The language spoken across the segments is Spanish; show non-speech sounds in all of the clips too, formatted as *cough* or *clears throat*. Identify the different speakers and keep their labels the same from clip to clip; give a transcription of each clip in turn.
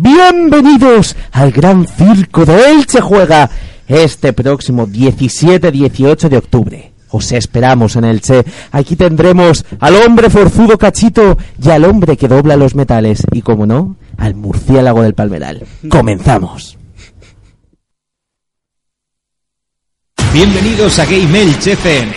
Speaker 1: Bienvenidos al Gran Circo de Elche Juega este próximo 17-18 de octubre. Os esperamos en Elche. Aquí tendremos al hombre forzudo cachito y al hombre que dobla los metales y, como no, al murciélago del palmeral. Comenzamos.
Speaker 2: Bienvenidos a Game Elche FM.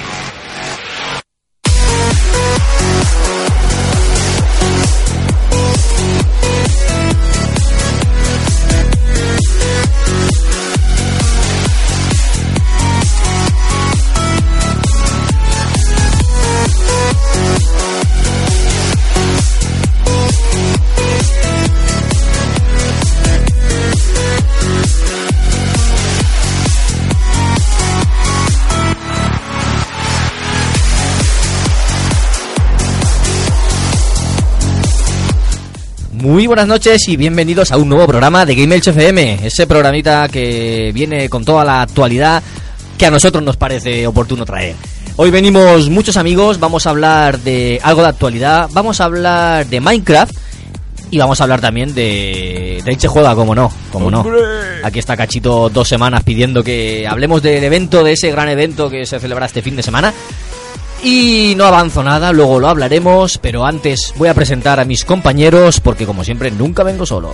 Speaker 3: Muy buenas noches y bienvenidos a un nuevo programa de Game Elche FM, ese programita que viene con toda la actualidad que a nosotros nos parece oportuno traer. Hoy venimos muchos amigos, vamos a hablar de algo de actualidad, vamos a hablar de Minecraft y vamos a hablar también de, de Elche Juega, como no, como no. Aquí está Cachito dos semanas pidiendo que hablemos del evento, de ese gran evento que se celebra este fin de semana. Y no avanzo nada, luego lo hablaremos, pero antes voy a presentar a mis compañeros porque como siempre nunca vengo solo.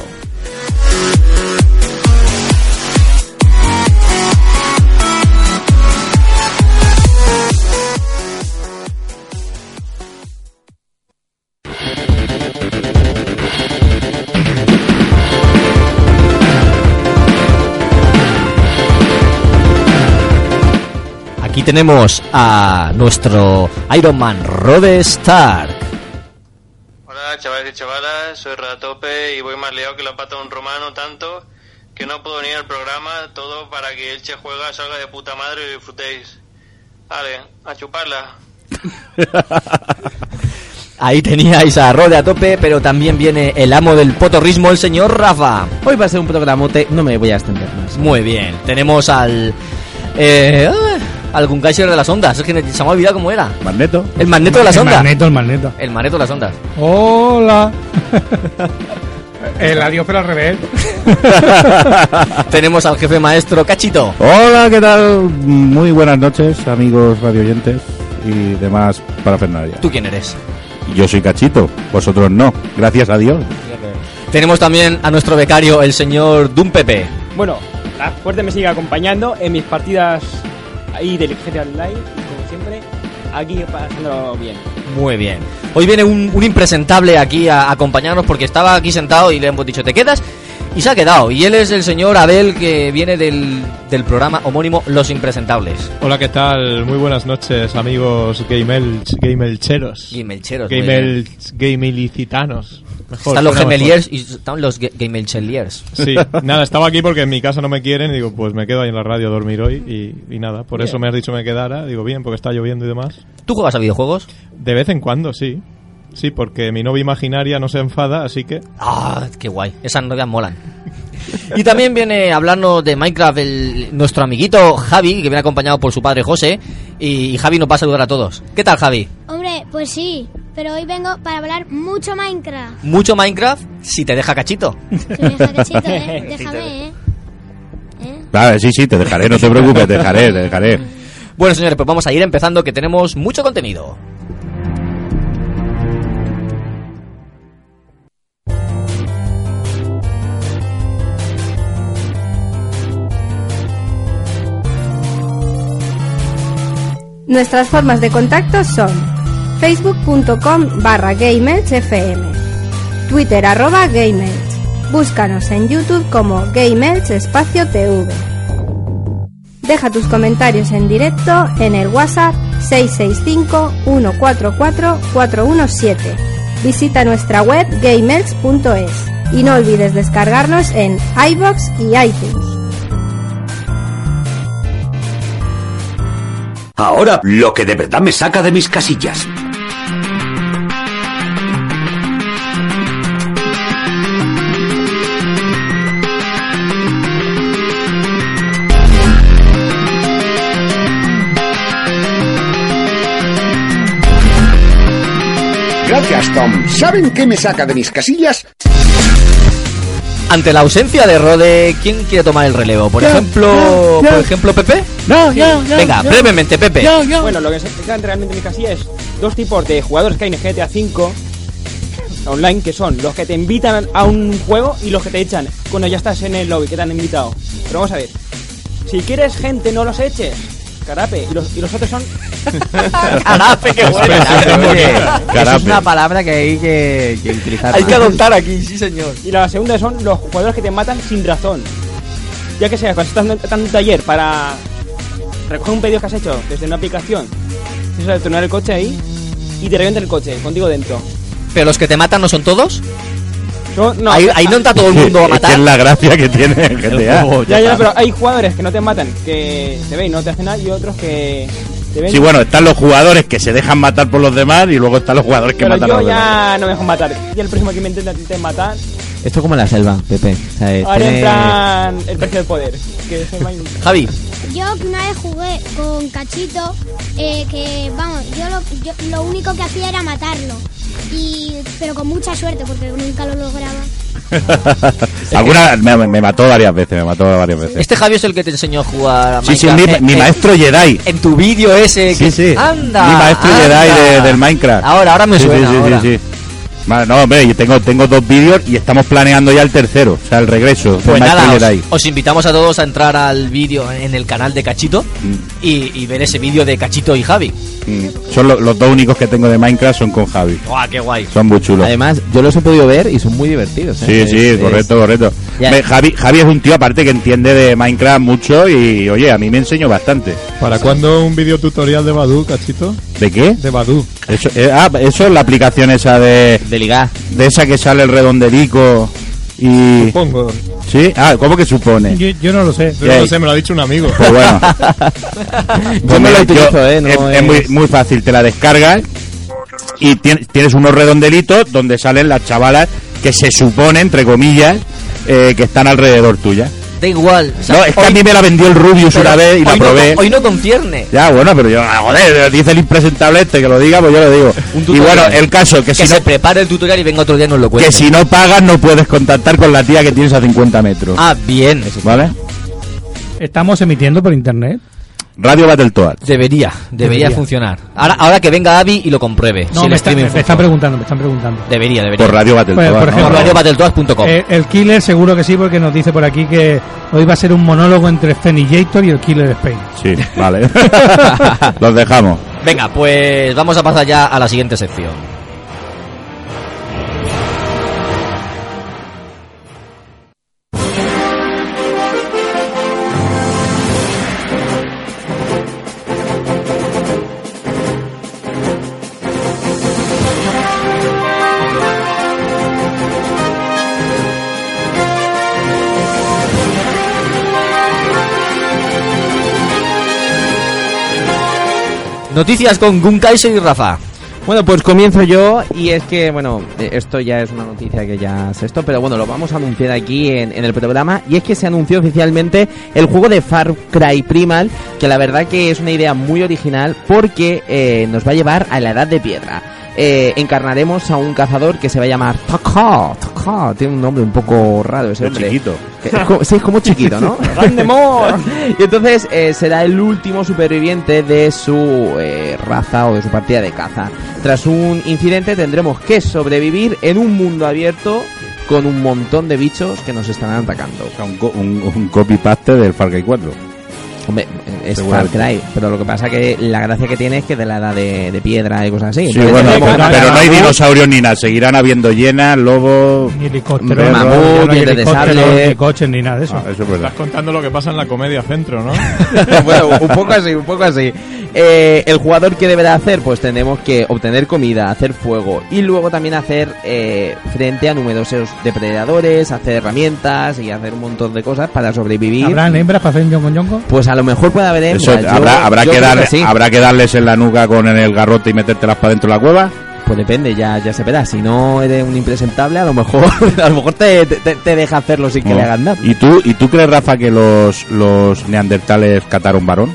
Speaker 3: Aquí tenemos a nuestro Iron Man Rod Stark.
Speaker 4: Hola chavales y chavalas, soy Ratope y voy más liado que la pata de un romano tanto que no puedo ni ir al programa, todo para que el Che Juega salga de puta madre y disfrutéis. Vale, a chuparla.
Speaker 3: *laughs* Ahí teníais a Rode a tope, pero también viene el amo del potorrismo, el señor Rafa.
Speaker 1: Hoy va a ser un programote, no me voy a extender más.
Speaker 3: Muy bien, tenemos al... Eh, ah, al Gunkaiser de las ondas, es que se me ha olvidado cómo era.
Speaker 5: Magneto.
Speaker 3: El magneto de las
Speaker 5: El
Speaker 3: ondas.
Speaker 5: Magneto, el magneto.
Speaker 3: El maneto de las ondas.
Speaker 5: Hola. Eh, el adiós pero al revés.
Speaker 3: *laughs* tenemos al jefe maestro Cachito.
Speaker 5: Hola, ¿qué tal? Muy buenas noches, amigos radioyentes y demás para
Speaker 3: ¿Tú quién eres?
Speaker 5: Yo soy Cachito, vosotros no. Gracias a Dios.
Speaker 3: Tenemos también a nuestro becario, el señor Dumpepe.
Speaker 6: Bueno, la fuerte me sigue acompañando en mis partidas ahí del GTA Online y como siempre, aquí pasándolo bien.
Speaker 3: Muy bien. Hoy viene un, un impresentable aquí a acompañarnos porque estaba aquí sentado y le hemos dicho, ¿te quedas? Y se ha quedado. Y él es el señor Abel que viene del, del programa homónimo Los Impresentables.
Speaker 7: Hola, ¿qué tal? Muy buenas noches, amigos gamel, gamelcheros.
Speaker 3: Gamelcheros. muy bien.
Speaker 7: Gamel, gamelicitanos. Mejor,
Speaker 3: Están los
Speaker 7: suena mejor.
Speaker 3: gemeliers y están los ge- gamelcheliers.
Speaker 7: Sí, nada, estaba aquí porque en mi casa no me quieren y digo, pues me quedo ahí en la radio a dormir hoy y, y nada, por eso me has dicho me quedara. Digo, bien, porque está lloviendo y demás.
Speaker 3: ¿Tú juegas a videojuegos?
Speaker 7: De vez en cuando, sí. Sí, porque mi novia imaginaria no se enfada, así que...
Speaker 3: Ah, qué guay. Esas novias molan. *laughs* Y también viene a hablarnos de Minecraft el, nuestro amiguito Javi, que viene acompañado por su padre José. Y, y Javi nos va a saludar a todos. ¿Qué tal, Javi?
Speaker 8: Hombre, pues sí, pero hoy vengo para hablar mucho Minecraft.
Speaker 3: ¿Mucho Minecraft? Si te deja cachito.
Speaker 8: Soy un jaquechito, ¿eh? Déjame, ¿eh? ¿Eh?
Speaker 5: *laughs* Vale, sí, sí, te dejaré, no te preocupes, te dejaré, te dejaré.
Speaker 3: *laughs* Bueno, señores, pues vamos a ir empezando que tenemos mucho contenido.
Speaker 9: Nuestras formas de contacto son facebook.com barra GameEdgeFM, twitter arroba GameEdge, búscanos en YouTube como GameEdge espacio TV. Deja tus comentarios en directo en el WhatsApp 665-144-417. Visita nuestra web gameedge.es. y no olvides descargarnos en iBox y iTunes.
Speaker 2: Ahora, lo que de verdad me saca de mis casillas.
Speaker 10: Gracias, Tom. ¿Saben qué me saca de mis casillas?
Speaker 3: Ante la ausencia de Rode, ¿quién quiere tomar el relevo? Por
Speaker 6: Yo,
Speaker 3: ejemplo,
Speaker 6: yo, yo.
Speaker 3: por ejemplo, Pepe.
Speaker 6: No,
Speaker 3: yo, yo, Venga, yo. brevemente, Pepe. Yo, yo.
Speaker 6: Bueno, lo que se quedan realmente en mi casilla es dos tipos de jugadores que hay en GTA V online, que son los que te invitan a un juego y los que te echan cuando ya estás en el lobby, que te han invitado. Pero vamos a ver, si quieres gente, no los eches. Carape, y los, y los otros son.
Speaker 3: Carape, qué bueno.
Speaker 11: Oye, esa es
Speaker 6: Carape.
Speaker 11: una palabra que hay
Speaker 3: Eh,
Speaker 11: que, que utilizar.
Speaker 6: Hay que adoptar *laughs*
Speaker 3: aquí, sí señor.
Speaker 6: Y la segunda son los jugadores que te matan sin razón. Ya que sea, cuando estás en- en un taller para recoger un pedido que has hecho desde una aplicación, empiezas a detonar el coche ahí y te revienta el coche contigo dentro.
Speaker 3: Pero los que te matan no son todos.
Speaker 6: Son- no,
Speaker 3: ahí, ahí no está todo el mundo a
Speaker 5: Es *laughs* que
Speaker 3: matar.
Speaker 5: es la gracia que
Speaker 3: *laughs*
Speaker 5: tiene el GTA.
Speaker 6: Ya, ya, pero hay jugadores que no te matan, que te ven y no te hacen nada, y otros que te ven.
Speaker 5: Sí, bueno, están los jugadores que se dejan matar por los demás y luego están los jugadores que
Speaker 6: pero
Speaker 5: matan a
Speaker 6: yo
Speaker 5: los demás. *laughs*
Speaker 6: ya no me dejo matar. Y el próximo que me intenta te matar,
Speaker 11: Esto como la selva, Pepe.
Speaker 5: Eh,
Speaker 11: ¿sabes?
Speaker 6: ahora
Speaker 11: Tiene-
Speaker 6: entran el precio del poder. Que es el main-
Speaker 3: Javi.
Speaker 8: Yo que una vez jugué con Cachito, eh, que vamos, yo lo, yo lo único que hacía era matarlo. Y, pero con mucha suerte, porque nunca lo lograba.
Speaker 5: Alguna me, me mató varias veces, me mató varias veces.
Speaker 3: Este Javi es el que te enseñó a jugar a
Speaker 5: Sí, sí, mi,
Speaker 3: Minecraft.
Speaker 5: mi
Speaker 3: Eh,
Speaker 5: maestro Jedi.
Speaker 3: En tu vídeo ese.
Speaker 5: Sí,
Speaker 3: que-
Speaker 5: sí.
Speaker 3: Anda.
Speaker 5: Mi maestro
Speaker 3: anda.
Speaker 5: Jedi de- del Minecraft.
Speaker 3: Ahora, ahora me
Speaker 5: Sí, sí,
Speaker 3: suena.
Speaker 5: Sí, sí,
Speaker 3: ahora.
Speaker 5: sí. Vale, no, hombre, yo tengo, tengo dos vídeos y estamos planeando ya el tercero, o sea, el regreso del
Speaker 3: Pues
Speaker 5: maestro
Speaker 3: nada, os,
Speaker 5: Jedi.
Speaker 3: os invitamos a todos a entrar al vídeo en el canal de Cachito y, y ver ese vídeo de Cachito y Javi.
Speaker 5: Mm, Son lo- los dos únicos que tengo de Minecraft son con Javi.
Speaker 3: ¡Guau, qué guay!
Speaker 5: Son muy chulos.
Speaker 11: Además, yo los he podido ver y son muy divertidos. ¿eh?
Speaker 5: Sí,
Speaker 11: Es-
Speaker 5: sí,
Speaker 11: es-
Speaker 5: correcto, correcto.
Speaker 11: Ya.
Speaker 5: Me- Javi, Javi es un tío aparte que entiende de Minecraft mucho y, oye, a mí me enseñó bastante.
Speaker 7: ¿Para cuándo un video tutorial de Badu, cachito?
Speaker 5: ¿De qué?
Speaker 7: De Badu.
Speaker 5: Eso, eh, ah, eso es la aplicación esa de...
Speaker 11: De ligar.
Speaker 5: De esa que sale el redondelico y...
Speaker 7: Supongo.
Speaker 5: ¿Sí? Ah, ¿cómo que supone?
Speaker 7: Yo, yo no lo sé. Yo
Speaker 5: Ya.
Speaker 7: no lo sé, me lo ha dicho un amigo.
Speaker 5: Pues bueno.
Speaker 11: Yo me
Speaker 5: mira,
Speaker 11: lo utilizo, ¿eh? No
Speaker 5: es, es
Speaker 11: es-
Speaker 5: muy, muy fácil, te la descargas y tien- tienes unos redondelitos donde salen las chavalas que se supone, entre comillas, eh, que están alrededor tuya.
Speaker 3: Da igual. o sea,
Speaker 5: No, es que
Speaker 3: hoy-
Speaker 5: a mí me la vendió el Rubius
Speaker 3: pero
Speaker 5: una vez y la
Speaker 3: hoy no
Speaker 5: probé.
Speaker 3: con- hoy no concierne.
Speaker 5: Ya, bueno, pero yo, ah, joder, dice el impresentable este que lo diga, pues yo lo digo.
Speaker 3: Un
Speaker 5: Y
Speaker 3: tutorial.
Speaker 5: bueno, el caso, que,
Speaker 3: Que,
Speaker 5: si,
Speaker 3: se
Speaker 5: no,
Speaker 3: prepare el tutorial y venga otro día y nos lo cuente.
Speaker 5: que si no pagas no puedes contactar con la tía que tienes a 50 metros.
Speaker 3: Ah, bien.
Speaker 5: ¿Vale?
Speaker 12: Estamos emitiendo por internet.
Speaker 5: Radio Battletoads.
Speaker 3: Debería, debería,
Speaker 12: Debería.
Speaker 3: funcionar. Ahora, ahora que venga Avi y lo compruebe.
Speaker 12: No,
Speaker 3: si el
Speaker 12: me, está-
Speaker 3: streaming
Speaker 12: me están
Speaker 3: funciona.
Speaker 12: preguntando, me están preguntando.
Speaker 3: Debería, debería.
Speaker 5: Por Radio Battletoads.
Speaker 12: Pues, por
Speaker 5: ¿no?
Speaker 12: ejemplo,
Speaker 3: Por RadioBattletoads.com.
Speaker 12: Eh, el Killer seguro que sí, porque nos dice por aquí que hoy va a ser un monólogo entre Fenillator y el Killer Spain.
Speaker 11: *laughs*
Speaker 5: Sí, vale. Los dejamos.
Speaker 3: Venga, pues vamos a pasar ya a la siguiente sección. Noticias con Gun Kaiser y Rafa.
Speaker 11: Bueno, pues comienzo yo y es que, bueno, eh, esto ya es una noticia que ya es esto, pero bueno, lo vamos a anunciar aquí en, en el programa y es que se anunció oficialmente el juego de Far Cry Primal, que la verdad que es una idea muy original porque eh, nos va a llevar a la edad de piedra. Eh, encarnaremos a un cazador que se va a llamar Taka, Taka, tiene un nombre un poco raro ese
Speaker 5: Pero
Speaker 11: hombre.
Speaker 5: chiquito.
Speaker 11: Que es como- sí, es como chiquito, ¿no?
Speaker 6: ¡Grandemor!
Speaker 11: *laughs* Y entonces eh, será el último superviviente de su eh, raza o de su partida de caza. Tras un incidente tendremos que sobrevivir en un mundo abierto con un montón de bichos que nos estarán atacando.
Speaker 5: O sea, un, co- un, un copy-paste del Far Cry 4.
Speaker 11: Hombre, eh, es Far
Speaker 5: Seguramente.
Speaker 11: Cry, pero lo que pasa que la gracia que tiene es que de la edad de, de piedra y cosas así.
Speaker 5: Sí,
Speaker 11: Entonces
Speaker 5: bueno,
Speaker 11: tenemos-
Speaker 5: pero no hay dinosaurios ni nada. Seguirán habiendo hienas, lobos,
Speaker 12: ya
Speaker 5: helicópteros,
Speaker 12: no hay helicópteros, ni coches, ni nada de eso.
Speaker 5: Ah, eso es verdad.
Speaker 7: Estás *laughs* contando lo que pasa en la comedia centro,
Speaker 5: *laughs*
Speaker 7: ¿no?
Speaker 11: bueno, un poco así, un poco así. Eh, el jugador que deberá hacer, pues tendremos que obtener comida, hacer fuego y luego también hacer eh, frente a numerosos depredadores, hacer herramientas y hacer un montón de cosas para sobrevivir.
Speaker 12: ¿Habrán ¿eh? hembras para hacer un yongo yongo?
Speaker 11: Pues a lo mejor puede haber
Speaker 5: Eso,
Speaker 11: hembras. Yo-
Speaker 5: habrá, habrá,
Speaker 11: yo
Speaker 5: que
Speaker 11: creo
Speaker 5: dar-
Speaker 11: sí.
Speaker 5: habrá que darles en la nuca con el garrote y metértelas para dentro de la cueva.
Speaker 11: Pues depende, ya, ya se verá. Si no eres un impresentable, a lo mejor, *laughs* a lo mejor te, te- te deja hacerlo sin que
Speaker 5: Mm.
Speaker 11: le hagan nada.
Speaker 5: Ah. ¿Y tú, ¿Y tú crees, Rafa, que los, los neandertales cataron varón?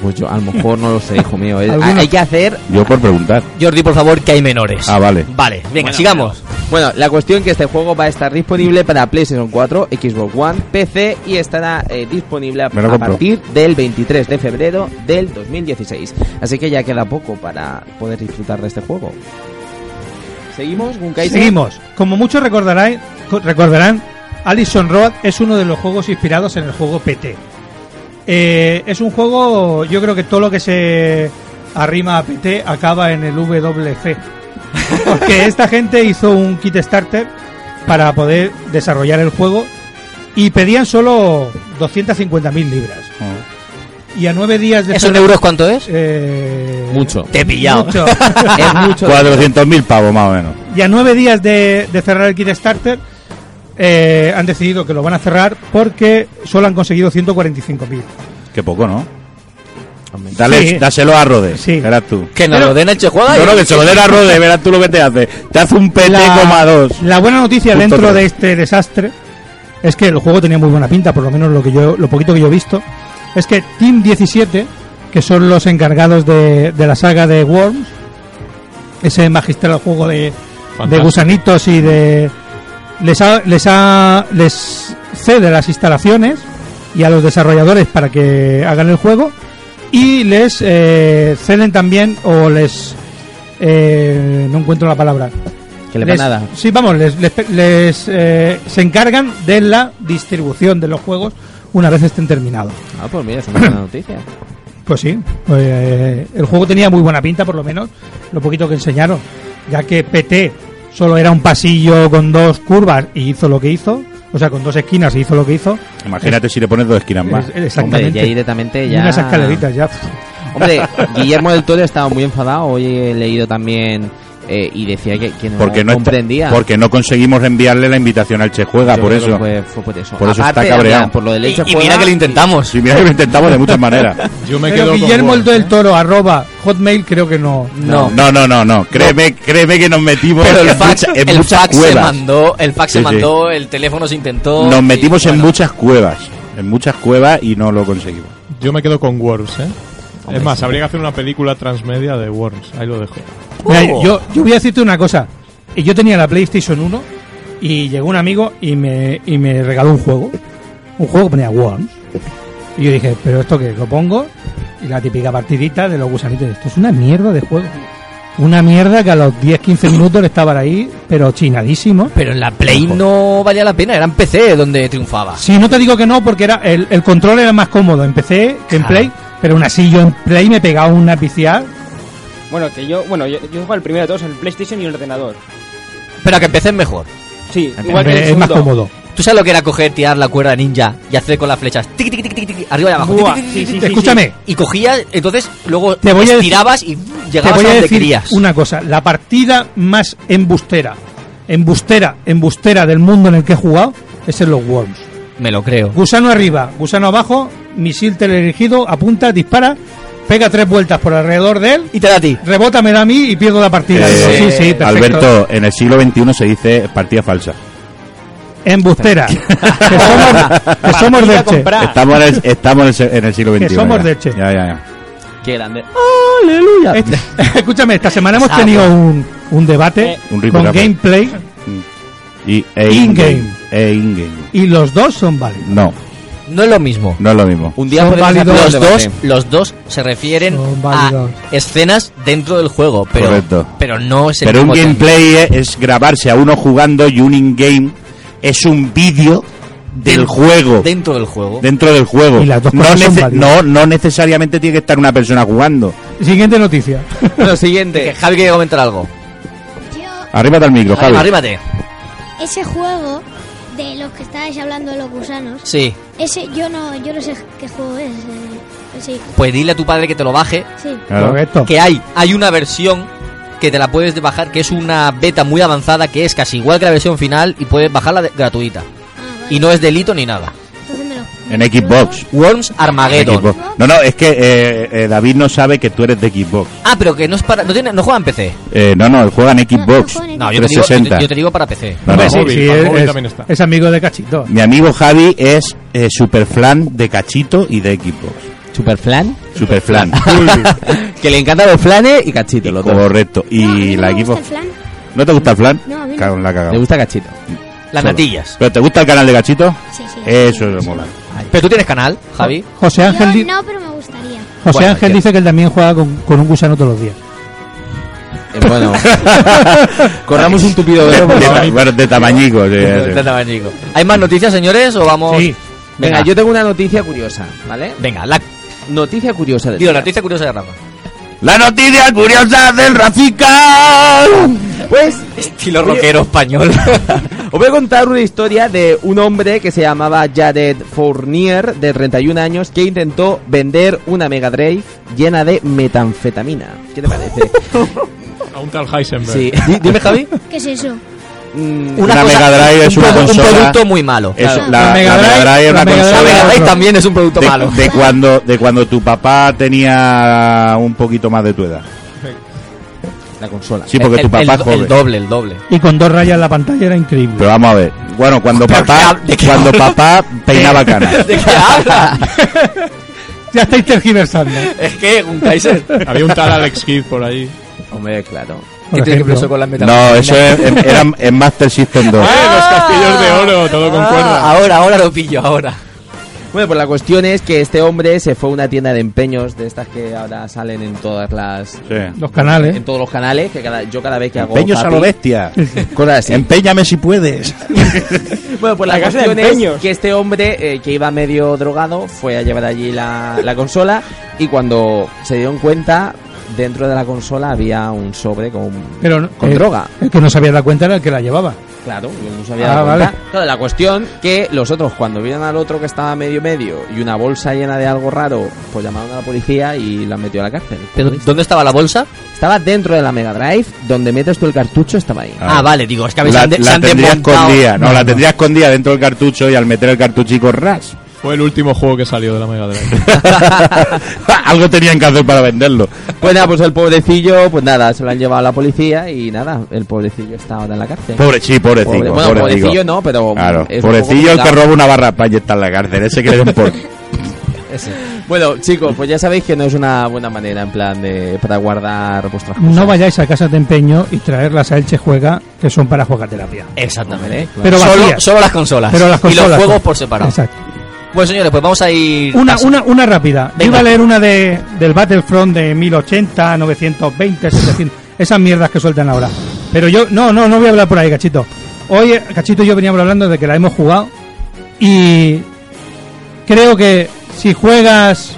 Speaker 11: Pues yo a lo mejor no lo sé, hijo mío. eh.
Speaker 3: Algunos-
Speaker 11: Hay que hacer
Speaker 5: Yo por preguntar.
Speaker 3: Jordi, por favor, que hay menores.
Speaker 5: Ah, vale.
Speaker 3: Vale, venga, sigamos.
Speaker 11: Bueno, la cuestión que este juego va a estar disponible para PlayStation 4, Xbox One, PC y estará eh, disponible a,
Speaker 5: Me lo
Speaker 11: a
Speaker 5: compro.
Speaker 11: partir del 23 de febrero del 2016. Así que ya queda poco para poder disfrutar de este juego. ¿Seguimos, Gunkaiser?
Speaker 12: Seguimos. Como muchos recordaráis- co- recordarán, Alison Road es uno de los juegos inspirados en el juego PT. Eh, es un juego, yo creo que todo lo que se arrima a PT acaba en el WC.
Speaker 3: *laughs*
Speaker 12: Porque esta gente hizo un kit starter para poder desarrollar el juego y pedían solo 250.000 libras. Y a nueve días de...
Speaker 3: Oh.
Speaker 12: Eh,
Speaker 3: ¿Eso en euros cuánto es?
Speaker 11: Mucho.
Speaker 3: Te he pillado. *laughs*
Speaker 12: Mucho.
Speaker 3: Es
Speaker 12: mucho.
Speaker 5: 400.000 pavos, más o menos.
Speaker 12: Y a nueve días de, de cerrar el kit starter, eh, han decidido que lo van a cerrar porque solo han conseguido 145.000.
Speaker 5: Qué poco, ¿no? Dale,
Speaker 12: Sí.
Speaker 5: Dáselo a Rode, verás tú.
Speaker 3: Que nos lo den el Chejuega y-
Speaker 5: No, no, que se lo
Speaker 11: *laughs*
Speaker 5: den a Rode, verás tú lo que te hace. Te hace un PT,2.
Speaker 12: La buena noticia
Speaker 5: Punto
Speaker 12: dentro
Speaker 5: tres.
Speaker 12: de este desastre es que el juego tenía muy buena pinta, por lo menos lo que yo, lo poquito que yo he visto, es que Team 17, que son los encargados de, de la saga de Worms, ese magistral juego de, de
Speaker 7: Fantástico.
Speaker 12: gusanitos y de les ha- les ha- les cede las instalaciones y a los desarrolladores para que hagan el juego y les eh, ceden también o les eh, no encuentro la palabra
Speaker 11: Que le
Speaker 12: Les-
Speaker 11: panada.
Speaker 12: sí vamos les, les, les, eh, se encargan de la distribución de los juegos una vez estén terminados
Speaker 11: Ah, pues mira,
Speaker 5: *coughs*
Speaker 11: es una buena noticia.
Speaker 12: pues sí, pues, eh, el juego tenía muy buena pinta, por lo menos, lo poquito que enseñaron. Ya que PT solo era un pasillo con dos curvas y hizo lo que hizo, o sea, con dos esquinas y hizo lo que hizo.
Speaker 5: Imagínate si le pones dos esquinas más.
Speaker 12: Es- exactamente.
Speaker 11: Hombre, ya directamente
Speaker 12: Y
Speaker 11: ya-
Speaker 12: Unas escaleritas ya. pff.
Speaker 11: Hombre, Guillermo del Toro estaba muy enfadado. Hoy he leído también eh, y decía que, que no,
Speaker 5: Porque no, está-
Speaker 11: comprendía.
Speaker 5: porque no conseguimos enviarle la invitación al Che Juega,
Speaker 11: Yo
Speaker 5: por
Speaker 11: creo que
Speaker 5: eso.
Speaker 11: fue- fue por eso. Aparte,
Speaker 5: está cabreado.
Speaker 11: habla por lo del Y- Che y mira
Speaker 3: Juega que lo intentamos.
Speaker 5: Y mira que lo intentamos
Speaker 7: *laughs*
Speaker 5: de muchas maneras.
Speaker 7: Yo me
Speaker 12: Pero
Speaker 7: quedo
Speaker 12: Guillermo
Speaker 7: con ¿eh?
Speaker 12: el del Toro, arroba, hotmail, creo que no.
Speaker 5: No, no, no, no. Créeme, créeme que nos metimos
Speaker 3: Pero el
Speaker 5: en
Speaker 3: fax,
Speaker 5: mucha- en
Speaker 3: el
Speaker 5: muchas
Speaker 3: fax se
Speaker 5: cuevas.
Speaker 3: mandó, el fax se
Speaker 5: Sí, sí.
Speaker 3: mandó, el teléfono se intentó.
Speaker 5: Nos
Speaker 3: y-
Speaker 5: metimos en muchas cuevas. En muchas cuevas y no lo conseguimos.
Speaker 7: Yo me quedo con Worms, ¿eh?
Speaker 5: Hombre,
Speaker 7: es más,
Speaker 5: sí.
Speaker 7: habría que hacer una película transmedia de Worms. Ahí lo dejo.
Speaker 3: Uh.
Speaker 12: Mira, yo, yo voy a decirte una cosa. Y Yo tenía la PlayStation 1 y llegó un amigo y me, y me regaló un juego. Un juego que ponía Worms. Y yo dije, ¿pero esto qué? Lo pongo. Y la típica partidita de los gusanitos. Esto es una mierda de juego. Una mierda que a los 10-15 minutos estaban ahí, pero chinadísimo.
Speaker 3: Pero en la Play no valía la pena, era en PC donde triunfaba.
Speaker 12: Sí, no te digo que no, porque era el, el control era más cómodo en PC que en
Speaker 3: Claro.
Speaker 12: Play. Pero aún así yo en Play me pegaba una viciada.
Speaker 6: Bueno, que yo, bueno, yo, yo juego el primero de todos en el PlayStation y en el ordenador.
Speaker 3: Pero que empecé mejor.
Speaker 6: Sí, igual que el
Speaker 12: es más
Speaker 6: segundo.
Speaker 12: cómodo.
Speaker 3: ¿Tú sabes lo que era coger, tirar la cuerda ninja y hacer con las flechas tic, tic, tic, tic, tic, arriba y abajo?
Speaker 12: Buah,
Speaker 3: tic, tic,
Speaker 12: sí,
Speaker 3: tic,
Speaker 12: sí,
Speaker 3: tic,
Speaker 12: sí,
Speaker 3: tic,
Speaker 12: escúchame.
Speaker 3: tic, Y cogías, entonces luego
Speaker 12: Te voy a decir-
Speaker 3: estirabas y
Speaker 12: Te
Speaker 3: llegabas
Speaker 12: voy
Speaker 3: a
Speaker 12: a
Speaker 3: donde
Speaker 12: decir
Speaker 3: querías.
Speaker 12: una cosa, la partida más embustera, embustera, embustera del mundo en el que he jugado es en los Worms.
Speaker 3: Me lo creo.
Speaker 12: Gusano arriba, gusano abajo, misil teledirigido, apunta, dispara, pega tres vueltas por alrededor de él
Speaker 3: y te da a ti.
Speaker 12: Rebota me da a mí y pierdo la partida.
Speaker 5: Eh,
Speaker 12: sí, sí, perfecto.
Speaker 5: Alberto, en el siglo XXI se dice partida falsa.
Speaker 3: *laughs*
Speaker 12: Embustera. que somos, que
Speaker 5: *laughs*
Speaker 12: somos de Elche.
Speaker 5: Estamos en el, estamos en el se- en el siglo
Speaker 12: Que
Speaker 5: XXI.
Speaker 12: somos
Speaker 5: ya.
Speaker 12: de Elche.
Speaker 5: Ya, ya, ya.
Speaker 11: Qué grande. ¡Aleluya!
Speaker 12: Este- *laughs* Escúchame, esta semana hemos
Speaker 11: Sapo.
Speaker 12: tenido un, un debate
Speaker 5: Un rico
Speaker 12: con
Speaker 5: café.
Speaker 12: gameplay
Speaker 5: Y e
Speaker 12: In-game.
Speaker 5: E in-game.
Speaker 12: y los dos son válidos.
Speaker 5: No,
Speaker 3: No es lo mismo.
Speaker 5: no es lo mismo.
Speaker 11: Un día
Speaker 12: Son
Speaker 11: podemos
Speaker 12: válidos
Speaker 11: hacer
Speaker 3: Los
Speaker 11: el
Speaker 3: dos,
Speaker 11: debate.
Speaker 3: Eh, los dos se refieren
Speaker 12: Son
Speaker 3: a
Speaker 12: válidos.
Speaker 3: escenas dentro del juego, pero,
Speaker 5: Correcto.
Speaker 3: pero no es el
Speaker 5: Pero un
Speaker 3: mismo tema.
Speaker 5: gameplay es, es grabarse a uno jugando y un in-game es un vídeo del juego.
Speaker 3: Dentro del juego.
Speaker 5: Dentro del juego.
Speaker 12: Y las dos
Speaker 5: no,
Speaker 12: cosas son
Speaker 5: nece-
Speaker 12: válidas.
Speaker 5: no, no necesariamente tiene que estar una persona jugando.
Speaker 12: Siguiente noticia.
Speaker 3: Lo siguiente. Que Javi quiere comentar algo.
Speaker 5: Arríbate al micro, Javi.
Speaker 3: Arrímate.
Speaker 8: Ese juego de los que estabais hablando de los gusanos.
Speaker 3: Sí.
Speaker 8: Ese yo no, yo no sé qué juego es. eh, sí.
Speaker 3: Pues dile a tu padre que te lo baje.
Speaker 8: Sí.
Speaker 5: Claro.
Speaker 12: Correcto.
Speaker 3: Que hay, hay una versión que te la puedes bajar, que es una beta muy avanzada, que es casi igual que la versión final y puedes bajarla de- gratuita. Y no es delito ni nada.
Speaker 5: En Xbox.
Speaker 3: Worms Armageddon.
Speaker 5: En Xbox. No, no, es que eh, eh, David no sabe que tú eres de Xbox.
Speaker 3: Ah, pero que no es para. No, tiene, no juega en PC.
Speaker 5: Eh, no, no, él juega en Xbox.
Speaker 3: No, yo te, digo,
Speaker 5: 360.
Speaker 3: yo te- yo te digo
Speaker 5: *laughs*
Speaker 3: para PC.
Speaker 5: No, no.
Speaker 12: Sí, sí, es, es- es amigo de Cachito.
Speaker 5: Mi amigo Javi es eh, super fan de Cachito y de Xbox.
Speaker 11: ¿Super flan?
Speaker 5: Super
Speaker 11: *laughs*
Speaker 5: fan.
Speaker 11: que le encantan los flanes y cachito. Los dos.
Speaker 5: Correcto. Y la Xbox. ¿No te gusta el flan?
Speaker 8: No, a mí no.
Speaker 5: Cago en la cagada.
Speaker 11: Le gusta cachito.
Speaker 3: Las
Speaker 5: Solo.
Speaker 3: natillas.
Speaker 5: ¿Pero te gusta el canal de Cachito?
Speaker 8: Sí, sí.
Speaker 5: Eso es lo mola.
Speaker 3: Pero tú tienes canal, Javi.
Speaker 12: José Ángel, di-
Speaker 8: Yo no, pero me gustaría.
Speaker 12: José
Speaker 3: Bueno,
Speaker 12: Ángel dice que él también juega con, con un gusano todos los días.
Speaker 11: Eh,
Speaker 12: *laughs*
Speaker 3: *laughs*
Speaker 11: bueno, corramos un tupido
Speaker 5: De,
Speaker 11: velo. por
Speaker 5: de
Speaker 11: favor.
Speaker 5: ta- bueno, de tamañico. sí, sí.
Speaker 3: Está tan chico. ¿Hay más noticias, señores? ¿O vamos.?
Speaker 11: Sí.
Speaker 3: Venga,
Speaker 11: Venga, yo tengo una noticia curiosa, ¿vale?
Speaker 3: Venga, la,
Speaker 11: Noticia curiosa del
Speaker 3: digo, la
Speaker 11: día.
Speaker 3: noticia curiosa de Rafa.
Speaker 5: La noticia curiosa del Rafica.
Speaker 11: Pues
Speaker 3: Estilo rockero español.
Speaker 11: *laughs* os voy a contar una historia de un hombre que se llamaba Jared Fournier, de 31 años, que intentó vender una Mega Drive llena de metanfetamina. ¿Qué te
Speaker 3: *laughs*
Speaker 11: parece?
Speaker 7: A un tal Heisenberg.
Speaker 11: Sí.
Speaker 3: Di- Dime, Javi.
Speaker 8: ¿Qué es eso?
Speaker 11: Mm,
Speaker 5: Una Mega Drive es
Speaker 3: un
Speaker 5: una
Speaker 3: produ-
Speaker 5: consola-
Speaker 3: Un producto muy malo.
Speaker 5: Es
Speaker 11: Claro.
Speaker 5: la,
Speaker 12: La Mega
Speaker 5: la Mega
Speaker 12: Drive-
Speaker 5: Drive es
Speaker 12: la
Speaker 5: una
Speaker 12: Mega Drive-
Speaker 3: La
Speaker 5: consola
Speaker 3: Mega Drive
Speaker 12: otro.
Speaker 3: también es un producto malo.
Speaker 5: de, de cuando de cuando tu papá tenía un poquito más de tu edad.
Speaker 11: La consola.
Speaker 5: Sí, porque
Speaker 3: El-
Speaker 5: tu papá
Speaker 3: el,
Speaker 5: es joven.
Speaker 3: el doble, el doble.
Speaker 12: Y con dos rayas en la pantalla era increíble.
Speaker 5: Pero vamos a ver. Bueno, cuando papá
Speaker 3: ¿de qué
Speaker 5: cuando
Speaker 3: habla?
Speaker 5: papá peinaba canas.
Speaker 3: ¿De
Speaker 7: *laughs*
Speaker 3: qué habla?
Speaker 12: Ya estáis tergiversando.
Speaker 3: es que un Kaiser.
Speaker 7: Había un tal Alex Kidd por ahí.
Speaker 11: Hombre, claro.
Speaker 12: Por ejemplo.
Speaker 3: con las
Speaker 5: No, eso es,
Speaker 7: *laughs*
Speaker 5: en- era en Master System 2.
Speaker 7: ¡Eh, los castillos de oro! Todo con cuerda.
Speaker 3: Ah, ahora, ahora lo pillo, ahora.
Speaker 11: Bueno, pues la cuestión es que este hombre se fue a una tienda de empeños de estas que ahora salen en todas las
Speaker 5: Sí.
Speaker 12: Los canales.
Speaker 11: en todos los canales, que cada- yo cada vez que hago
Speaker 5: Empeños a
Speaker 11: zapping-
Speaker 5: lo bestia.
Speaker 11: cosas así.
Speaker 5: Empeñame si puedes.
Speaker 11: Bueno, pues la,
Speaker 6: La casa de
Speaker 11: cuestión es
Speaker 6: empeños.
Speaker 11: que este hombre eh, que iba medio drogado fue a llevar allí la, la consola y cuando se dieron cuenta, dentro de la consola había un sobre con,
Speaker 12: Pero no-
Speaker 11: con
Speaker 12: eh,
Speaker 11: droga.
Speaker 12: El que no se había dado cuenta era el que la llevaba.
Speaker 11: Claro, yo no sabía
Speaker 12: Ah,
Speaker 11: la cuenta.
Speaker 12: vale.
Speaker 11: Claro, la cuestión que los otros cuando vieron al otro que estaba medio medio y una bolsa llena de algo raro, pues llamaron a la policía y la metió a la cárcel.
Speaker 3: Pero, ¿Dónde estaba la bolsa?
Speaker 11: Estaba dentro de la Mega Drive, donde metes tú el cartucho estaba ahí.
Speaker 5: Ah.
Speaker 3: Ah, vale, digo,
Speaker 11: *laughs*
Speaker 3: es que habéis
Speaker 5: La,
Speaker 3: han de- se
Speaker 5: la
Speaker 3: han
Speaker 5: tendría
Speaker 3: desmontado.
Speaker 5: escondida. No,
Speaker 12: No,
Speaker 5: la
Speaker 12: no.
Speaker 5: tendría escondida dentro del cartucho y al meter el cartuchico ras.
Speaker 7: Fue el último juego que salió de la Mega Drive.
Speaker 5: *laughs* Algo tenían que hacer para venderlo.
Speaker 11: Pues nada, pues el pobrecillo, pues nada, se lo han llevado a la policía y nada, el pobrecillo está ahora en la cárcel.
Speaker 5: Pobre, sí, pobrecito.
Speaker 11: Pobre- bueno, pobrecillo no, pero,
Speaker 5: Claro,
Speaker 11: es un poco
Speaker 5: pobrecillo el que
Speaker 11: complicado.
Speaker 5: roba una barra pan y está en la cárcel. Ese que le den por.
Speaker 11: Bueno, chicos, pues ya sabéis que no es una buena manera en plan de para guardar vuestras cosas.
Speaker 12: No vayáis a casas de empeño y traerlas a Elche Juega, que son para jugaterapia.
Speaker 3: Exactamente. ¿eh?
Speaker 11: Hombre,
Speaker 12: Pero
Speaker 3: solo,
Speaker 12: vacías.
Speaker 3: solo las consolas.
Speaker 12: Pero las
Speaker 3: y los
Speaker 12: consolas,
Speaker 3: juegos
Speaker 12: pues.
Speaker 3: por separado.
Speaker 12: Exacto.
Speaker 3: Bueno, señores, pues vamos a ir.
Speaker 12: Una,
Speaker 3: pas-
Speaker 12: una, una rápida. Yo
Speaker 3: Venga.
Speaker 12: iba a leer una de, del Battlefront de 1080, 920, 700. Esas mierdas que sueltan ahora. Pero yo, no, no, no voy a hablar por ahí, cachito. Hoy, eh, cachito y yo veníamos hablando de que la hemos jugado. Y creo que si juegas,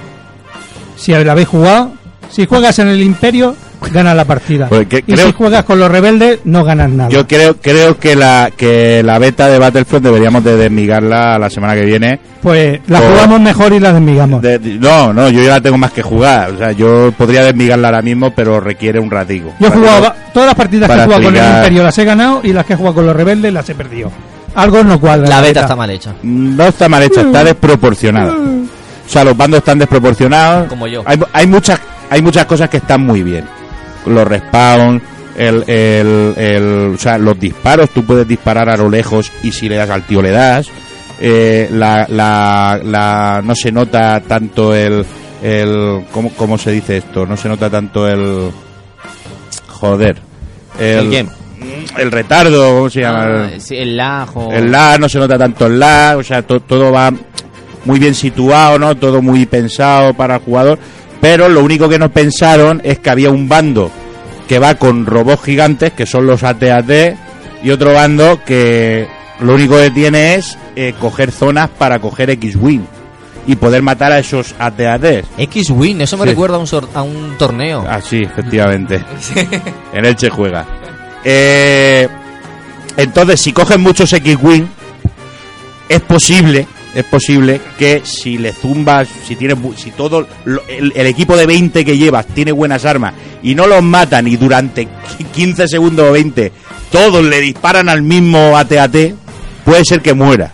Speaker 12: si la habéis jugado, si juegas en el Imperio, ganas la partida.
Speaker 5: Pues que-
Speaker 12: y
Speaker 5: creo-
Speaker 12: si juegas con los rebeldes, no ganas nada.
Speaker 5: Yo creo, creo que la que la beta de Battlefront deberíamos de desmigarla la semana que viene.
Speaker 12: Pues la
Speaker 5: Por-
Speaker 12: jugamos mejor y la desmigamos.
Speaker 5: De- de- no, no, yo ya la tengo más que jugar. O sea, yo podría desmigarla ahora mismo, pero requiere un ratico.
Speaker 12: Yo he
Speaker 5: Para
Speaker 12: jugado
Speaker 5: que-
Speaker 12: va- todas las partidas que he
Speaker 5: para
Speaker 12: jugado con el
Speaker 5: explicar-
Speaker 12: Imperio las he ganado y las que he jugado con los rebeldes las he perdido. Algo no cuadra.
Speaker 3: La beta Uh. está mal hecha.
Speaker 5: No está mal hecha, está desproporcionada. O sea, los bandos están desproporcionados.
Speaker 3: Como yo.
Speaker 5: Hay, hay muchas, hay muchas cosas que están muy bien. Los respawns, el, el- el- o sea, los disparos. Tú puedes disparar a lo lejos y si le das al tío le das. Eh, la, la, la- no se nota tanto el, el ¿cómo, cómo se dice esto? No se nota tanto el... Joder.
Speaker 11: ¿El qué?
Speaker 5: el retardo, ¿cómo se llama?
Speaker 11: Ah,
Speaker 5: El-
Speaker 11: sí, el lajo.
Speaker 5: el la no se nota tanto el la, o sea, to- todo va muy bien situado, ¿no? Todo muy pensado para el jugador. Pero lo único que no pensaron es que había un bando que va con robots gigantes, que son los ATAT, y otro bando que Lo único que tiene es eh, coger zonas para coger X-Wing y poder matar a esos AT-ATs.
Speaker 3: X-Wing, eso me
Speaker 5: Sí.
Speaker 3: recuerda a un, sor- a un torneo.
Speaker 5: Ah, sí, efectivamente. en Elche juega. Eh, entonces, si cogen muchos X-Wing, es posible, es posible que si le zumbas, si tienes, bu- si todo lo- el, el equipo de 20 que llevas tiene buenas armas y no los matan y durante 15 segundos o 20 todos le disparan al mismo AT-AT, puede ser que muera.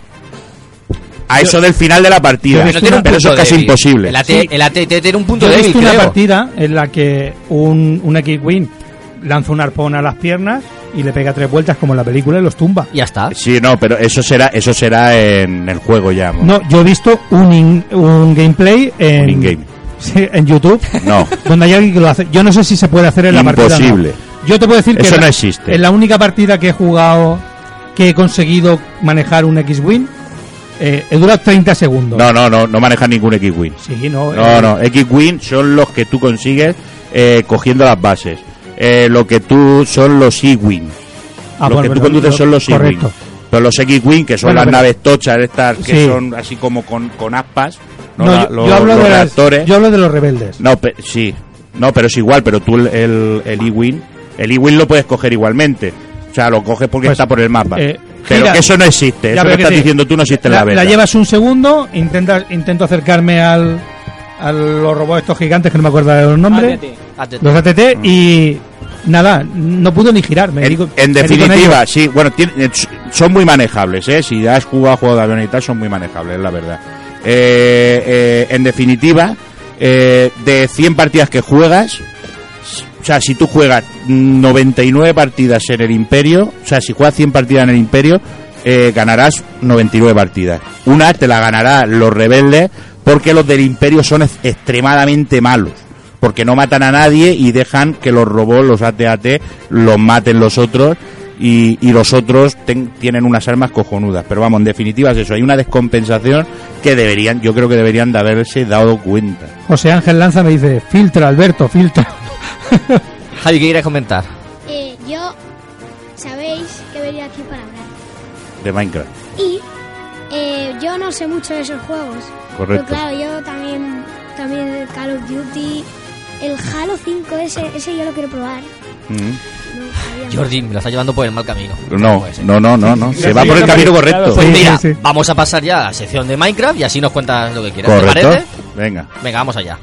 Speaker 5: A eso del final de la partida.
Speaker 3: Pero tiene un
Speaker 5: Pero eso es
Speaker 3: punto
Speaker 5: casi
Speaker 3: débil.
Speaker 5: imposible.
Speaker 3: El AT,
Speaker 12: Sí.
Speaker 3: el AT tiene un punto
Speaker 12: Yo he
Speaker 3: débil,
Speaker 12: visto una
Speaker 3: creo.
Speaker 12: partida en la que un, un X-Wing lanza un arpón a las piernas y le pega tres vueltas como en la película y los tumba.
Speaker 3: Ya está.
Speaker 5: Sí, no, pero eso será, eso será en el juego ya. amor.
Speaker 12: No, yo he visto un, in- un gameplay en,
Speaker 5: Un in-game.
Speaker 12: Sí, en YouTube
Speaker 5: No.
Speaker 12: *laughs* donde hay alguien que lo hace. Yo no sé si se puede hacer en la partida. o no.
Speaker 5: Imposible.
Speaker 12: Yo te puedo decir que
Speaker 5: Eso
Speaker 12: la-
Speaker 5: no existe.
Speaker 12: en la única partida que he jugado que he conseguido manejar un X-Wing eh, he durado 30 segundos.
Speaker 5: No, no, no, no manejas ningún X-Wing.
Speaker 12: Sí, no,
Speaker 5: No,
Speaker 12: eh,
Speaker 5: no, X-Wing son los que tú consigues eh, cogiendo las bases. Eh, lo que tú son los E-Wing.
Speaker 12: Ah,
Speaker 5: lo
Speaker 12: bueno,
Speaker 5: que tú
Speaker 12: pero-
Speaker 5: conduces son los E-Wing.
Speaker 12: correcto.
Speaker 5: Pero los X-Wing, que son
Speaker 12: Bueno,
Speaker 5: las
Speaker 12: pero-
Speaker 5: naves tochas estas, que
Speaker 12: Sí.
Speaker 5: son así como con, con aspas. No,
Speaker 12: No,
Speaker 5: La-
Speaker 12: yo,
Speaker 5: los,
Speaker 12: yo hablo
Speaker 5: los
Speaker 12: de las-
Speaker 5: reactores.
Speaker 12: yo hablo de los rebeldes.
Speaker 5: No, pe- sí. No, pero es igual, pero tú el el- el E-Wing, el E-Wing lo puedes coger igualmente. O sea, lo coges porque está por el mapa.
Speaker 12: eh,
Speaker 5: pero
Speaker 12: gira.
Speaker 5: que eso no existe.
Speaker 12: Ya,
Speaker 5: Eso
Speaker 12: pero
Speaker 5: que
Speaker 12: que
Speaker 5: estás
Speaker 12: sí.
Speaker 5: diciendo tú no existe en la,
Speaker 12: La,
Speaker 5: verdad.
Speaker 12: la llevas un segundo, intenta, intento acercarme al, a los robots estos gigantes que no me acuerdo de los nombres.
Speaker 3: ATT.
Speaker 12: Los ATT y nada, no pudo ni girar. Me
Speaker 5: Mm. En,
Speaker 12: digo-
Speaker 5: en
Speaker 12: me digo
Speaker 5: definitiva,
Speaker 12: ello.
Speaker 5: sí, bueno, tiene- eh, son muy manejables, ¿eh? Si has jugado a juego de avión y tal, son muy manejables, es la verdad. Eh, eh, en definitiva, eh, de 100 partidas que juegas, s- o sea, si tú juegas 99 partidas en el Imperio, o sea, si juegas 100 partidas en el Imperio, eh, ganarás 99 partidas. Una te la ganará los rebeldes porque los del Imperio son ex- extremadamente malos. Porque no matan a nadie y dejan que los robots, los AT-AT, los maten los otros y, y los otros ten- tienen unas armas cojonudas. Pero vamos, en definitiva es eso. Hay una descompensación que deberían, yo creo que deberían de haberse dado cuenta.
Speaker 12: José Ángel Lanza me dice, filtra, Alberto, filtra. *laughs*
Speaker 3: Javi, ¿qué quieres comentar?
Speaker 8: Eh, yo sabéis que he venido aquí para hablar.
Speaker 5: De Minecraft.
Speaker 8: Y eh, yo no sé mucho de esos juegos.
Speaker 5: Correcto.
Speaker 8: Pero claro, yo también, también el Call of Duty, el Halo 5, ese, ese yo lo quiero probar.
Speaker 3: Mm. Jordi, me lo está llevando por el mal camino.
Speaker 5: No, no, no, no, no. Se va por el camino correcto.
Speaker 3: Pues mira, vamos a pasar ya a la sección de Minecraft y así nos cuentas lo que quieras. ¿Te
Speaker 5: Correcto.
Speaker 3: parece?
Speaker 5: Venga.
Speaker 3: Venga, vamos allá.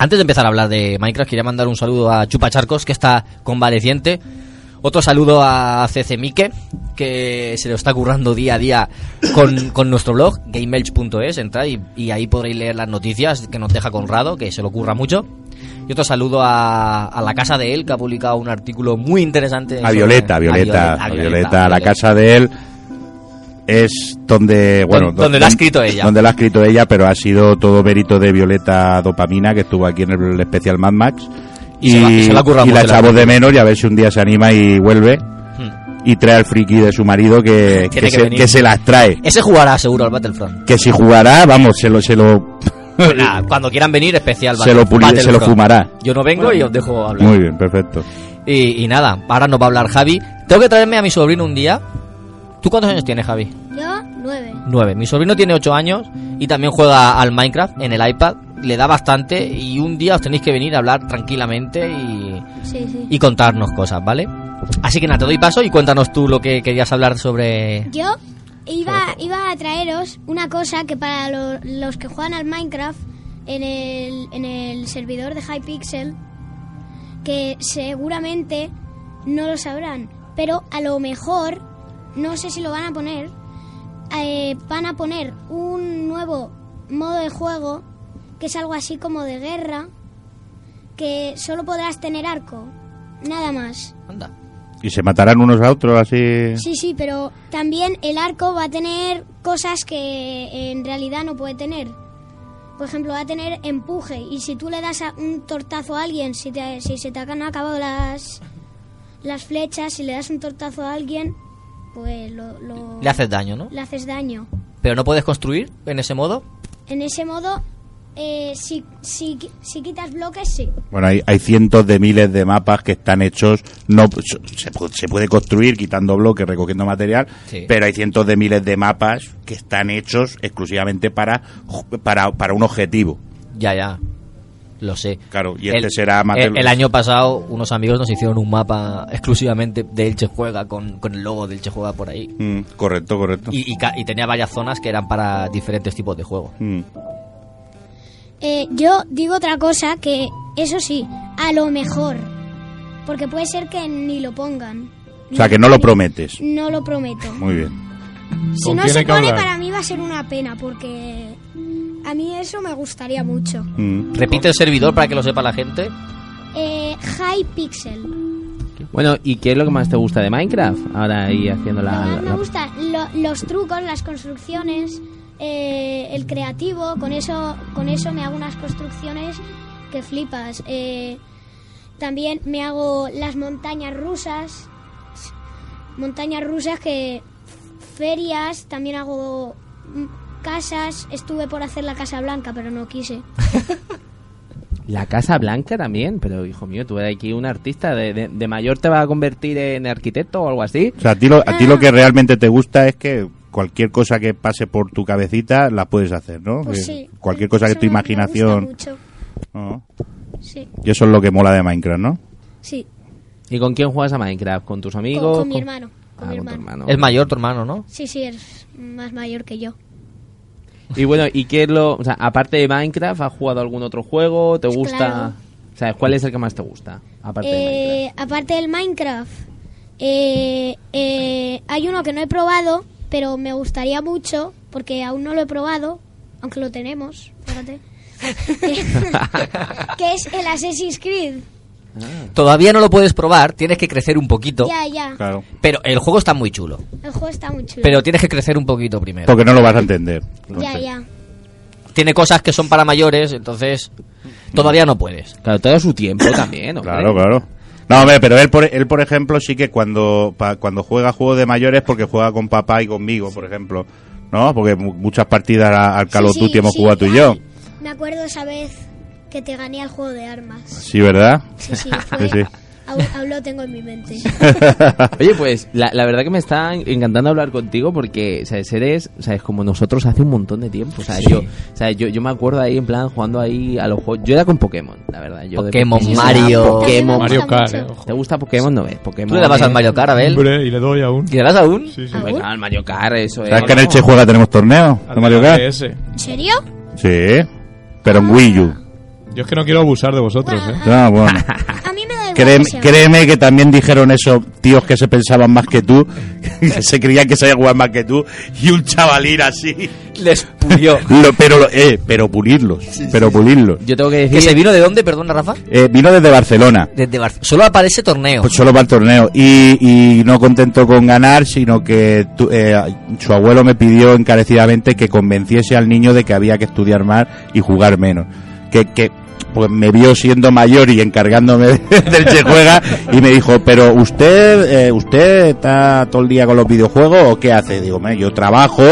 Speaker 3: Antes de empezar a hablar de Minecraft, quería mandar un saludo a Chupacharcos, que está convaleciente. Otro saludo a CC Mique, que se lo está currando día a día con, con nuestro blog, gameelch.es. Entrad y, y ahí podréis leer las noticias que nos deja Conrado, que se lo curra mucho. Y otro saludo a, a la casa de él, que ha publicado un artículo muy interesante.
Speaker 5: A
Speaker 3: sobre-
Speaker 5: Violeta, a Violeta, a Violeta, a la casa de él es donde bueno
Speaker 3: Don- donde la ha escrito ella.
Speaker 5: donde la ha escrito ella pero ha sido todo mérito de Violeta Dopamina que estuvo aquí en el especial Mad Max
Speaker 3: Y se la- y se la ha currado
Speaker 5: y la
Speaker 3: mucho la
Speaker 5: echamos de
Speaker 3: película. Hmm.
Speaker 5: menos y a ver si un día se anima y vuelve y trae al friki de su marido que, que
Speaker 3: *laughs* Tiene que
Speaker 5: se,
Speaker 3: venir.
Speaker 5: que se las trae
Speaker 3: Ese jugará seguro al
Speaker 5: *laughs*
Speaker 3: Battlefront.
Speaker 5: que si jugará vamos se lo se lo
Speaker 3: Nada, cuando quieran venir, especial.
Speaker 5: Se lo puli-
Speaker 3: Battlefront.
Speaker 5: se lo fumará.
Speaker 3: Yo no vengo y os dejo hablar.
Speaker 5: muy bien perfecto
Speaker 3: Y, y nada, ahora nos va a hablar Javi. Tengo que traerme a mi sobrino un día. ¿Tú cuántos años tienes, Javi?
Speaker 8: Yo, nueve.
Speaker 3: Nueve. Mi sobrino tiene ocho años y también juega al Minecraft en el iPad. le da bastante y un día os tenéis que venir a hablar tranquilamente y,
Speaker 8: Sí, sí.
Speaker 3: y contarnos cosas, ¿vale? Así que nada, te doy paso y cuéntanos tú lo que querías hablar sobre...
Speaker 8: Yo iba, iba a traeros una cosa que para lo- los que juegan al Minecraft en el, en el servidor de Hypixel, que seguramente no lo sabrán, pero a lo mejor, no sé si lo van a poner, eh, van a poner un nuevo modo de juego que es algo así como de guerra, que solo podrás tener arco, nada más.
Speaker 5: Y se matarán unos a otros así.
Speaker 8: Sí, sí, pero también el arco va a tener cosas que eh, en realidad no puede tener. Por ejemplo, va a tener empuje y si tú le das a- un tortazo a alguien, si, te- si se te han acabado las, las flechas, si le das un tortazo a alguien, pues lo, lo-
Speaker 3: Le haces daño, ¿no?
Speaker 8: le haces daño.
Speaker 3: Pero no puedes construir en ese modo.
Speaker 8: En ese modo, eh, si, si, qui- si quitas bloques, sí.
Speaker 5: Bueno, hay, hay cientos de miles de mapas que están hechos. No se, pu- se puede construir quitando bloques, recogiendo material,
Speaker 13: Sí.
Speaker 5: pero hay cientos de miles de mapas que están hechos exclusivamente para ju- para, para un objetivo.
Speaker 3: Ya, ya. Lo sé.
Speaker 5: Claro, y este será más de
Speaker 3: el,
Speaker 5: los-
Speaker 3: Eh, el año pasado unos amigos nos hicieron un mapa exclusivamente de Elche Juega con, con el logo de Elche Juega por ahí.
Speaker 5: Mm, correcto, correcto.
Speaker 3: Y, y ca- y tenía varias zonas que eran para diferentes tipos de juegos.
Speaker 5: Mm,
Speaker 8: Eh, yo digo otra cosa que, eso sí, a lo mejor. Porque puede ser que ni lo pongan.
Speaker 5: O sea, que no lo prometes.
Speaker 8: No lo prometo.
Speaker 5: Muy bien.
Speaker 8: Si
Speaker 5: ¿Con
Speaker 8: no
Speaker 5: quién
Speaker 8: se
Speaker 5: hay que
Speaker 8: pone,
Speaker 5: hablar?
Speaker 8: para mí va a ser una pena, porque a mí eso me gustaría mucho.
Speaker 5: mm.
Speaker 3: Repite el servidor para que lo sepa la gente.
Speaker 8: Eh, Hypixel.
Speaker 11: Bueno, ¿y qué es lo que más te gusta de Minecraft? Ahora ahí haciendo la...
Speaker 8: Me
Speaker 11: la- la-
Speaker 8: gustan lo- los trucos, las construcciones, eh, el creativo. Con eso, con eso me hago unas construcciones que flipas. Eh, también me hago las montañas rusas. Montañas rusas que... Ferias, también hago mm, casas. Estuve por hacer la Casa Blanca, pero no quise.
Speaker 11: La Casa Blanca también, pero hijo mío, tú eres aquí un artista. De, de- de mayor te vas a convertir en arquitecto o algo así?
Speaker 5: O sea, a ti, lo, a ti
Speaker 8: Ah.
Speaker 5: lo que realmente te gusta es que cualquier cosa que pase por tu cabecita la puedes hacer, ¿no?
Speaker 8: Pues
Speaker 5: Que
Speaker 8: sí.
Speaker 5: Cualquier cosa que tu imaginación.
Speaker 8: Mucho.
Speaker 5: Ah.
Speaker 8: Sí,
Speaker 5: Y eso es lo que mola de Minecraft, ¿no?
Speaker 8: sí.
Speaker 11: ¿Y con quién juegas a Minecraft? ¿Con tus
Speaker 8: Con,
Speaker 11: amigos? Ah,
Speaker 8: con mi hermano. Con mi hermano.
Speaker 3: Es mayor tu hermano, ¿no?
Speaker 8: Sí, sí, es más mayor que yo.
Speaker 11: Y bueno, ¿y qué es lo... O sea, aparte de Minecraft, ¿has jugado algún otro juego? ¿Te gusta...?
Speaker 8: Pues claro.
Speaker 11: O sea, ¿cuál es el que más te gusta? Aparte de Minecraft.
Speaker 8: Eh, aparte del Minecraft, eh, eh, hay uno que no he probado, pero me gustaría mucho, porque aún no lo he probado, aunque lo tenemos, fíjate. que es el Assassin's Creed.
Speaker 3: Todavía no lo puedes probar, tienes que crecer un poquito.
Speaker 8: Ya, ya.
Speaker 5: Claro.
Speaker 3: Pero el juego está muy chulo.
Speaker 8: El juego está muy chulo.
Speaker 3: Pero tienes que crecer un poquito primero.
Speaker 5: Porque no lo vas a entender.
Speaker 8: ya, ya.
Speaker 3: Tiene cosas que son para mayores, entonces todavía no puedes.
Speaker 11: Claro, todo su tiempo también,
Speaker 5: Claro, claro. No, hombre, pero él por, él, por ejemplo, sí que cuando, pa- cuando juega juegos de mayores, porque juega con papá y conmigo, por ejemplo. ¿No? Porque mu- muchas partidas a- al Call of
Speaker 8: Sí,
Speaker 5: Duty
Speaker 8: sí,
Speaker 5: hemos
Speaker 8: sí,
Speaker 5: jugado tú y yo.
Speaker 8: Me acuerdo esa vez que te gané al juego de armas.
Speaker 5: Sí, ¿verdad?
Speaker 8: Sí,
Speaker 5: *laughs*
Speaker 8: sí,
Speaker 5: Sí,
Speaker 8: fue-
Speaker 5: sí.
Speaker 8: Aún, aún lo tengo en mi mente.
Speaker 11: Oye, pues la, la verdad que me está encantando hablar contigo porque, ¿sabes? Eres, ¿sabes? Como nosotros hace un montón de tiempo. ¿sabes?
Speaker 3: Sí.
Speaker 11: Yo, ¿sabes? Yo, yo me acuerdo ahí en plan jugando ahí a los juegos. Yo era con Pokémon, la verdad. Yo de
Speaker 3: Pokémon,
Speaker 11: pequeño era
Speaker 3: Mario.
Speaker 11: Pokémon.
Speaker 3: Mario Kart, eh, ojo.
Speaker 11: ¿Te gusta Pokémon? No ves. Pokémon.
Speaker 3: *laughs* ¿Tú le dabas
Speaker 11: eh.
Speaker 3: al Mario Kart, Abel?
Speaker 7: y le doy aún.
Speaker 3: ¿Y le das aún?
Speaker 7: Sí, sí.
Speaker 11: Bueno, al Mario Kart, eso es.
Speaker 5: ¿Sabes que en el Che Juega tenemos torneo? ¿De Mario Kart?
Speaker 8: ¿En serio?
Speaker 5: Sí. Pero en Wii U.
Speaker 7: Yo es que no quiero abusar de vosotros, ¿eh?
Speaker 5: Ah, bueno. Créeme, créeme que también dijeron eso tíos que se pensaban más que tú, *laughs* que se creían que sabían jugar más que tú, y un chavalín así.
Speaker 3: Les pulió.
Speaker 5: *laughs* Lo- pero, lo- eh, pero pulirlos. pero pulirlos.
Speaker 11: Yo tengo que
Speaker 3: ¿Que se vino de dónde, perdona, Rafa?
Speaker 5: Eh, vino desde Barcelona.
Speaker 3: Desde Barcelona. Solo aparece torneo.
Speaker 5: Pues *laughs* solo para el torneo. Y, y no contento con ganar, sino que tu- eh, su abuelo me pidió encarecidamente que convenciese al niño de que había que estudiar más y jugar menos. Que, que pues me vio siendo mayor y encargándome *laughs* de- del Che Juega y me dijo, pero usted, eh, usted está todo el día con los videojuegos o qué hace? Digo, "Me, yo trabajo,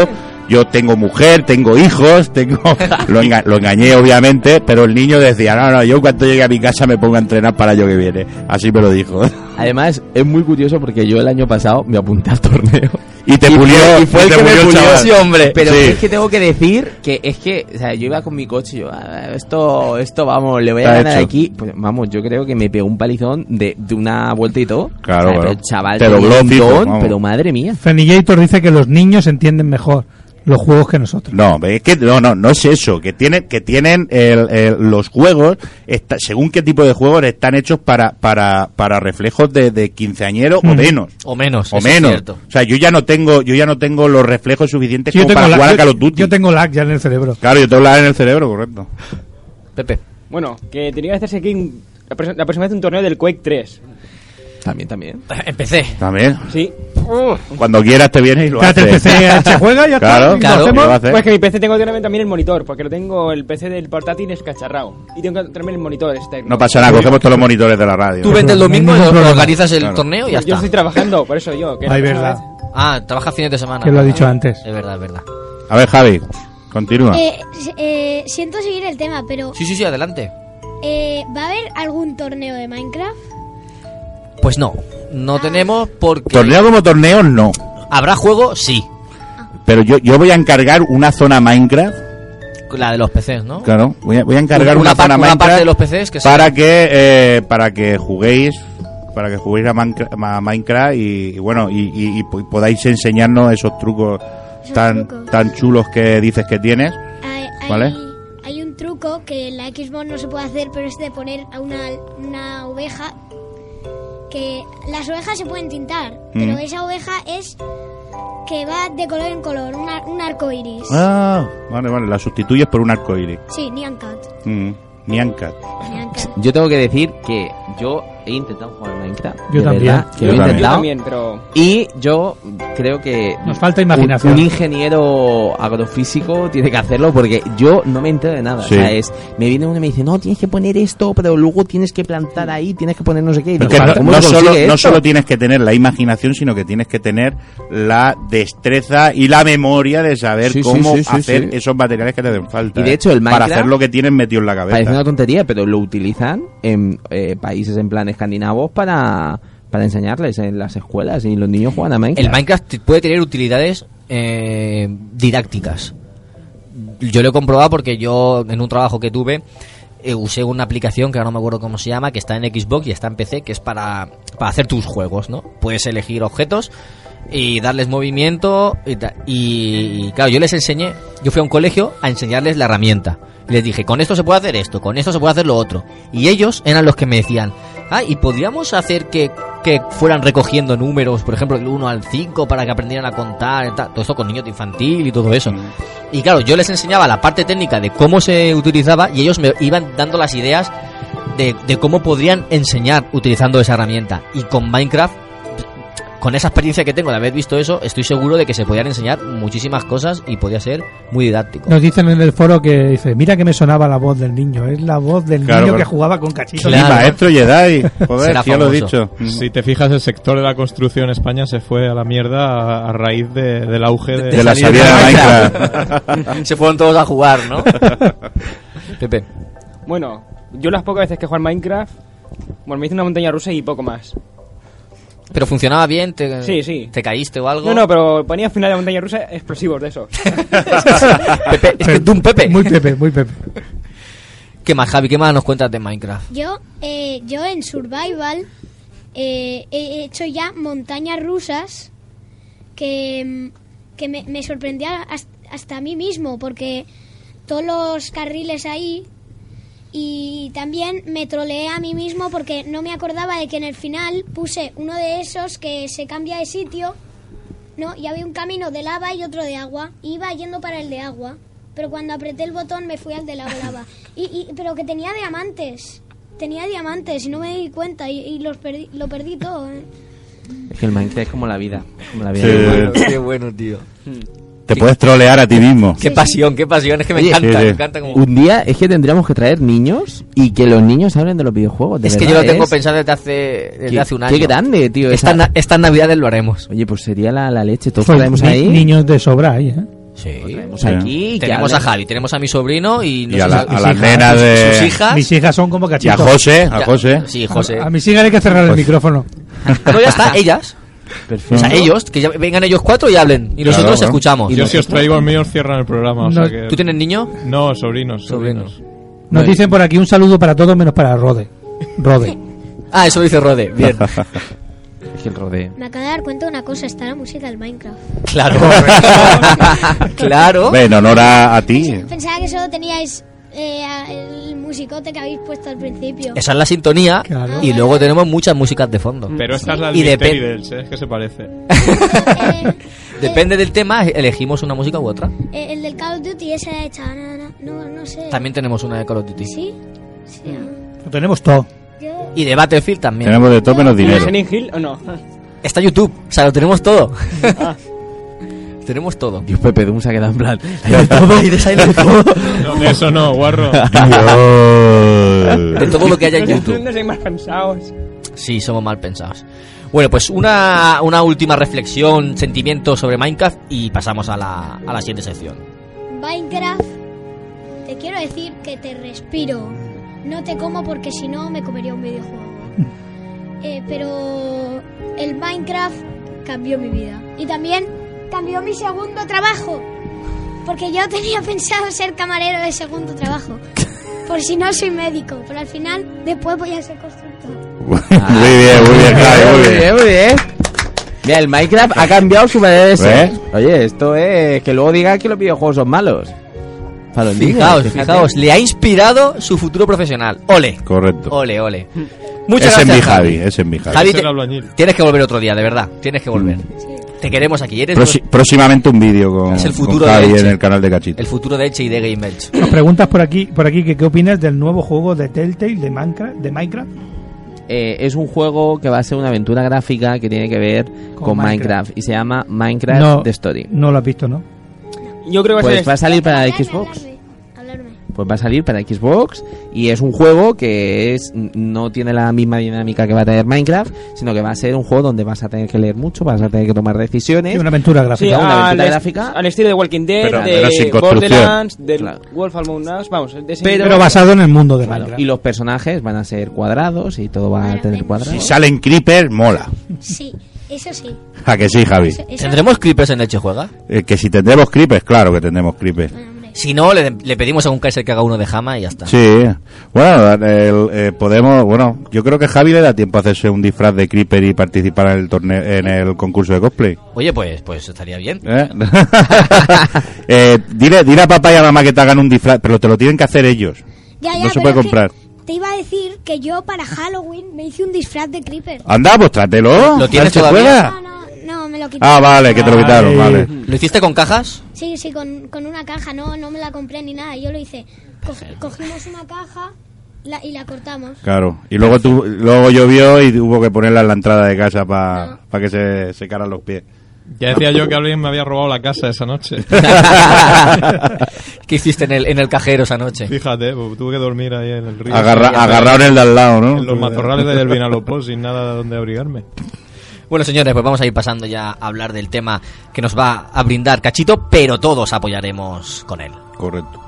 Speaker 5: Yo tengo mujer, tengo hijos, tengo. Lo, enga- lo engañé, obviamente, pero el niño decía, no, no, yo cuando llegue a mi casa me pongo a entrenar para el año que viene. Así me lo dijo.
Speaker 11: Además, es muy curioso porque yo el año pasado me apunté al torneo.
Speaker 5: Y te pulió,
Speaker 11: fue- y fue
Speaker 5: y
Speaker 11: el
Speaker 5: te
Speaker 11: que me
Speaker 5: pulió el
Speaker 11: pulió
Speaker 5: chaval.
Speaker 11: ese hombre. Pero
Speaker 5: Sí.
Speaker 11: es que tengo que decir que es que, o sea, yo iba con mi coche, y yo, "Ah, esto, esto, vamos, le voy a
Speaker 5: Está
Speaker 11: ganar
Speaker 5: hecho.
Speaker 11: aquí. Pues, vamos, yo creo que me pegó un palizón de, de una vuelta y todo.
Speaker 5: Claro,
Speaker 11: O sea,
Speaker 5: claro.
Speaker 11: pero el chaval
Speaker 5: Te
Speaker 11: tenía
Speaker 5: dobló
Speaker 11: un
Speaker 5: fijo,
Speaker 11: don,
Speaker 5: vamos.
Speaker 11: pero madre mía.
Speaker 12: Fenillator dice que los niños entienden mejor los juegos que nosotros.
Speaker 5: No, es que no, no, no es eso. Que tienen, que tienen el- el- los juegos, está- según qué tipo de juegos están hechos para, para, para reflejos de, de quinceañero o
Speaker 12: Mm.
Speaker 5: menos.
Speaker 3: O menos.
Speaker 5: O
Speaker 3: eso es
Speaker 5: menos.
Speaker 3: cierto.
Speaker 5: O sea, yo ya no tengo, yo ya no tengo los reflejos suficientes
Speaker 12: Sí, yo
Speaker 5: como
Speaker 12: tengo
Speaker 5: para
Speaker 12: la-
Speaker 5: jugar a
Speaker 12: yo-
Speaker 5: Call of Duty.
Speaker 12: Yo tengo lag ya en el cerebro.
Speaker 5: Claro, yo tengo la en el cerebro, correcto.
Speaker 11: Pepe.
Speaker 6: Bueno, que tenía que hacerse aquí un- la, pro- la próxima vez un torneo del Quake 3.
Speaker 11: También,
Speaker 3: *laughs*
Speaker 11: también.
Speaker 3: Empecé.
Speaker 5: También.
Speaker 6: Sí.
Speaker 5: Cuando quieras te vienes y lo
Speaker 12: Espérate,
Speaker 5: haces.
Speaker 12: el PC se juega y ya está,
Speaker 5: Claro,
Speaker 12: lo
Speaker 5: claro,
Speaker 12: hacemos.
Speaker 5: lo haces.
Speaker 6: Pues que mi PC tengo que tener también el monitor, porque lo tengo, el PC del portátil es cacharrao. Y tengo que tenerme el monitor este. externo.
Speaker 5: No pasa nada, cogemos todos los monitores de la radio.
Speaker 3: Tú vete el domingo,
Speaker 12: ningún problema.
Speaker 3: organizas el
Speaker 5: Claro.
Speaker 3: torneo y
Speaker 6: Yo
Speaker 3: ya está.
Speaker 6: estoy trabajando, por eso yo. que
Speaker 12: Ay,
Speaker 6: la
Speaker 12: verdad.
Speaker 6: próxima
Speaker 3: Ah, trabajas fines de semana.
Speaker 12: Que lo ha dicho antes.
Speaker 3: Es verdad, es verdad.
Speaker 5: A ver, Javi, continúa.
Speaker 8: Eh, s- eh, siento seguir el tema, pero
Speaker 3: Sí, sí, sí, adelante.
Speaker 8: eh, ¿va a haber algún torneo de Minecraft?
Speaker 3: Pues no, no tenemos porque...
Speaker 5: Torneo como torneo, no.
Speaker 3: ¿Habrá juego? Sí.
Speaker 5: Pero yo, yo voy a encargar una zona Minecraft
Speaker 3: La de los PCs, ¿no?
Speaker 5: Claro, voy a, voy a encargar
Speaker 3: Una
Speaker 5: una,
Speaker 3: par-
Speaker 5: zona
Speaker 3: una
Speaker 5: Minecraft
Speaker 3: parte de los PCs que sea-
Speaker 5: para que eh, para que juguéis para que juguéis a, Minecra- a Minecraft y, y bueno y, y- y po- podáis enseñarnos esos trucos
Speaker 8: Esos
Speaker 5: tan
Speaker 8: trucos.
Speaker 5: tan chulos que dices que tienes.
Speaker 8: Hay, hay-
Speaker 5: Vale.
Speaker 8: hay un truco que en la Xbox no se puede hacer, pero es de poner a una, una oveja. Que las ovejas se pueden tintar, pero
Speaker 5: Mm.
Speaker 8: esa oveja es que va de color en color, un, ar- un arco iris.
Speaker 5: Ah, vale, vale, la sustituyes por un arcoíris.
Speaker 8: Sí, Nyan Cat.
Speaker 5: Mm, Nyan Cat.
Speaker 8: Nyan Cat.
Speaker 11: Yo tengo que decir que yo he intentado jugar a Minecraft.
Speaker 12: Yo
Speaker 11: de
Speaker 12: también.
Speaker 11: verdad, que
Speaker 5: Yo
Speaker 11: lo
Speaker 5: también.
Speaker 11: he
Speaker 6: Yo
Speaker 11: intentado.
Speaker 6: también, pero.
Speaker 11: Y yo creo que
Speaker 12: Nos falta
Speaker 11: un-
Speaker 12: imaginación.
Speaker 11: Un, ingeniero agrofísico tiene que hacerlo porque yo no me entero de nada.
Speaker 5: Sí.
Speaker 11: O sea, es, me viene uno y me dice, no, tienes que poner esto, pero luego tienes que plantar ahí, tienes que poner no sé qué. Y
Speaker 5: Porque
Speaker 11: digo,
Speaker 5: no,
Speaker 11: ¿cómo
Speaker 5: no
Speaker 11: lo
Speaker 5: solo,
Speaker 11: consigue
Speaker 5: no
Speaker 11: esto?
Speaker 5: solo tienes que tener la imaginación, sino que tienes que tener la destreza y la memoria de saber
Speaker 11: Sí, sí,
Speaker 5: cómo
Speaker 11: sí, sí,
Speaker 5: hacer
Speaker 11: sí.
Speaker 5: esos materiales que te den falta.
Speaker 11: Y de
Speaker 5: ¿eh?
Speaker 11: hecho, el
Speaker 5: Para
Speaker 11: Minecraft-
Speaker 5: hacer lo que tienes metido en la cabeza.
Speaker 11: Parece una tontería, pero lo utilizan en eh, países en plan escandinavos para, para enseñarles en las escuelas y los niños juegan a Minecraft.
Speaker 3: El Minecraft t- puede tener utilidades eh, didácticas. Yo lo he comprobado porque yo en un trabajo que tuve eh, usé una aplicación que ahora no me acuerdo cómo se llama, que está en Xbox y está en PC, que es para, para hacer tus juegos, ¿no? Puedes elegir objetos y darles movimiento y, ta- y, y, claro, yo les enseñé, yo fui a un colegio a enseñarles la herramienta. Y les dije, con esto se puede hacer esto, con esto se puede hacer lo otro. Y ellos eran los que me decían, ah, y podríamos hacer que, que fueran recogiendo números, por ejemplo, del 1 al 5 para que aprendieran a contar, y tal. todo esto con niños de infantil y todo eso. Y claro, yo les enseñaba la parte técnica de cómo se utilizaba y ellos me iban dando las ideas de, de cómo podrían enseñar utilizando esa herramienta. Y con Minecraft, con esa experiencia que tengo de haber visto eso, estoy seguro de que se podían enseñar muchísimas cosas y podía ser muy didáctico.
Speaker 12: Nos dicen en el foro que dice, mira que me sonaba la voz del niño, es la voz del
Speaker 5: Claro,
Speaker 12: niño
Speaker 5: pero-
Speaker 12: que jugaba con cachitos.
Speaker 5: Sí,
Speaker 3: Claro.
Speaker 5: maestro
Speaker 3: *laughs*
Speaker 5: Jedi. Joder,
Speaker 3: Será
Speaker 5: ya lo he
Speaker 3: famoso. Mm.
Speaker 5: dicho.
Speaker 7: Si te fijas, el sector de la construcción en España se fue a la mierda a, a raíz de- del auge de,
Speaker 5: De la salida de Minecraft.
Speaker 3: *laughs* se fueron todos a jugar,
Speaker 5: *laughs*
Speaker 3: ¿no? Pepe.
Speaker 6: Bueno, yo las pocas veces que juego al Minecraft. Bueno, me hice una montaña rusa y poco más.
Speaker 3: ¿Pero funcionaba bien? ¿Te,
Speaker 6: Sí, sí.
Speaker 3: Eh, ¿Te caíste o algo?
Speaker 6: No, no, pero ponía al final de la montaña rusa explosivos de esos.
Speaker 3: *laughs* *laughs* Pepe, es que tú un Pepe.
Speaker 12: Muy Pepe, muy Pepe.
Speaker 3: *laughs* ¿Qué más, Javi? ¿Qué más nos cuentas de Minecraft?
Speaker 8: Yo, eh, yo en Survival eh, he hecho ya montañas rusas que, mm, que me, me sorprendía hasta, hasta a mí mismo porque todos los carriles ahí y también me troleé a mí mismo porque no me acordaba de que en el final puse uno de esos que se cambia de sitio no y había un camino de lava y otro de agua y iba yendo para el de agua pero cuando apreté el botón me fui al de lava *laughs* lava y, y- pero que tenía diamantes tenía diamantes y no me di cuenta y, y los perdí, lo perdí todo ¿eh?
Speaker 11: Es que el Minecraft es como la vida. Como la vida
Speaker 5: Sí.
Speaker 3: Qué bueno, tío.
Speaker 5: Te puedes trolear a ti mismo. eh,
Speaker 3: Qué pasión, qué pasión. Es que me
Speaker 11: Oye,
Speaker 3: encanta,
Speaker 5: sí, sí.
Speaker 3: me encanta como...
Speaker 11: Un día es que tendríamos que traer niños y que los niños hablen de los videojuegos. de
Speaker 3: Es que yo
Speaker 11: verdad,
Speaker 3: lo tengo
Speaker 11: es-
Speaker 3: pensado desde hace, desde
Speaker 11: Qué-
Speaker 3: hace un
Speaker 11: qué
Speaker 3: año.
Speaker 11: grande, tío,
Speaker 3: Esta
Speaker 11: esa-
Speaker 3: na- Estas navidades lo haremos.
Speaker 11: Oye, pues sería la, la leche. Todos
Speaker 12: Son
Speaker 11: traemos
Speaker 12: ni-
Speaker 11: ahí.
Speaker 12: niños de sobra ahí, ¿eh?
Speaker 3: Sí.
Speaker 11: tenemos aquí y
Speaker 3: Tenemos
Speaker 11: ya
Speaker 3: a Javi, tenemos a mi sobrino y, no
Speaker 5: Y a
Speaker 3: sé
Speaker 5: la-
Speaker 3: si-
Speaker 5: a
Speaker 3: sus
Speaker 5: la
Speaker 3: hijas,
Speaker 5: nena
Speaker 3: sus-
Speaker 5: de-
Speaker 3: sus hijas.
Speaker 12: Mis hijas son como
Speaker 5: Y a
Speaker 12: cachitos.
Speaker 5: José, a
Speaker 3: Ya,
Speaker 5: José.
Speaker 3: Sí, José.
Speaker 12: A mis hijas hay que cerrar el
Speaker 5: Pues-
Speaker 3: *laughs*
Speaker 12: micrófono.
Speaker 3: No, ya está, ellas. O
Speaker 5: Perfecto.
Speaker 3: sea, ellos, que ya vengan ellos cuatro y hablen. Y nosotros
Speaker 7: Claro, claro.
Speaker 3: escuchamos.
Speaker 7: Yo si os traigo al mío, os cierran el programa. o
Speaker 12: No.
Speaker 7: sea que-
Speaker 3: ¿Tú tienes niño?
Speaker 7: No, sobrinos. Sobrinos.
Speaker 12: Nos
Speaker 3: Muy
Speaker 12: dicen por aquí un saludo para todos menos para Rode. Rode.
Speaker 3: Ah, eso lo dice Rode.
Speaker 5: *laughs*
Speaker 3: Bien.
Speaker 11: Es que el rodeo.
Speaker 8: Me acabo de dar cuenta de una cosa, está la música del Minecraft. *laughs*
Speaker 3: Claro. claro.
Speaker 5: Ve, En honor a, a ti.
Speaker 8: Pensaba que solo teníais eh, a- el musicote que habéis puesto al principio.
Speaker 3: Esa es la sintonía.
Speaker 12: Claro.
Speaker 3: Y luego tenemos muchas músicas de fondo.
Speaker 7: Pero esta es la
Speaker 3: Y
Speaker 7: de
Speaker 3: depe-
Speaker 7: Teddybears, ¿eh? es que se
Speaker 3: *laughs*
Speaker 7: parece.
Speaker 3: Depende del tema, elegimos una música u otra.
Speaker 8: Eh, el del Call of Duty, esa de chanana, no, no sé.
Speaker 3: También tenemos una de Call of Duty.
Speaker 8: ¿Sí? Sí.
Speaker 3: Mm.
Speaker 8: ah.
Speaker 12: Lo tenemos todo.
Speaker 8: Yo-
Speaker 3: Y de Battlefield también.
Speaker 5: Tenemos de todo menos dinero.
Speaker 6: ¿Silent Hill o no?
Speaker 3: Está YouTube. O sea, lo tenemos todo. tenemos todo.
Speaker 11: Dios, Pepe Doom se ha quedado
Speaker 5: *laughs*
Speaker 11: en plan. Hay de todo, hay de Silent Hill.
Speaker 7: No, de eso no, guarro.
Speaker 3: De todo lo que haya en YouTube.
Speaker 6: *laughs* No soy más pensados.
Speaker 3: Sí, somos mal pensados. Bueno, pues una, una última reflexión, sentimiento sobre Minecraft y pasamos a la, a la siguiente sección.
Speaker 8: Minecraft, te quiero decir que te respiro. No te como porque si no me comería un videojuego. Eh, pero el Minecraft cambió mi vida. Y también cambió mi segundo trabajo. Porque yo tenía *laughs* pensado ser camarero de segundo trabajo. Por si no soy médico. Pero al final, después voy a ser constructor.
Speaker 5: *laughs* muy bien, Eh, muy bien, Javi, muy bien.
Speaker 11: muy bien. Mira, el Minecraft ha cambiado su manera de ser.
Speaker 5: ¿Ves?
Speaker 11: Oye, esto es que luego diga que los videojuegos son malos. Farondina,
Speaker 3: Fijaos,
Speaker 11: fíjate.
Speaker 3: fijaos, le ha inspirado su futuro profesional. Ole,
Speaker 11: Oh,
Speaker 5: Correcto.
Speaker 3: ole, ole. Muchas
Speaker 5: Ese es mi
Speaker 3: gracias.
Speaker 5: Javi, ese es mi Javi.
Speaker 3: Javi,
Speaker 7: Es el
Speaker 3: te-
Speaker 7: albañil.
Speaker 3: tienes que volver otro día, de verdad. Tienes que
Speaker 5: Mm.
Speaker 3: volver. Te queremos aquí. Eres
Speaker 5: Proxi- próximamente un vídeo con,
Speaker 3: Es el
Speaker 5: con
Speaker 3: futuro de
Speaker 5: Javi
Speaker 3: Elche.
Speaker 5: en el canal de Cachito.
Speaker 3: el futuro de Eche y de Game Edge.
Speaker 12: Nos preguntas por aquí, por aquí que qué opinas del nuevo juego de Telltale de Minecraft, de Minecraft
Speaker 11: Eh, es un juego que va a ser una aventura gráfica que tiene que ver con, Minecraft. y se llama Minecraft
Speaker 12: No.
Speaker 11: The Story.
Speaker 12: No lo has visto, ¿no?
Speaker 6: Yo creo que va a
Speaker 11: Pues va
Speaker 12: este.
Speaker 6: ser.
Speaker 11: a salir para
Speaker 8: Hablarme,
Speaker 11: Xbox.
Speaker 8: hablarme, hablarme.
Speaker 11: Pues va a salir para Xbox y es un juego que es no tiene la misma dinámica que va a tener Minecraft, sino que va a ser un juego donde vas a tener que leer mucho, vas a tener que tomar decisiones.
Speaker 12: Sí, una aventura
Speaker 6: Sí,
Speaker 12: gráfica.
Speaker 11: una aventura
Speaker 6: al, est-
Speaker 11: gráfica.
Speaker 6: al estilo de Walking Dead,
Speaker 5: Pero-
Speaker 6: de
Speaker 5: pero sin construcción.
Speaker 6: Borderlands, del
Speaker 11: Claro.
Speaker 6: Wolf Among Us, vamos, de ese
Speaker 12: pero,
Speaker 6: nivel.
Speaker 12: basado en el mundo de
Speaker 11: Claro,
Speaker 12: Minecraft.
Speaker 11: Y los personajes van a ser cuadrados y todo va a tener
Speaker 5: Si
Speaker 11: cuadrados.
Speaker 5: salen Creeper, mola.
Speaker 8: Sí, eso sí.
Speaker 5: A Ah, que sí, Javi.
Speaker 8: Eso- eso-
Speaker 3: ¿Tendremos creepers en Eche Juega?
Speaker 5: Eh, que si tendremos Creepers, claro que tendremos Creepers.
Speaker 8: Bueno, hombre.
Speaker 3: Si no, le, le pedimos a un Kaiser que haga uno de Jama y ya está.
Speaker 5: Sí. Bueno, el, eh, podemos. Bueno, yo creo que Javi le da tiempo a hacerse un disfraz de Creeper y participar en el torneo, en el concurso de cosplay.
Speaker 3: Oye, pues, pues
Speaker 5: *laughs*
Speaker 3: estaría bien.
Speaker 5: ¿Eh? Eh, dile, dile a papá y a mamá que te hagan un disfraz, pero te lo tienen que hacer ellos.
Speaker 8: Ya, ya,
Speaker 5: no se
Speaker 8: pero
Speaker 5: puede
Speaker 8: es que
Speaker 5: comprar.
Speaker 8: Te iba a decir que yo para Halloween me hice un disfraz de Creeper.
Speaker 5: Anda, pues trátelo.
Speaker 3: ¿Lo tienes
Speaker 5: ¿Se
Speaker 3: todavía?
Speaker 8: No,
Speaker 5: juega?
Speaker 8: no, no, me lo quité.
Speaker 5: Ah, vale, que te lo quitaron,
Speaker 12: Ay.
Speaker 5: vale.
Speaker 3: ¿Lo hiciste con cajas?
Speaker 8: Sí, sí, con, con una caja, no, no me la compré ni nada, yo lo hice. Co- cogimos una caja la- y la cortamos.
Speaker 5: Claro. Y luego tu- luego llovió y hubo que ponerla en la entrada de casa para que se secaran los pies.
Speaker 7: Ya decía yo que alguien me había robado la casa esa noche.
Speaker 3: *laughs* ¿Qué hiciste en el, en el cajero esa noche?
Speaker 7: Fíjate, pues, tuve que dormir ahí en el río.
Speaker 5: Agarra, agarraron el de al lado, ¿no? Pues,
Speaker 7: En los matorrales del
Speaker 5: *laughs*
Speaker 7: Vinalopó sin nada donde abrigarme.
Speaker 3: Bueno, señores, pues vamos a ir pasando ya a hablar del tema que nos va a brindar Cachito, pero todos apoyaremos con él.
Speaker 5: Correcto.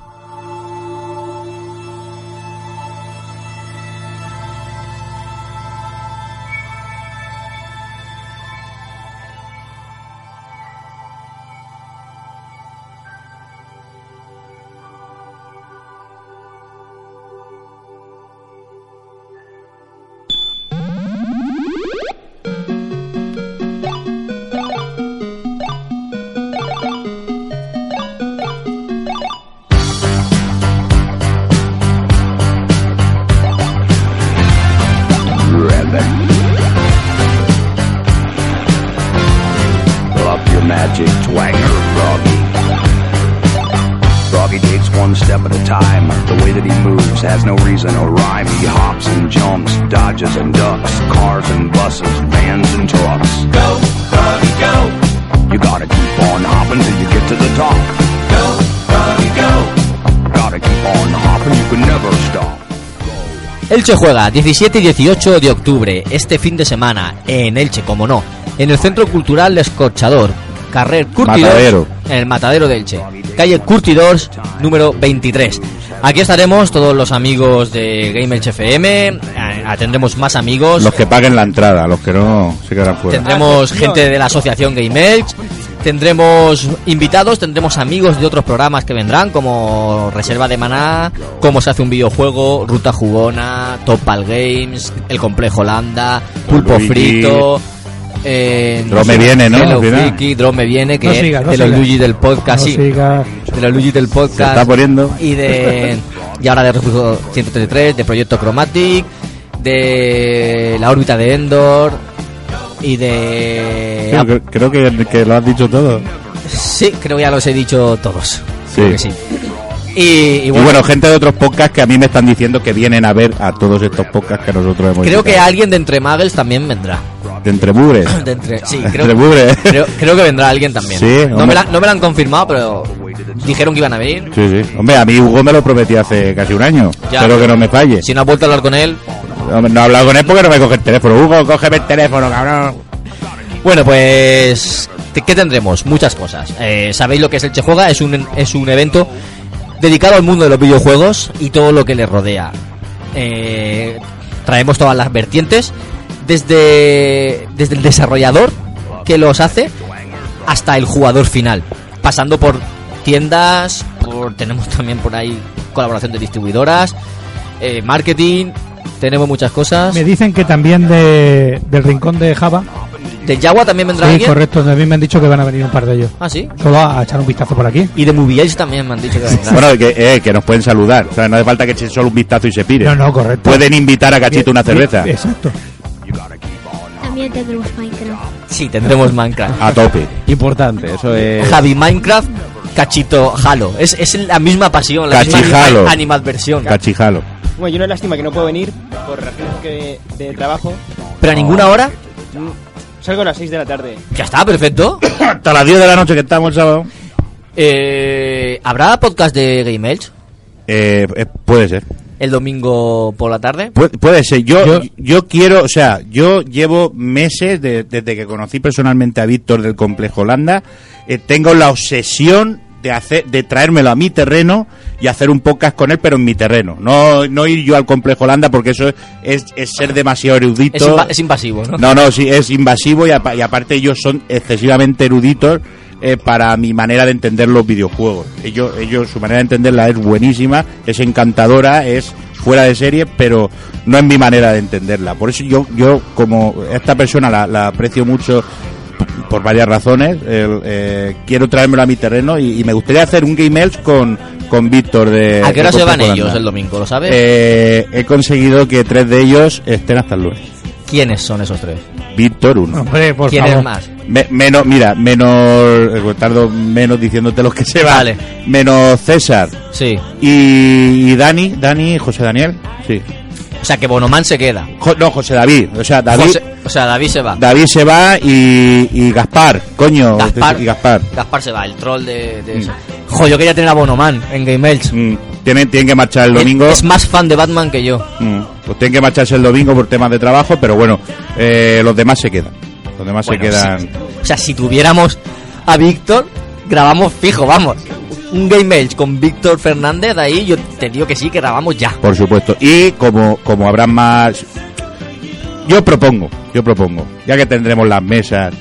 Speaker 2: Up your magic twanger, Froggy. Froggy takes one step at a time. The way that he moves has no reason or rhyme. He hops and jumps, dodges and ducks, cars and buses, vans and trucks. Go, Froggy, go! You gotta keep on hopping till you get to the top. Go, Froggy, go! Gotta keep on hopping, you can never stop.
Speaker 3: Elche juega 17 y 18 de octubre, este fin de semana, en Elche, como no, en el Centro Cultural Escorchador. Carrer Curtidors.
Speaker 5: Matadero.
Speaker 3: En el matadero de Elche. Calle Curtidors, número 23. Aquí estaremos todos los amigos de Game Elche FM. a- Atendremos más amigos.
Speaker 5: Los que paguen la entrada, los que no se quedarán fuera.
Speaker 3: Tendremos gente de la asociación Game Elche. Tendremos invitados, tendremos amigos de otros programas que vendrán, como Reserva de Maná, cómo se hace un videojuego, Ruta Jugona, Topal Games, El Complejo Holanda, Pulpo
Speaker 5: Luigi.
Speaker 3: Frito. eh,
Speaker 5: Drone viene, ¿no?
Speaker 3: Hello
Speaker 5: Al final.
Speaker 3: Friki, Drone me viene, que
Speaker 5: No siga, no
Speaker 3: de los
Speaker 5: siga.
Speaker 3: Luigi del podcast,
Speaker 5: No
Speaker 3: sí.
Speaker 5: siga.
Speaker 3: De los Luigi del podcast.
Speaker 5: Se está poniendo.
Speaker 3: Y de. Y ahora de Refugio 133, de Proyecto Chromatic, de la órbita de Endor y de.
Speaker 5: Creo, que- creo que, que lo has dicho todo.
Speaker 3: Sí, creo que ya los he dicho todos.
Speaker 5: Sí.
Speaker 3: Creo que sí. Y,
Speaker 5: Y
Speaker 3: y
Speaker 5: bueno,
Speaker 3: bueno,
Speaker 5: gente de otros podcasts que a mí me están diciendo que vienen a ver a todos estos podcasts que nosotros hemos
Speaker 3: creo
Speaker 5: hecho.
Speaker 3: que alguien de Entre Muggles también vendrá.
Speaker 5: De entre mugres.
Speaker 3: *clears throat* De entre, sí,
Speaker 5: Entre
Speaker 3: creo,
Speaker 5: Mugres.
Speaker 3: creo, creo que vendrá alguien también.
Speaker 5: *laughs* Sí,
Speaker 3: no,
Speaker 5: hombre.
Speaker 3: me la, no me la han confirmado, pero dijeron que iban a venir.
Speaker 5: Sí, sí. Hombre, a mí Hugo me lo prometió hace casi un año.
Speaker 3: Ya.
Speaker 5: Espero que no me falle.
Speaker 3: Si no has vuelto a hablar con él,
Speaker 5: Hombre, No he hablado con él porque no me coge el teléfono. Hugo, cógeme el teléfono, cabrón.
Speaker 3: Bueno, pues. te- ¿Qué tendremos? Muchas cosas. Eh, ¿Sabéis lo que es el Che Juega? Es un, es un evento dedicado al mundo de los videojuegos y todo lo que les rodea. Eh, traemos todas las vertientes, desde, desde el desarrollador que los hace hasta el jugador final, pasando por tiendas, por, tenemos también por ahí colaboración de distribuidoras, eh, marketing, tenemos muchas cosas.
Speaker 12: Me dicen que también de, del rincón de Java.
Speaker 3: De Java también vendrá
Speaker 12: Sí,
Speaker 3: alguien.
Speaker 12: correcto. También me han dicho que van a venir un par de ellos.
Speaker 3: Ah, sí.
Speaker 12: Solo a, a echar un vistazo por aquí.
Speaker 3: Y de Movies también me han dicho que vendrá.
Speaker 5: Bueno, que, eh, que nos pueden saludar. O sea, no hace falta que echen solo un vistazo y se pire.
Speaker 12: No, no, correcto.
Speaker 5: Pueden invitar a Cachito
Speaker 12: Bien,
Speaker 5: una
Speaker 12: bien,
Speaker 5: cerveza.
Speaker 12: Exacto.
Speaker 8: También tendremos Minecraft.
Speaker 3: Sí, tendremos Minecraft. Eh,
Speaker 5: A tope.
Speaker 11: Importante, eso es.
Speaker 3: Javi Minecraft, Cachito Halo. Es, es la misma pasión, la misma
Speaker 5: Cachijalo.
Speaker 3: anima- animadversión.
Speaker 5: Cachijalo.
Speaker 6: Bueno, yo una lástima que no puedo venir por razones que de trabajo.
Speaker 3: ¿Pero a ninguna hora?
Speaker 6: Mm, Salgo a las 6 de la tarde.
Speaker 3: Ya
Speaker 12: *coughs*
Speaker 3: está, perfecto.
Speaker 5: Hasta las 10 de la noche que estamos el sábado.
Speaker 3: Eh, ¿Habrá podcast de Game Elch
Speaker 5: Eh, eh, puede ser.
Speaker 3: el domingo por la tarde?
Speaker 5: Pu- puede ser. Yo,
Speaker 3: Yo-
Speaker 5: yo, quiero, o sea, yo llevo meses de- desde que conocí personalmente a Víctor del Complejo Holanda. eh, tengo la obsesión de hacer, de traérmelo a mi terreno y hacer un podcast con él, pero en mi terreno. No, no ir yo al Complejo Holanda porque eso es, es ser demasiado erudito.
Speaker 3: Es, inva- es invasivo,
Speaker 5: *laughs*
Speaker 3: ¿no?
Speaker 5: No, no, sí, es invasivo y, apa- y aparte ellos son excesivamente eruditos eh, para mi manera de entender los videojuegos. Ellos, ellos, su manera de entenderla es buenísima, es encantadora, es fuera de serie, pero no es mi manera de entenderla. Por eso yo, yo como esta persona la, la aprecio mucho p- por varias razones, el, eh, quiero traérmelo a mi terreno y, y me gustaría hacer un Game Elch con, con Víctor de...
Speaker 3: ¿A qué hora
Speaker 5: de
Speaker 3: se van
Speaker 5: Coca-Cola.
Speaker 3: ellos el domingo? ¿Lo sabes?
Speaker 5: Eh, he conseguido que tres de ellos estén hasta el lunes.
Speaker 3: ¿Quiénes son esos tres?
Speaker 5: Víctor uno.
Speaker 12: Hombre, por
Speaker 3: ¿Quiénes
Speaker 12: favor.
Speaker 3: más?
Speaker 5: Me- menos, mira, menos. eh, Tardo menos diciéndote los que se van.
Speaker 3: Vale.
Speaker 5: Menos César.
Speaker 3: Sí.
Speaker 5: Y, y Dani, Dani, José Daniel. Sí.
Speaker 3: O sea, que Bonoman se queda.
Speaker 5: Jo- no, José David. O sea, David.
Speaker 3: José- o sea, David se va.
Speaker 5: David se va y, y Gaspar, coño.
Speaker 3: Gaspar.
Speaker 5: Y Gaspar.
Speaker 3: Gaspar se va, el troll de... de eso. Jo, yo quería tener a Bonoman en Game Elch.
Speaker 5: Mm, tienen, tienen que marchar el domingo.
Speaker 3: Es más fan de Batman que yo.
Speaker 5: Mm, pues tienen que marcharse el domingo por temas de trabajo, pero bueno, eh, los demás se quedan. Los demás
Speaker 3: Bueno,
Speaker 5: se quedan.
Speaker 3: O sea, si tuviéramos a Víctor, grabamos fijo, vamos. Un game Elch con Víctor Fernández ahí, yo te digo que sí, que grabamos ya.
Speaker 5: Por supuesto. Y como, como habrá más. Yo propongo, yo propongo, ya que tendremos las mesas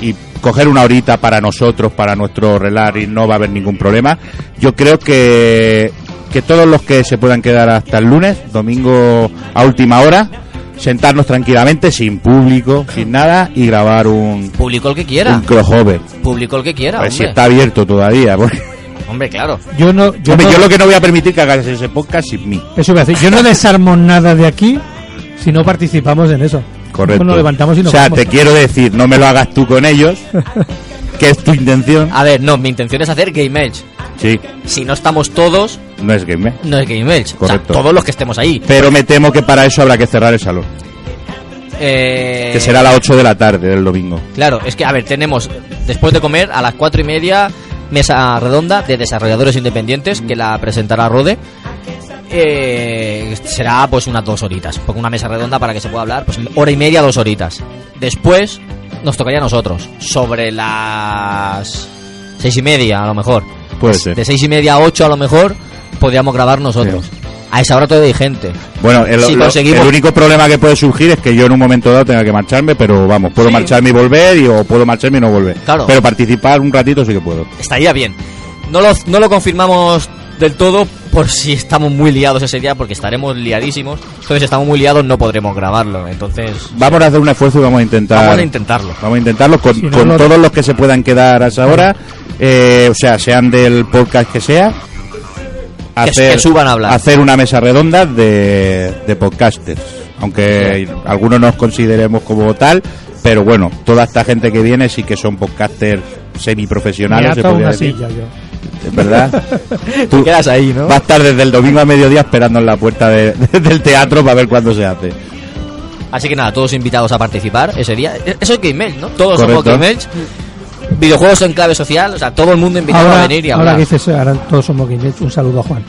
Speaker 5: y coger una horita para nosotros, para nuestro relar y no va a haber ningún problema. Yo creo que, que todos los que se puedan quedar hasta el lunes, domingo a última hora, sentarnos tranquilamente, sin público, sin nada, y grabar un,
Speaker 3: Publicó el que quiera.
Speaker 5: un crossover.
Speaker 3: Publicó el que quiera,
Speaker 5: A ver si
Speaker 3: hombre.
Speaker 5: está abierto todavía. porque-
Speaker 3: Hombre, claro.
Speaker 12: Yo no. Yo,
Speaker 5: Hombre,
Speaker 12: no-
Speaker 5: yo lo que no voy a permitir que hagas ese podcast sin mí.
Speaker 12: Eso iba a decir. Yo no desarmo nada de aquí si no participamos en eso.
Speaker 5: Correcto.
Speaker 12: Nos levantamos y nos
Speaker 5: o sea,
Speaker 12: vamos.
Speaker 5: te quiero decir, no me lo hagas tú con
Speaker 12: *laughs*
Speaker 5: ellos, que es tu intención.
Speaker 3: A ver, no, mi intención es hacer game Elch.
Speaker 5: Sí,
Speaker 3: Si no estamos todos,
Speaker 5: no es game.
Speaker 3: no es game Elch. O sea,
Speaker 5: Correcto.
Speaker 3: todos los que estemos ahí.
Speaker 5: Pero me temo que para eso habrá que cerrar el salón,
Speaker 3: Eh,
Speaker 5: que será a las 8 de la tarde del domingo.
Speaker 3: Claro, es que, a ver, tenemos después de comer a las cuatro y media mesa redonda de desarrolladores independientes que la presentará Rode. Eh, será pues unas dos horitas, porque una mesa redonda para que se pueda hablar, pues hora y media, dos horitas. Después nos tocaría a nosotros. Sobre las seis y media, a lo mejor.
Speaker 5: Puede ser.
Speaker 3: De seis y media a ocho, a lo mejor, podríamos grabar nosotros. A esa hora todavía hay gente.
Speaker 5: Bueno, el,
Speaker 3: Si
Speaker 5: lo-
Speaker 3: conseguimos-
Speaker 5: el único problema que puede surgir es que yo en un momento dado tenga que marcharme, pero vamos, puedo marcharme y volver, y, o puedo marcharme y no volver.
Speaker 3: Claro.
Speaker 5: Pero participar un ratito sí que puedo.
Speaker 3: estaría bien. No lo, no lo confirmamos del todo por si estamos muy liados ese día, porque estaremos liadísimos. Entonces, si estamos muy liados, no podremos grabarlo. Entonces,
Speaker 5: Vamos a hacer un esfuerzo y vamos a intentar.
Speaker 3: Vamos a intentarlo.
Speaker 5: Vamos a intentarlo con,
Speaker 3: no,
Speaker 5: con
Speaker 3: no-
Speaker 5: todos los que se puedan quedar a esa hora, eh, o sea, sean del podcast que sea.
Speaker 3: que suban a hablar.
Speaker 5: hacer una mesa redonda de, de podcasters. Aunque algunos nos consideremos como tal, pero bueno, toda esta gente que viene sí que son podcasters
Speaker 12: Me
Speaker 5: semiprofesionales. se
Speaker 12: ato a
Speaker 5: podría
Speaker 12: una
Speaker 5: decir.
Speaker 12: silla yo. *laughs*
Speaker 5: ¿Verdad? Tú
Speaker 3: quedas ahí, ¿no?
Speaker 5: Vas a estar desde el domingo a mediodía esperando en la puerta de- *laughs* del teatro para ver cuándo se hace.
Speaker 3: así que nada, todos invitados a participar ese día. E- Eso es Game Mail, ¿no? Todos somos
Speaker 5: Correcto.
Speaker 3: Game Mail. Videojuegos en clave social, o sea, todo el mundo invitado
Speaker 12: Ahora,
Speaker 3: a venir y
Speaker 12: ahora
Speaker 3: hablar.
Speaker 12: que dices, ahora todos somos Guinness, un saludo a Juan.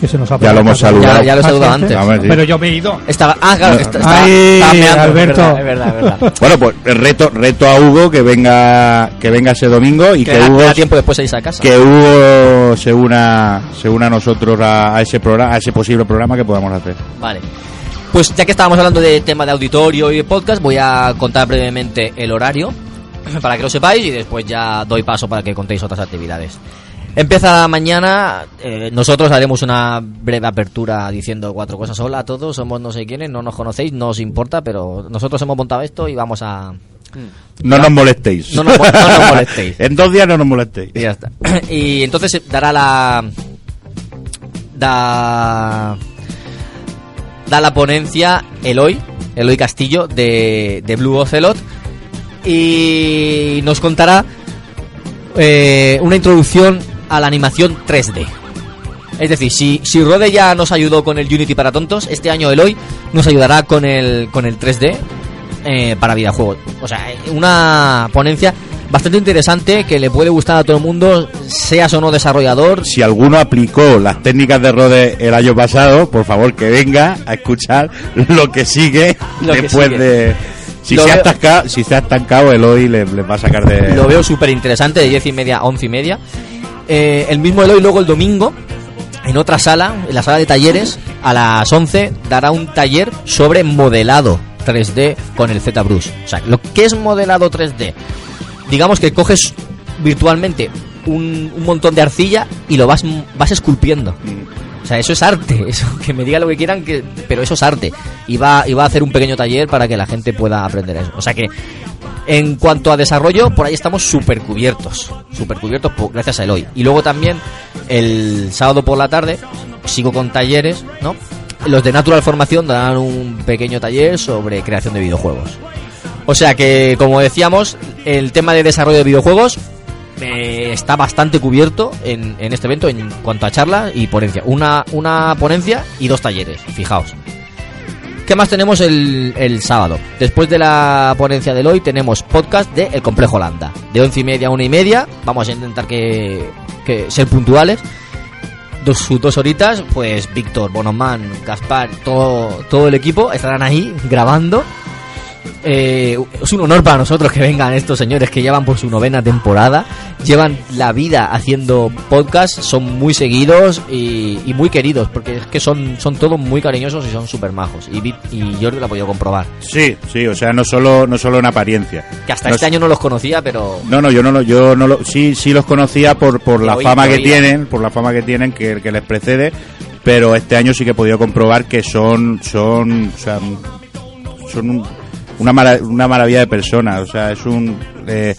Speaker 12: Que se nos ha
Speaker 5: Ya lo hemos saludado.
Speaker 3: Ya- ya lo he
Speaker 5: Ah,
Speaker 3: saludado
Speaker 5: sí,
Speaker 3: antes.
Speaker 5: sí. Vamos, sí.
Speaker 12: Pero yo me he ido.
Speaker 3: Estaba, ah, claro, que está- estaba-
Speaker 12: Ay,
Speaker 3: estaba meando,
Speaker 12: Alberto.
Speaker 3: Es verdad, es verdad. es verdad.
Speaker 5: Bueno, pues reto, reto a Hugo que venga, que venga ese domingo y
Speaker 3: que
Speaker 5: que,
Speaker 3: da,
Speaker 5: Hugo,
Speaker 3: da tiempo después de irse a casa.
Speaker 5: que Hugo se una, se una a nosotros a, a ese programa, a ese posible programa que podamos hacer.
Speaker 3: Vale. Pues ya que estábamos hablando de tema de auditorio y de podcast, voy a contar brevemente el horario *clears throat* para que lo sepáis y después ya doy paso para que contéis otras actividades. Empieza mañana, eh, nosotros haremos una breve apertura diciendo cuatro cosas. Hola a todos, somos no sé quiénes, no nos conocéis, no os importa, pero nosotros hemos montado esto y vamos a...
Speaker 5: No nos molestéis.
Speaker 3: No nos mo- no nos molestéis.
Speaker 5: *laughs* en dos días no nos molestéis.
Speaker 3: Y ya está. *clears throat* y entonces eh, dará la... Da... Da la ponencia Eloy, Eloy Castillo de, de Blue Ocelot y nos contará eh, una introducción a la animación 3D. Es decir, si, si Rode ya nos ayudó con el Unity para tontos, este año Eloy nos ayudará con el, con el 3D eh, para videojuegos.
Speaker 12: *laughs*
Speaker 3: O sea, eh, una ponencia bastante interesante que le puede gustar a todo el mundo, seas o no desarrollador.
Speaker 5: Si alguno aplicó las técnicas de Rode el año pasado, por favor que venga a escuchar lo que sigue
Speaker 3: Lo que
Speaker 5: después
Speaker 3: sigue.
Speaker 5: de. Si
Speaker 3: Lo
Speaker 5: se, ha
Speaker 3: veo-
Speaker 5: atascado, si se ha estancado, el hoy les, va a sacar de.
Speaker 3: Lo veo súper interesante, de 10 y media a 11 y media. Eh, el mismo Eloy luego el domingo, en otra sala, en la sala de talleres, a las 11 dará un taller sobre modelado 3D con el ZBrush. O sea, lo que es modelado 3D, digamos que coges virtualmente un, un montón de arcilla y lo vas, vas esculpiendo. O sea, eso es arte, *laughs* eso, que me diga lo que quieran, que, pero eso es arte. Y va, y va a hacer un pequeño taller para que la gente pueda aprender eso. O sea que en cuanto a desarrollo, por ahí estamos super cubiertos. Super cubiertos por- gracias a Eloy. Y luego también el sábado por la tarde sigo con talleres, ¿no? Los de Natural Formación darán un pequeño taller sobre creación de videojuegos. O sea que, como decíamos, el tema de desarrollo de videojuegos eh, está bastante cubierto en, en este evento en cuanto a charla y ponencia. Una, una ponencia y dos talleres, fijaos. ¿Qué más tenemos el, el sábado? Después de la ponencia del hoy tenemos podcast de El Complejo Holanda. De once y media a una y media. Vamos a intentar que, que ser puntuales. Dos, sus dos horitas, pues Víctor, Bonomán, Gaspar, todo, todo el equipo estarán ahí grabando. Eh, es un honor para nosotros que vengan estos señores que llevan por su novena temporada, llevan la vida haciendo podcast, son muy seguidos y, y muy queridos, porque es que son, son todos muy cariñosos y son súper majos. Y, Vic- y Jordi lo ha podido comprobar.
Speaker 5: Sí, sí, o sea, no solo, no solo en apariencia.
Speaker 3: Que hasta
Speaker 5: No
Speaker 3: este
Speaker 5: es-
Speaker 3: año no los conocía, pero
Speaker 5: No, no, yo no lo, yo no lo, sí, sí los conocía por, por la
Speaker 3: Lo oí,
Speaker 5: fama
Speaker 3: lo
Speaker 5: que
Speaker 3: oí.
Speaker 5: tienen, por la fama que tienen que, que les precede, pero este año sí que he podido comprobar que son, son, o sea, son un- una, mara- una maravilla de personas, o sea, es un, eh,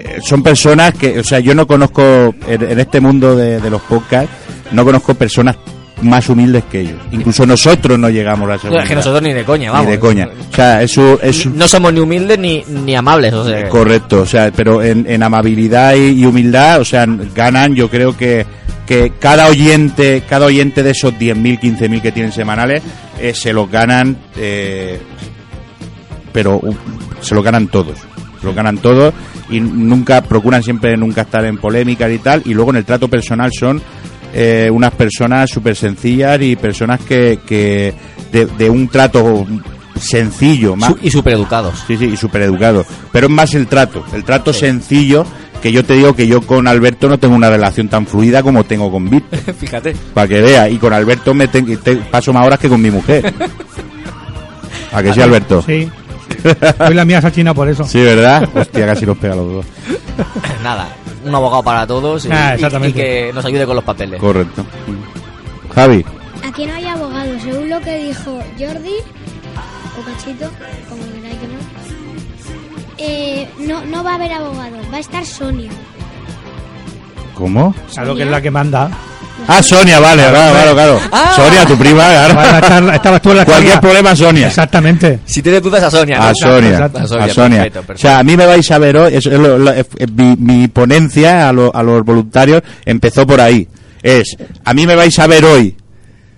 Speaker 5: eh, son personas que, o sea, yo no conozco en, en este mundo de, de los podcasts, no conozco personas más humildes que ellos. Incluso nosotros no llegamos a esa
Speaker 3: No, es que
Speaker 5: humildad,
Speaker 3: nosotros ni de coña,
Speaker 5: ni
Speaker 3: vamos.
Speaker 5: de coña. O sea, es un- es un-
Speaker 3: No somos ni humildes ni, ni amables. O sea,
Speaker 5: Correcto, o sea, pero en, en amabilidad y, y humildad, o sea, ganan, yo creo que, que cada oyente, cada oyente de esos 10.000, 15.000 que tienen semanales, eh, se los ganan, eh, pero uh, se los ganan todos, se los ganan todos y nunca, procuran siempre nunca estar en polémicas y tal, y luego en el trato personal son eh, unas personas súper sencillas y personas que, que de, de un trato sencillo. Más...
Speaker 3: y súper educados.
Speaker 5: Sí, sí, y súper educados. Pero es más el trato, el trato sencillo que yo te digo que yo con Alberto no tengo una relación tan fluida como tengo con Víctor.
Speaker 3: Fíjate.
Speaker 5: Para que vea, y con Alberto me ten- te- paso más horas que con mi mujer. ¿A que sí, Alberto?
Speaker 12: Sí. Hoy la mía se ha chinado por eso.
Speaker 5: Sí, ¿verdad? Hostia, casi los pega a los dos.
Speaker 3: Nada, un abogado para todos y,
Speaker 12: Ah,
Speaker 3: y-
Speaker 12: exactamente.
Speaker 3: y que nos ayude con los papeles.
Speaker 5: Correcto. Javi,
Speaker 8: Aquí no hay abogado, según lo que dijo Jordi, o Cachito, como queráis llamar. eh, no, no va a haber abogado, va a estar Sonia.
Speaker 5: ¿cómo?
Speaker 12: Claro que es la que manda.
Speaker 5: Ah, Sonia, vale, claro, claro, claro.
Speaker 3: Ah.
Speaker 5: Sonia, tu prima, claro.
Speaker 12: Estaba en la charla- estabas tú en la
Speaker 5: Cualquier
Speaker 12: charla.
Speaker 5: problema, Sonia.
Speaker 12: Exactamente.
Speaker 3: Si tienes dudas a Sonia. ¿no?
Speaker 5: A Sonia,
Speaker 3: Exacto,
Speaker 5: a
Speaker 3: exacto.
Speaker 5: Sonia.
Speaker 3: Perfecto,
Speaker 5: O
Speaker 3: perfecto.
Speaker 5: sea, a mí me vais a ver hoy, es, es lo- lo- es- es mi, mi ponencia a, lo- a los voluntarios empezó por ahí. Es, a mí me vais a ver hoy,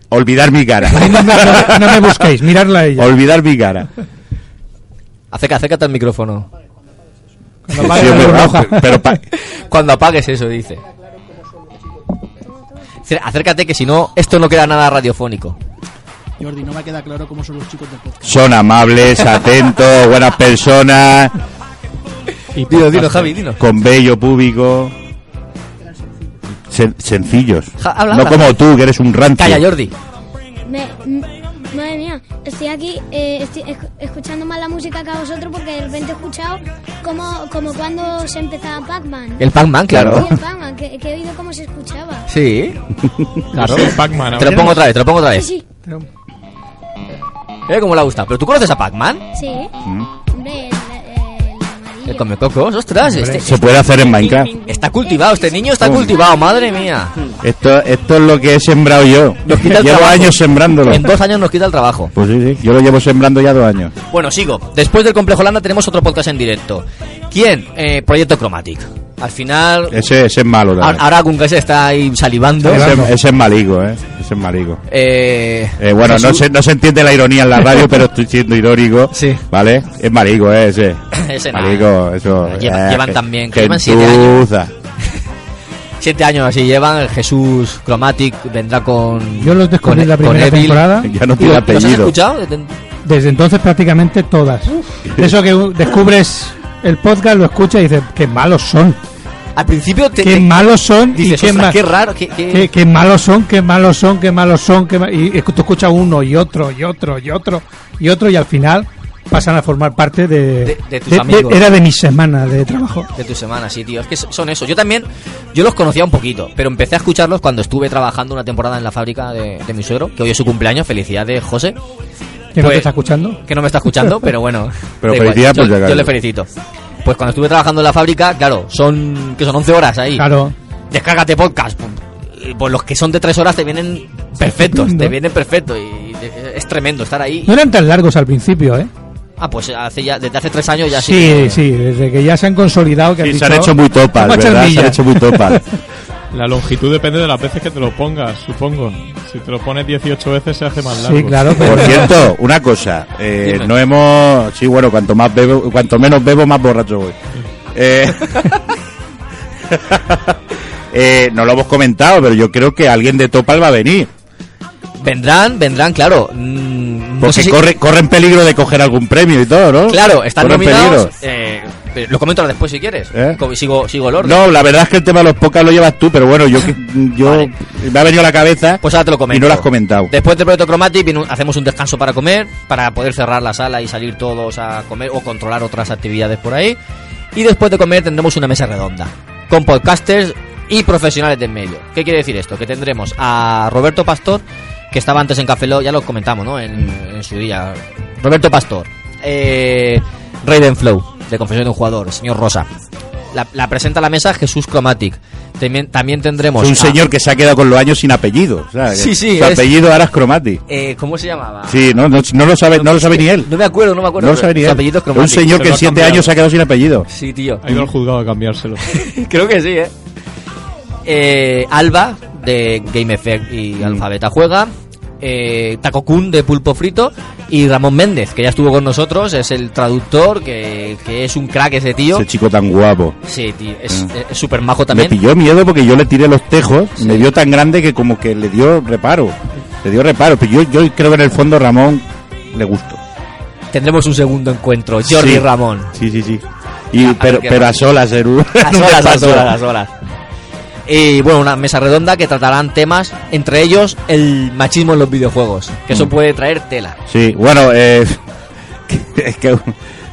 Speaker 5: olvidar mi cara.
Speaker 12: No,
Speaker 5: *laughs*
Speaker 12: no me busquéis, mirarla a ella.
Speaker 5: olvidar mi cara.
Speaker 3: Acerca, acércate al micrófono.
Speaker 12: Cuando vaya
Speaker 5: Sí,
Speaker 12: la
Speaker 5: es
Speaker 12: luz
Speaker 5: verdad,
Speaker 12: roja.
Speaker 5: pero- pero pa-
Speaker 3: Cuando apagues eso, dice. Acé- Acércate que si no, esto no queda nada radiofónico.
Speaker 13: Jordi, no me queda claro cómo son los chicos del podcast.
Speaker 5: son amables, atentos, buenas personas,
Speaker 7: Y
Speaker 3: Dilo, dilo, Javi, dilo.
Speaker 5: con bello público. Sen- sencillos.
Speaker 3: Ja- habla,
Speaker 5: no
Speaker 3: habla.
Speaker 5: como tú, que eres un rancio.
Speaker 3: Calla, Jordi.
Speaker 8: Me- m- madre mía, estoy aquí eh, estoy esc- escuchando más la música que a vosotros porque de repente he escuchado como, como cuando se empezaba Pac-Man.
Speaker 3: El Pac-Man, claro.
Speaker 8: Sí, el Pac-Man, que, que he oído cómo se escuchaba.
Speaker 3: Sí. *laughs* Claro.
Speaker 7: Soy Pac-Man.
Speaker 3: Te lo
Speaker 7: ahora.
Speaker 3: pongo otra vez, te lo pongo otra vez.
Speaker 8: Sí, sí,
Speaker 3: Eh, cómo le gusta. ¿Pero tú conoces a Pac-Man?
Speaker 8: sí. Hombre, el, el amarillo.
Speaker 3: El comecocos, ostras. Este,
Speaker 5: Se puede hacer en Minecraft.
Speaker 3: está cultivado, este niño está
Speaker 5: Hombre.
Speaker 3: cultivado, madre mía.
Speaker 5: Esto, esto es lo que he sembrado yo.
Speaker 3: Nos quita el
Speaker 5: Llevo
Speaker 3: trabajo.
Speaker 5: años sembrándolo.
Speaker 3: En dos años nos quita el trabajo.
Speaker 5: Pues sí, sí. Yo lo llevo sembrando ya dos años.
Speaker 3: Bueno, sigo. Después del Complejo Landa tenemos otro podcast en directo. ¿Quién? Eh, Proyecto Chromatic. Al final,
Speaker 5: Ese, ese es malo.
Speaker 3: ahora
Speaker 5: también.
Speaker 3: ahora Gunga se está ahí salivando.
Speaker 5: Ese, ese es maligo, ¿eh? Ese es maligo.
Speaker 3: Eh,
Speaker 5: Eh, bueno, no
Speaker 3: Jesús-
Speaker 5: se, no se entiende la ironía en la radio, pero estoy siendo irónico.
Speaker 3: *laughs* Sí.
Speaker 5: ¿Vale? Es maligo, ¿eh? Ese.
Speaker 3: *coughs* Ese nada.
Speaker 5: maligo, eso.
Speaker 3: Lleva-
Speaker 5: eh,
Speaker 3: llevan también, que llevan siete
Speaker 5: gentuza.
Speaker 3: Siete años así llevan. Jesús Chromatic vendrá con.
Speaker 12: Yo los descubrí
Speaker 3: con- E-
Speaker 12: en la
Speaker 3: con
Speaker 12: primera
Speaker 3: Evil.
Speaker 12: temporada.
Speaker 5: Ya no tiene
Speaker 3: ¿Los has
Speaker 5: apellido.
Speaker 3: escuchado?
Speaker 12: Desde entonces prácticamente todas. De Eso que uh, descubres el podcast, lo escuchas y dices, qué malos son.
Speaker 3: Al principio te,
Speaker 12: Qué
Speaker 3: te-
Speaker 12: malos son. y
Speaker 3: dices,
Speaker 12: qué,
Speaker 3: "Ostras,
Speaker 12: ma-
Speaker 3: qué raro. Qué, qué-
Speaker 12: qué- qué malos son, qué malos son, qué malos son. qué ma- y, y tú escuchas uno y otro y otro y otro y otro y al final pasan a formar parte de...
Speaker 3: De- de tus amigos.
Speaker 12: era de mi semana de trabajo.
Speaker 3: de tu semana, sí, tío. Es que son eso. Yo también, yo los conocía un poquito, pero empecé a escucharlos cuando estuve trabajando una temporada en la fábrica de, de mi suegro, que hoy es su cumpleaños. Felicidades, José.
Speaker 12: ¿Que no
Speaker 3: Pues-
Speaker 12: te está escuchando?
Speaker 3: que no me está escuchando, pero bueno.
Speaker 5: *laughs* Pero
Speaker 3: da igual.
Speaker 5: felicidad por
Speaker 3: yo,
Speaker 5: llegar.
Speaker 3: yo le felicito. Pues cuando estuve trabajando en la fábrica, claro, son que son 11 horas ahí.
Speaker 12: Claro.
Speaker 3: Descárgate podcast. Pum. Y, Pues los que son de 3 horas te vienen perfectos,
Speaker 12: Estupendo.
Speaker 3: te vienen perfectos. Y te- es tremendo estar ahí.
Speaker 12: No eran tan largos al principio, ¿eh?
Speaker 3: Ah, pues hace ya, desde hace 3 años ya sí.
Speaker 12: Sí,
Speaker 3: que-
Speaker 12: sí, desde que ya se han consolidado. Que
Speaker 5: Sí,
Speaker 12: has
Speaker 5: se han
Speaker 12: dicho,
Speaker 5: hecho muy topas,
Speaker 12: "Vamos a
Speaker 5: ¿verdad?
Speaker 12: echar
Speaker 5: Se han
Speaker 12: millas".
Speaker 5: hecho muy
Speaker 12: *laughs*
Speaker 5: topas.
Speaker 7: *laughs* La longitud depende de las veces que te lo pongas, supongo. Si te lo pones 18 veces se hace más largo.
Speaker 12: Sí, claro. pero-
Speaker 5: Por cierto, una cosa, eh,
Speaker 3: Dime.
Speaker 5: no hemos, sí, bueno, cuanto más bebo, cuanto menos bebo, más borracho voy.
Speaker 3: Mm.
Speaker 5: Eh, *laughs* eh, no lo hemos comentado, pero yo creo que alguien de Topal va a venir,
Speaker 3: Vendrán, vendrán, claro. Mm, no
Speaker 5: porque
Speaker 3: sé si-
Speaker 5: corre, corre en peligro de coger algún premio y todo, ¿no?
Speaker 3: Claro, están
Speaker 5: Corre en
Speaker 3: nominados. eh, pero lo comento ahora después si quieres.
Speaker 5: ¿Eh?
Speaker 3: Como- Sigo, sigo el orden.
Speaker 5: No, la verdad es que el tema de los pocas lo llevas tú, pero bueno, yo,
Speaker 3: *laughs*
Speaker 5: que- yo
Speaker 3: Vale.
Speaker 5: me ha venido a la cabeza
Speaker 3: Pues ahora te lo comento.
Speaker 5: y no lo has comentado.
Speaker 3: Después del proyecto Chromatic viene un- hacemos un descanso para comer, para poder cerrar la sala y salir todos a comer o controlar otras actividades por ahí. Y después de comer tendremos una mesa redonda con podcasters y profesionales del medio. ¿Qué quiere decir esto? Que tendremos a Roberto Pastor, que estaba antes en Café Lock, ya lo comentamos, ¿no? En, en su día. Roberto Pastor, eh, Raiden Flow, de Confesión de un Jugador, el señor Rosa. La, la presenta a la mesa Jesús Chromatic. También, también tendremos.
Speaker 5: Es un
Speaker 3: a-
Speaker 5: señor que se ha quedado con los años sin apellido. o sea,
Speaker 3: Sí,
Speaker 5: que
Speaker 3: sí,
Speaker 5: Su
Speaker 3: es-
Speaker 5: apellido ahora es Cromati.
Speaker 3: eh, ¿Cómo se llamaba?
Speaker 5: Sí, no, no, no lo sabe, no lo sabe ni él.
Speaker 3: No me acuerdo, no me acuerdo.
Speaker 5: no lo
Speaker 3: pero
Speaker 5: sabe ni
Speaker 3: su
Speaker 5: él.
Speaker 3: apellido es
Speaker 5: Un
Speaker 3: cromático.
Speaker 5: señor que
Speaker 7: Se lo
Speaker 5: en
Speaker 7: ha
Speaker 5: siete
Speaker 7: cambiado.
Speaker 5: años se ha quedado sin apellido.
Speaker 3: Sí, tío.
Speaker 7: Ha ido al juzgado a cambiárselo.
Speaker 3: *laughs* Creo que sí, ¿eh? Eh, Alba, de Game Effect
Speaker 5: Mm.
Speaker 3: y Alfabeta Juega. Eh, Taco Kun, de Pulpo Frito. Y Ramón Méndez, que ya estuvo con nosotros. Es el traductor, que, que es un crack ese tío.
Speaker 5: Ese chico tan guapo.
Speaker 3: Sí, tío. Es es súper Pues majo también.
Speaker 5: Me pilló miedo porque yo le tiré los tejos, me vio tan grande que como que le dio reparo. Le dio reparo, pero yo, yo creo que en el fondo Ramón le gustó.
Speaker 3: tendremos un segundo encuentro. Jordi
Speaker 5: Sí.
Speaker 3: Ramón.
Speaker 5: Sí, sí, sí. Y,
Speaker 3: a
Speaker 5: pero,
Speaker 3: ver qué
Speaker 5: pero a
Speaker 3: pasa.
Speaker 5: solas, en un-
Speaker 3: A
Speaker 12: *laughs*
Speaker 5: *laughs* en un
Speaker 3: solas, a
Speaker 5: espacio.
Speaker 3: solas, a solas. Y bueno, una mesa redonda que tratarán temas, entre ellos el machismo en los videojuegos, que eso
Speaker 5: Mm.
Speaker 3: puede traer tela.
Speaker 5: Sí, bueno, eh, *laughs* es que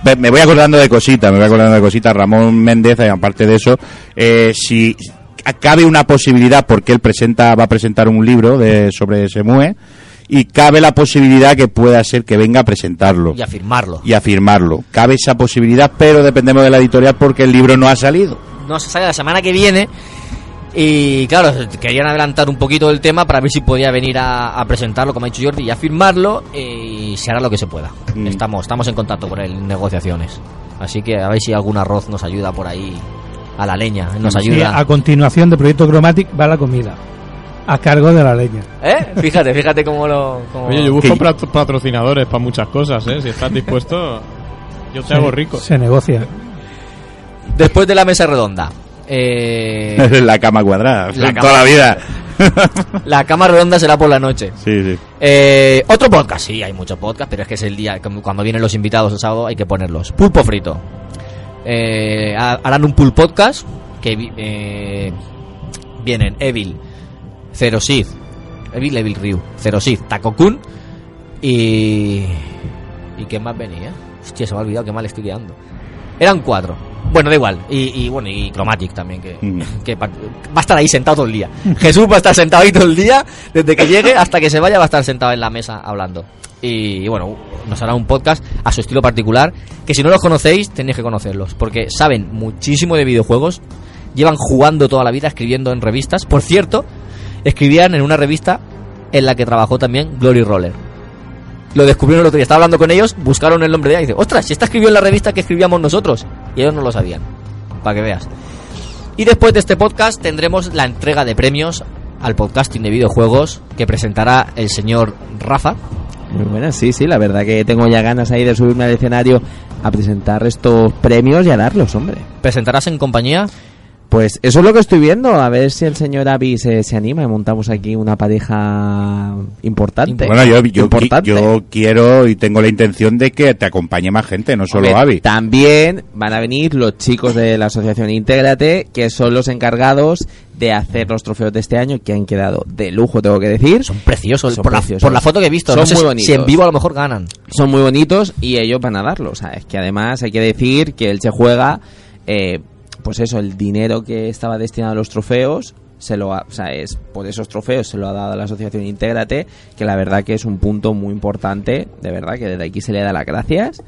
Speaker 5: me- me voy acordando de cositas, me voy acordando de cositas. Ramón Méndez, eh, aparte de eso, eh, si cabe una posibilidad, porque él presenta, va a presentar un libro de, sobre Semue, y cabe la posibilidad que pueda ser que venga a presentarlo
Speaker 3: Y afirmarlo.
Speaker 5: y a firmarlo. Cabe esa posibilidad, pero dependemos de la editorial porque el libro no ha salido.
Speaker 3: No se sale la semana que viene. Y claro, querían adelantar un poquito el tema para ver si podía venir a, a presentarlo, como ha dicho Jordi, y a firmarlo. Y se hará lo que se pueda.
Speaker 12: Mm.
Speaker 3: Estamos, estamos en contacto con él en negociaciones. Así que a ver si algún arroz nos ayuda por ahí a la leña. Nos
Speaker 12: Sí,
Speaker 3: ayuda.
Speaker 12: a continuación de Proyecto Chromatic va la comida. A cargo de la leña.
Speaker 3: ¿Eh? Fíjate, fíjate cómo lo. cómo-
Speaker 7: Oye, yo busco pat- patrocinadores para muchas cosas, ¿eh? Si estás dispuesto, yo te
Speaker 12: Se-
Speaker 7: hago rico.
Speaker 12: Se negocia.
Speaker 3: Después de la mesa redonda. eh,
Speaker 5: *laughs* la cama cuadrada,
Speaker 3: La
Speaker 5: *laughs* toda la
Speaker 3: cama-
Speaker 5: vida.
Speaker 3: la cama redonda será por la noche.
Speaker 5: Sí, sí.
Speaker 3: Eh, otro podcast, sí, hay muchos podcasts, pero es que es el día, como cuando vienen los invitados el sábado hay que ponerlos. Pulpo frito. Eh, ha- harán un pool podcast que vi- eh, vienen Evil, Zero Sith, Evil, Evil Ryu, Zero Sith, Taco Kun y... ¿Y qué más venía? Hostia, se me ha olvidado que mal estoy guiando. Eran cuatro. Bueno, da igual. Y, y bueno, y Chromatic también, que, que pa- va a estar ahí sentado todo el día. *laughs* Jesús va a estar sentado ahí todo el día, desde que llegue hasta que se vaya va a estar sentado en la mesa hablando. Y bueno, nos hará un podcast a su estilo particular, que si no los conocéis, tenéis que conocerlos, porque saben muchísimo de videojuegos, llevan jugando toda la vida, escribiendo en revistas. Por cierto, escribían en una revista en la que trabajó también Glory Roller lo descubrieron el otro día. Estaba hablando con ellos, buscaron el nombre de ella y dice, ostras, si esta escribió en la revista que escribíamos nosotros. Y ellos no lo sabían, para que veas. Y después de este podcast tendremos la entrega de premios al podcasting de videojuegos que presentará el señor Rafa.
Speaker 11: Muy buenas, sí, sí, la verdad que tengo ya ganas ahí de subirme al escenario a presentar estos premios y a darlos, hombre.
Speaker 3: ¿Presentarás en compañía?
Speaker 11: Pues eso es lo que estoy viendo, a ver si el señor Avi se, se anima y montamos aquí una pareja importante.
Speaker 5: Bueno, yo, yo,
Speaker 11: Importante.
Speaker 5: yo quiero y tengo la intención de que te acompañe más gente, no solo
Speaker 11: Hombre,
Speaker 5: Avi.
Speaker 11: También van a venir los chicos de la asociación Intégrate, que son los encargados de hacer los trofeos de este año, que han quedado de lujo, tengo que decir. Son ¿eh?
Speaker 3: preciosos, por la- por la foto que he visto,
Speaker 11: Son
Speaker 3: no sé
Speaker 11: muy
Speaker 3: si-
Speaker 11: bonitos.
Speaker 3: si en vivo a lo mejor ganan.
Speaker 11: Son muy bonitos y ellos van a darlo. O sea, es que además hay que decir que él se juega, eh, pues eso, el dinero que estaba destinado a los trofeos. Se lo ha- o sea, es por esos trofeos se lo ha dado a la asociación Intégrate, que la verdad que es un punto muy importante, de verdad que desde aquí se le da las gracias.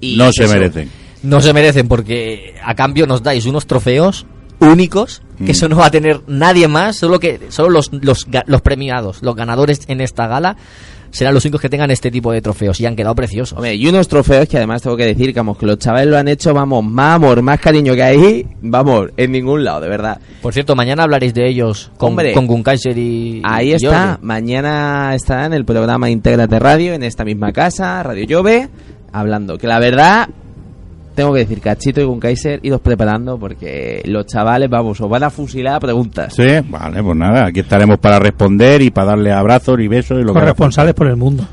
Speaker 11: Y
Speaker 5: No se
Speaker 11: eso,
Speaker 5: merecen.
Speaker 3: No se merecen porque a cambio nos dais unos trofeos únicos que
Speaker 11: Mm.
Speaker 3: eso no va a tener nadie más, solo que solo los, los, ga- los premiados, los ganadores en esta gala serán los únicos que tengan este tipo de trofeos y han quedado preciosos.
Speaker 11: Hombre, y unos trofeos que además tengo que decir, que, vamos, que los chavales lo han hecho, vamos, más amor, más cariño que ahí, vamos, en ningún lado, de verdad.
Speaker 3: Por cierto, mañana hablaréis de ellos con,
Speaker 11: Hombre.
Speaker 3: con Gun Kaiser y
Speaker 11: Ahí
Speaker 3: y
Speaker 11: está,
Speaker 3: Jordi.
Speaker 11: mañana estará en el programa Intégrate Radio, en esta misma casa, Radio Llove, hablando. Que la verdad, tengo que decir, Cachito y con Kaiser, idos preparando porque los chavales, vamos, os van a fusilar a preguntas.
Speaker 5: Sí, vale, pues nada, aquí estaremos para responder y para darle abrazos y besos y lo que haga
Speaker 12: Corresponsales por el mundo.
Speaker 5: *laughs*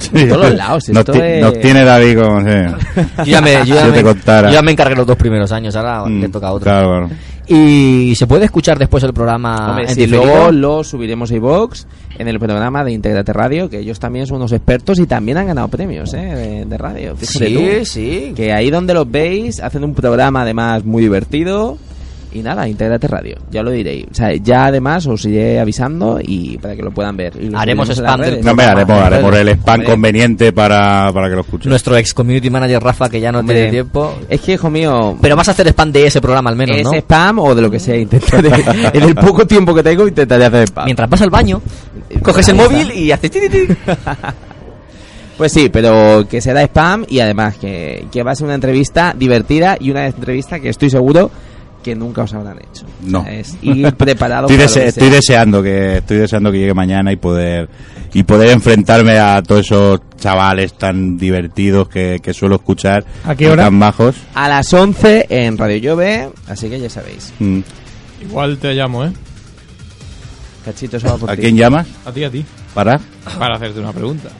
Speaker 5: Sí.
Speaker 11: Por todos lados,
Speaker 5: nos,
Speaker 11: esto
Speaker 5: ti-
Speaker 11: es-
Speaker 5: nos tiene David como sí.
Speaker 3: *laughs* Yo ya me, yo ya
Speaker 5: Si yo
Speaker 3: me-
Speaker 5: te contara.
Speaker 3: yo ya me encargué los dos primeros años, ahora
Speaker 5: Mm,
Speaker 3: le toca a otro.
Speaker 5: claro, claro.
Speaker 3: Y se puede escuchar después el programa
Speaker 11: Hombre,
Speaker 3: en
Speaker 11: si
Speaker 3: diferido?
Speaker 11: luego lo subiremos a iVox en el programa de Intégrate Radio, que ellos también son unos expertos y también han ganado premios eh, de, de radio. Fíjate
Speaker 3: Sí,
Speaker 11: tú.
Speaker 3: sí.
Speaker 11: Que ahí donde los veis, hacen un programa además muy divertido. Y nada, Intégrate Radio, ya lo diréis. O sea, ya además os iré avisando y para que lo puedan ver. Y lo subiremos
Speaker 3: Haremos
Speaker 11: en
Speaker 3: spam
Speaker 11: las
Speaker 3: del
Speaker 11: redes.
Speaker 5: No me haremos, haremos el spam
Speaker 11: Hombre,
Speaker 5: conveniente para, para que lo escuchen.
Speaker 3: Eh, Nuestro ex community manager Rafa que ya no
Speaker 11: Hombre.
Speaker 3: tiene tiempo.
Speaker 11: Es que, hijo mío,
Speaker 3: Pero vas a hacer spam de ese programa al menos,
Speaker 11: es
Speaker 3: ¿no?
Speaker 11: spam o de lo que sea. Intentaré, *laughs* en el poco tiempo que tengo, intentaré hacer spam.
Speaker 3: Mientras vas al baño, coges el móvil y haces ti, ti, ti.
Speaker 5: *laughs*
Speaker 11: Pues sí, pero que será spam y además que, que va a ser una entrevista divertida y una entrevista que estoy seguro que nunca os habrán hecho.
Speaker 5: No.
Speaker 11: Es ir preparado
Speaker 5: *laughs* Estoy,
Speaker 11: para
Speaker 5: dese-
Speaker 11: lo que sea.
Speaker 5: estoy deseando que estoy deseando que llegue mañana y poder y poder enfrentarme a todos esos chavales tan divertidos que, que suelo escuchar
Speaker 11: ¿A qué
Speaker 5: y
Speaker 11: hora?
Speaker 5: tan majos
Speaker 11: A las 11 en Radio Llove, así que ya sabéis.
Speaker 5: Mm.
Speaker 7: Igual te llamo, ¿eh?
Speaker 11: Cachito, eso va por
Speaker 5: ¿A
Speaker 11: ti.
Speaker 5: quién llamas?
Speaker 7: A ti, a ti.
Speaker 5: para
Speaker 3: *laughs*
Speaker 7: Para hacerte una pregunta.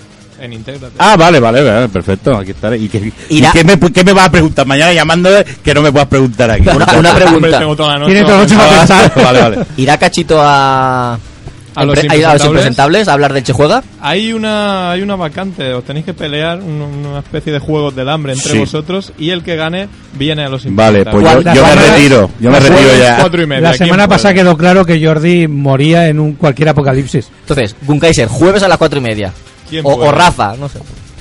Speaker 7: En Intégrate.
Speaker 5: Ah, vale, vale, vale, perfecto, aquí estaré. ¿Y qué, y qué me, qué me vas a preguntar? Mañana llamándome que no me puedas preguntar aquí.
Speaker 3: *laughs* Una, una pregunta.
Speaker 5: Tiene toda la noche para
Speaker 12: Ah,
Speaker 5: pensar. *laughs* Vale, vale.
Speaker 3: ¿Irá Cachito a,
Speaker 7: A los
Speaker 3: empre- a los
Speaker 7: impresentables.
Speaker 3: impresentables a hablar del Chejuega?
Speaker 7: Hay una, hay una vacante, os tenéis que pelear un- una especie de juegos del hambre entre
Speaker 5: Sí.
Speaker 7: vosotros y el que gane viene a los
Speaker 5: Vale, pues yo-
Speaker 7: impresentables.
Speaker 5: yo me retiro, yo me
Speaker 7: Los
Speaker 5: retiro
Speaker 7: jueves,
Speaker 5: ya.
Speaker 7: cuatro y media,
Speaker 12: La
Speaker 7: ¿quién
Speaker 12: semana
Speaker 7: puede?
Speaker 12: pasada quedó claro que Jordi moría en un cualquier apocalipsis.
Speaker 3: Entonces, Gunkaiser, jueves a las cuatro y media.
Speaker 7: ¿Quién
Speaker 3: O,
Speaker 7: puede?
Speaker 3: o Rafa, no sé.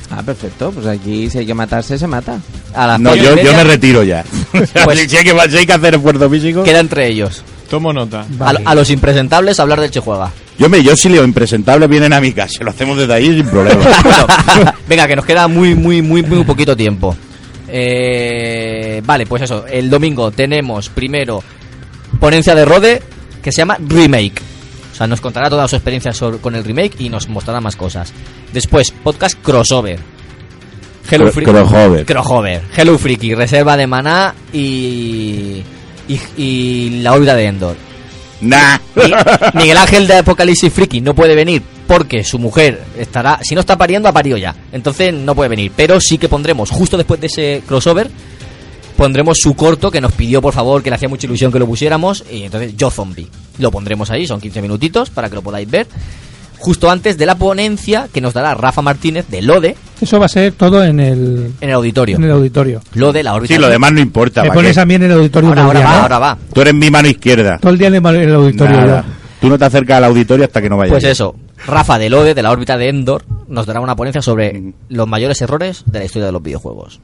Speaker 11: Ah, perfecto. Pues aquí si hay que matarse, se mata.
Speaker 3: A las
Speaker 5: No,
Speaker 3: cuatro y
Speaker 5: yo, yo
Speaker 3: media
Speaker 5: me retiro ya.
Speaker 3: Pues-
Speaker 5: *laughs* si, hay que, si hay que hacer esfuerzo físico.
Speaker 3: Queda entre ellos.
Speaker 7: Tomo nota.
Speaker 3: A- A, los impresentables a hablar del Chejuega.
Speaker 5: Yo, me, yo si leo impresentables vienen a mi casa, lo hacemos desde ahí sin
Speaker 3: *laughs*
Speaker 5: problema.
Speaker 3: Venga, que nos queda muy, muy, muy, muy poquito tiempo. Eh, vale, pues eso. El domingo tenemos primero ponencia de Rode que se llama Remake. O sea, nos contará toda su experiencia sobre- con el remake y nos mostrará más cosas. Después, podcast crossover.
Speaker 5: Cro- crossover.
Speaker 3: Crossover. Hello Freaky, Reserva de Maná y, y, y La órbita de Endor.
Speaker 5: Nah.
Speaker 3: Mi- Miguel Ángel de Apocalipsis Friki no puede venir porque su mujer estará, si no está pariendo, ha parido ya. Entonces no puede venir. Pero sí que pondremos, justo después de ese crossover, pondremos su corto que nos pidió, por favor, que le hacía mucha ilusión que lo pusiéramos. Y entonces Yo Zombie. Lo pondremos ahí, son 15 minutitos para que lo podáis ver. Justo antes de la ponencia que nos dará Rafa Martínez de Lode
Speaker 12: Eso va a ser todo en el,
Speaker 3: en el auditorio.
Speaker 12: en el auditorio.
Speaker 3: Lode, la órbita.
Speaker 5: Sí, lo demás no importa.
Speaker 12: Me
Speaker 5: ¿pa'
Speaker 12: pones
Speaker 5: qué?
Speaker 12: a mí en el auditorio
Speaker 3: Ahora,
Speaker 12: todo el
Speaker 3: ahora
Speaker 12: día,
Speaker 3: va,
Speaker 12: ¿no?
Speaker 3: ahora va.
Speaker 5: Tú eres mi mano izquierda.
Speaker 12: Todo el día en el, en el auditorio.
Speaker 5: Nada.
Speaker 12: ya.
Speaker 5: Tú no te acercas al auditorio hasta que no vayas.
Speaker 3: Pues eso, Rafa de Lode, de la órbita de Endor, nos dará una ponencia sobre los mayores errores de la historia de los videojuegos.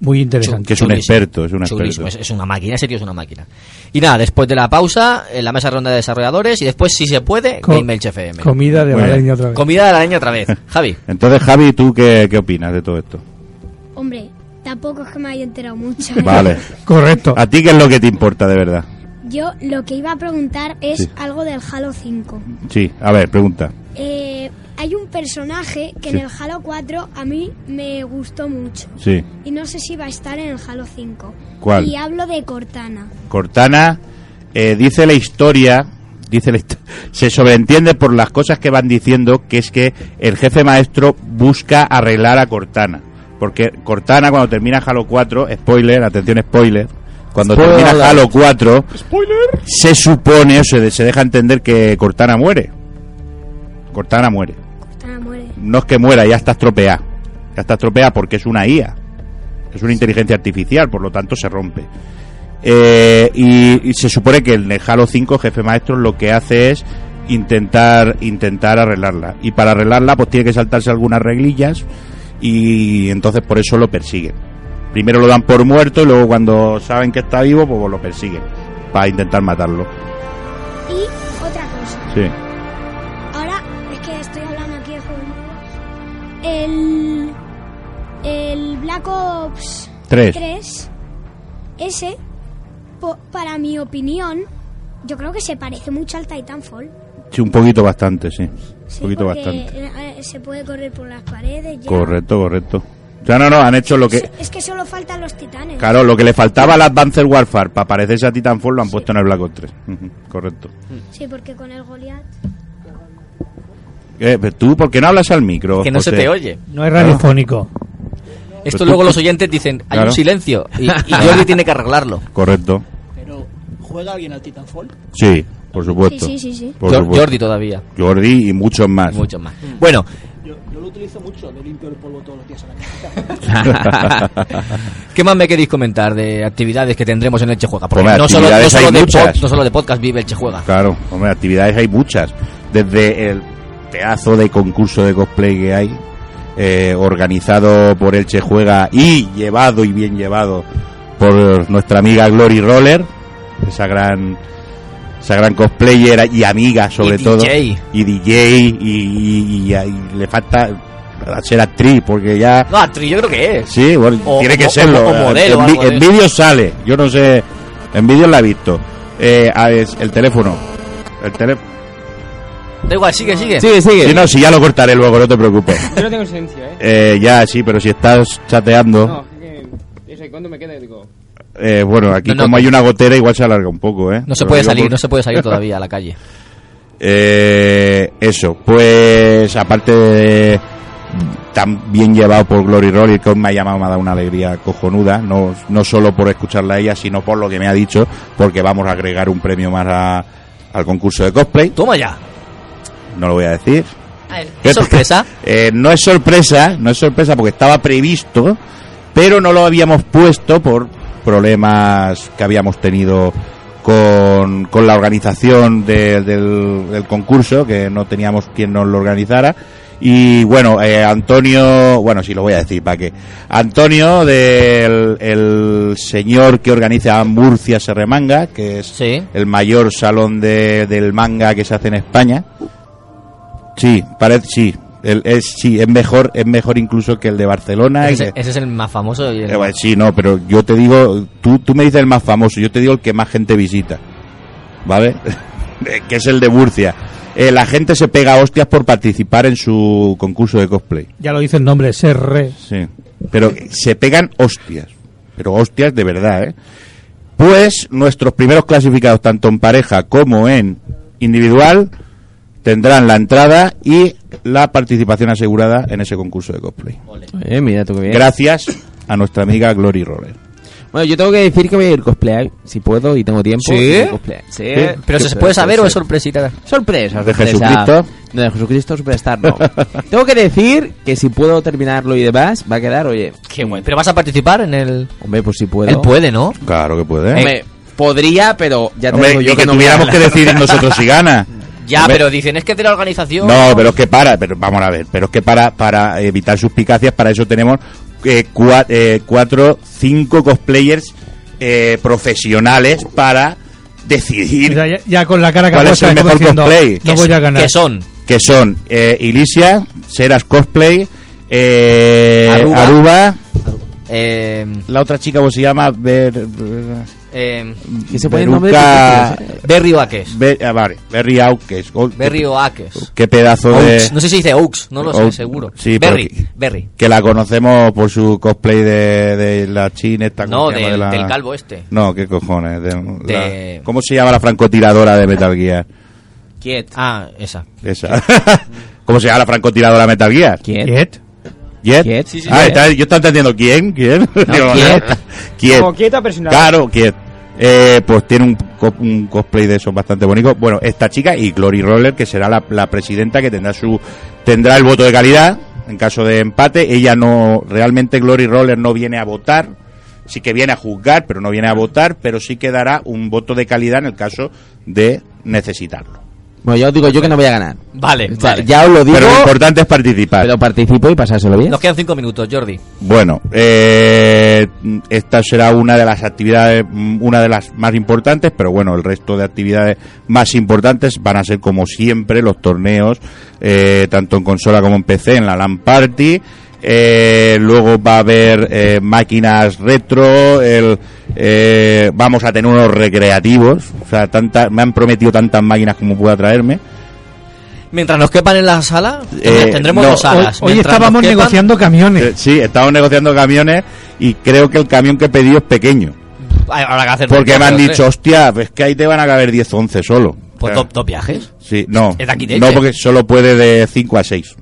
Speaker 12: Muy interesante.
Speaker 5: Que es un
Speaker 3: Chulísimo.
Speaker 5: experto, es un
Speaker 3: Chulísimo,
Speaker 5: experto.
Speaker 3: es, es una máquina, en serio es una máquina. Y nada, después de la pausa, en la mesa ronda de desarrolladores y después, si se puede,
Speaker 12: Co-
Speaker 3: Game Melch FM.
Speaker 12: Comida de
Speaker 5: Bueno.
Speaker 12: Valeria otra vez.
Speaker 3: Comida de la leña
Speaker 5: *laughs*
Speaker 3: otra vez. Javi,
Speaker 5: Entonces, Javi, ¿tú qué, qué opinas de todo
Speaker 12: *laughs*
Speaker 5: esto?
Speaker 8: Hombre, tampoco es que me haya enterado
Speaker 3: *laughs*
Speaker 8: mucho.
Speaker 5: Vale.
Speaker 12: Correcto.
Speaker 5: ¿A ti qué es lo que te importa de verdad?
Speaker 8: Yo lo que iba a preguntar es
Speaker 5: Sí.
Speaker 8: algo del Halo 5.
Speaker 5: Sí, a ver, pregunta.
Speaker 8: Eh, hay un personaje que
Speaker 5: Sí.
Speaker 8: en el Halo 4 a mí me gustó mucho.
Speaker 5: Sí.
Speaker 8: Y no sé si va a estar en el Halo 5.
Speaker 5: ¿Cuál?
Speaker 8: Y hablo de Cortana.
Speaker 5: Cortana eh, dice la historia, dice la histo- se sobreentiende por las cosas que van diciendo que es que el jefe maestro busca arreglar a Cortana, porque Cortana cuando termina Halo 4, spoiler, atención spoiler, cuando
Speaker 1: Spoiler.
Speaker 5: termina Halo 4, se supone o se, de- se deja entender que Cortana muere. Cortana muere.
Speaker 8: Cortana muere.
Speaker 5: No es que muera, ya está estropeada. Ya está estropeada porque es una IA. Es una inteligencia artificial, por lo tanto se rompe. Eh, y, y se supone que en el Halo 5 jefe maestro lo que hace es intentar intentar arreglarla. Y para arreglarla pues tiene que saltarse algunas reglillas y entonces por eso lo persiguen. Primero lo dan por muerto y luego cuando saben que está vivo pues lo persiguen para intentar matarlo.
Speaker 8: Y otra cosa.
Speaker 5: Sí.
Speaker 8: Ahora es que estoy hablando aquí de juegos nuevos. El, el Black Ops
Speaker 5: Tres.
Speaker 8: 3, ese, po- para mi opinión, yo creo que se parece mucho al Titanfall.
Speaker 5: Sí, un poquito bastante, sí.
Speaker 8: Sí,
Speaker 5: un poquito
Speaker 8: porque,
Speaker 5: bastante.
Speaker 8: eh, eh, se puede correr por las paredes. ya.
Speaker 5: Correcto, correcto. O sea, no, no, han hecho lo que...
Speaker 8: So- Es que solo faltan los titanes.
Speaker 5: Claro, lo que le faltaba al Advanced Warfare para parecerse a Titanfall lo han puesto en el Black Ops 3. Ujú, Correcto.
Speaker 8: Sí, porque con el Goliath.
Speaker 5: Eh, pero ¿Tú por qué no hablas al micro?
Speaker 3: que no se
Speaker 5: José?
Speaker 3: te oye.
Speaker 12: No es radiofónico.
Speaker 3: Esto
Speaker 5: tú-
Speaker 3: luego los oyentes dicen, hay
Speaker 5: Claro.
Speaker 3: un silencio
Speaker 5: *laughs*
Speaker 3: y, y Jordi tiene que arreglarlo.
Speaker 5: Correcto.
Speaker 13: Pero, ¿juega alguien al Titanfall?
Speaker 5: Sí, por supuesto.
Speaker 8: Sí, sí, sí, sí.
Speaker 5: Por
Speaker 3: Jor-
Speaker 5: supuesto.
Speaker 3: Jordi todavía,
Speaker 5: Jordi y muchos más. Mm.
Speaker 3: mucho más. Bueno,
Speaker 13: Yo, yo lo utilizo mucho, le limpio el polvo todos los días *laughs* a
Speaker 5: *laughs*
Speaker 13: la casa.
Speaker 3: ¿Qué más me queréis comentar de actividades que tendremos en el Chejuega? Porque
Speaker 5: Hombre,
Speaker 3: no solo, no,
Speaker 5: actividades
Speaker 3: solo
Speaker 5: hay
Speaker 3: de
Speaker 5: muchas.
Speaker 3: pod- no solo de podcast vive el Chejuega.
Speaker 5: Claro, hombre, actividades hay muchas. Desde el pedazo de concurso de cosplay que hay, eh, organizado por Elche Juega y llevado y bien llevado por nuestra amiga Glory Roller, esa gran esa gran cosplayer y amiga sobre
Speaker 3: Y
Speaker 5: todo
Speaker 3: DJ.
Speaker 5: y DJ y, y- y- y le falta ser actriz porque ya
Speaker 3: No, actriz yo creo que es.
Speaker 5: Sí, bueno,
Speaker 3: O-
Speaker 5: tiene
Speaker 3: o-
Speaker 5: que
Speaker 3: o-
Speaker 5: serlo.
Speaker 3: o modelo,
Speaker 5: en, vi-
Speaker 3: algo de
Speaker 5: en
Speaker 3: eso.
Speaker 5: vídeo sale, yo no sé. En vídeo la he visto. Eh, a ver, el teléfono. El teléfono.
Speaker 3: Da igual, sigue, sigue.
Speaker 11: Sigue, sigue.
Speaker 5: Sí, no, si ya lo cortaré luego, no te
Speaker 3: *laughs*
Speaker 5: preocupes.
Speaker 6: Yo no tengo silencio, ¿eh?
Speaker 5: Eh, ya, sí, pero si estás chateando,
Speaker 6: No, es que. pienso, ¿Cuánto me queda? Y Digo.
Speaker 5: eh, bueno, aquí
Speaker 3: No, no,
Speaker 5: como
Speaker 3: que-
Speaker 5: hay una gotera, igual se alarga un poco, ¿eh?
Speaker 3: No se
Speaker 5: Pero
Speaker 3: puede
Speaker 5: digo
Speaker 3: salir,
Speaker 5: por-
Speaker 3: no se puede salir todavía a la calle.
Speaker 5: Eh, eso, pues aparte de, tan bien llevado por Glory Roller que hoy me ha llamado me ha dado una alegría cojonuda no, no solo por escucharla a ella sino por lo que me ha dicho porque vamos a agregar un premio más a- al concurso de cosplay
Speaker 3: toma ya
Speaker 5: no lo voy a decir *laughs*
Speaker 3: ¿Es sorpresa?
Speaker 5: Eh, no es sorpresa, no es sorpresa porque estaba previsto, pero no lo habíamos puesto por problemas que habíamos tenido con, con la organización de- del, del concurso, que no teníamos quien nos lo organizara. Y bueno, eh, Antonio, bueno, sí lo voy a decir, ¿para qué? Antonio, del el señor que organiza Murcia se remanga, que es el mayor salón de- del manga que se hace en España. Sí, parece sí. El- es, sí, es mejor, es mejor incluso que el de Barcelona. y
Speaker 3: Ese,
Speaker 5: que-
Speaker 3: ese es el más famoso. y el-
Speaker 5: eh, bueno, sí, no, pero yo te digo, tú, tú me dices el más famoso, yo te digo el que más gente visita, ¿vale? *laughs* Eh, que es el de Murcia. Eh, la gente se pega a hostias por participar en su concurso de cosplay.
Speaker 12: Ya lo dice el nombre, SR.
Speaker 5: Sí. Pero se pegan hostias. Pero hostias de verdad, ¿eh? Pues nuestros primeros clasificados, tanto en pareja como en individual, tendrán la entrada y la participación asegurada en ese concurso de cosplay.
Speaker 11: Eh, mira tú qué bien.
Speaker 5: Gracias a nuestra amiga Glory Roller.
Speaker 11: Bueno, yo tengo que decir que voy a ir cosplay, si puedo y tengo tiempo.
Speaker 3: ¿Sí?
Speaker 11: voy a cosplayar. Sí.
Speaker 3: Sí. ¿Pero se puede saber o es sorpresita?
Speaker 11: Sorpresa,
Speaker 5: ¿De
Speaker 11: sorpresa.
Speaker 5: Jesucristo?
Speaker 11: No, de Jesucristo Superstar
Speaker 5: *laughs*
Speaker 11: no. tengo que decir que si puedo terminarlo y demás, va a quedar, oye...
Speaker 3: Qué bueno. ¿Pero vas a participar en el...?
Speaker 11: Hombre, pues si puedo.
Speaker 3: Él puede, ¿no?
Speaker 5: Claro que puede.
Speaker 11: Hombre, podría, pero ya te
Speaker 5: ¿Eh? Hombre,
Speaker 11: digo yo
Speaker 5: y que
Speaker 11: no
Speaker 5: tuviéramos
Speaker 11: voy a
Speaker 5: que
Speaker 11: ganar.
Speaker 5: decidir nosotros si gana.
Speaker 3: Ya,
Speaker 5: Hombre,
Speaker 3: pero dicen, es que es de la organización...
Speaker 5: No, pero es que para, pero vamos a ver, pero es que para, para evitar suspicacias, para eso tenemos eh, cua- eh, cuatro, cinco cosplayers eh, profesionales para decidir
Speaker 12: Mira, ya, ya con la cara que
Speaker 5: cuál
Speaker 12: ha
Speaker 5: es
Speaker 12: puesto,
Speaker 5: el
Speaker 12: como
Speaker 5: mejor
Speaker 12: diciendo,
Speaker 5: cosplay.
Speaker 12: No voy a ganar.
Speaker 5: Que son eh, Ilicia, Seras Cosplay, eh,
Speaker 3: Aruba.
Speaker 5: Aruba.
Speaker 3: Eh,
Speaker 5: la otra chica, ¿cómo se llama? Ver,
Speaker 3: eh,
Speaker 11: Que
Speaker 5: se
Speaker 11: puede nombrar
Speaker 3: Berry Oakes.
Speaker 5: ah, vale, Berry Aukes. Oh, qué-
Speaker 3: Berry Oakes.
Speaker 5: Qué pedazo de...
Speaker 3: Oaks, No sé si dice Oaks, no lo sé,
Speaker 5: Oaks,
Speaker 3: seguro.
Speaker 5: sí, pero
Speaker 3: Berry,
Speaker 5: que-
Speaker 3: Berry.
Speaker 5: Que la conocemos por su cosplay de, de la china esta ¿cómo
Speaker 3: No,
Speaker 5: se llama?
Speaker 3: del-
Speaker 5: De la-
Speaker 3: del calvo este.
Speaker 5: No, qué cojones. de-
Speaker 3: De-
Speaker 5: la- ¿Cómo se llama la francotiradora de Metal Gear?
Speaker 3: Kiet. Ah, esa.
Speaker 5: Esa. *laughs* ¿Cómo se llama la francotiradora de Metal Gear?
Speaker 11: ¿Quién?
Speaker 5: ¿Quién?
Speaker 11: Sí, sí,
Speaker 5: ah,
Speaker 11: Kiet.
Speaker 5: está- yo estaba entendiendo quién, quién. *laughs* Digo,
Speaker 11: Kiet.
Speaker 5: Kiet.
Speaker 6: Como quieta, pero sin nada.
Speaker 5: Claro, Kiet. Eh, pues tiene un, co- un cosplay de esos bastante bonito. Bueno, esta chica y Glory Roller, que será la, la presidenta que tendrá su tendrá el voto de calidad en caso de empate. Ella no realmente Glory Roller no viene a votar, sí que viene a juzgar, pero no viene a votar, pero sí que dará un voto de calidad en el caso de necesitarlo.
Speaker 11: *laughs* Bueno, ya os digo yo que no voy a ganar.
Speaker 3: Vale,
Speaker 11: O sea,
Speaker 3: vale.
Speaker 11: Ya os lo digo,
Speaker 5: Pero lo
Speaker 11: pero,
Speaker 5: importante es participar.
Speaker 11: participo y pasárselo bien.
Speaker 3: Nos quedan cinco minutos, Jordi.
Speaker 5: Bueno, eh, esta será una de las actividades, mm, una de las más importantes, pero bueno, el resto de actividades más importantes van a ser como siempre los torneos, eh, tanto en consola como en PC, en la LAN Party. Eh, luego va a haber eh, máquinas retro, el, eh, vamos a tener unos recreativos, o sea, tanta, me han prometido tantas máquinas como pueda traerme.
Speaker 3: Mientras nos quepan en la sala,
Speaker 5: Eh,
Speaker 3: tendremos
Speaker 5: no.
Speaker 3: dos salas.
Speaker 12: Hoy
Speaker 3: Mientras
Speaker 12: estábamos
Speaker 3: nos quepan-
Speaker 12: negociando camiones.
Speaker 5: Eh, sí, estamos negociando camiones y creo que el camión que he pedido es pequeño.
Speaker 3: Ah, Habrá que hacer
Speaker 5: Porque
Speaker 3: dos,
Speaker 5: me han
Speaker 3: tres.
Speaker 5: dicho, hostia, es que ahí te van a caber 10 o 11 solo.
Speaker 3: Pues
Speaker 5: O sea,
Speaker 3: dos, dos viajes.
Speaker 5: sí, no.
Speaker 3: es de aquí de este.
Speaker 5: no,
Speaker 3: Elche.
Speaker 5: porque solo puede de 5 a 6.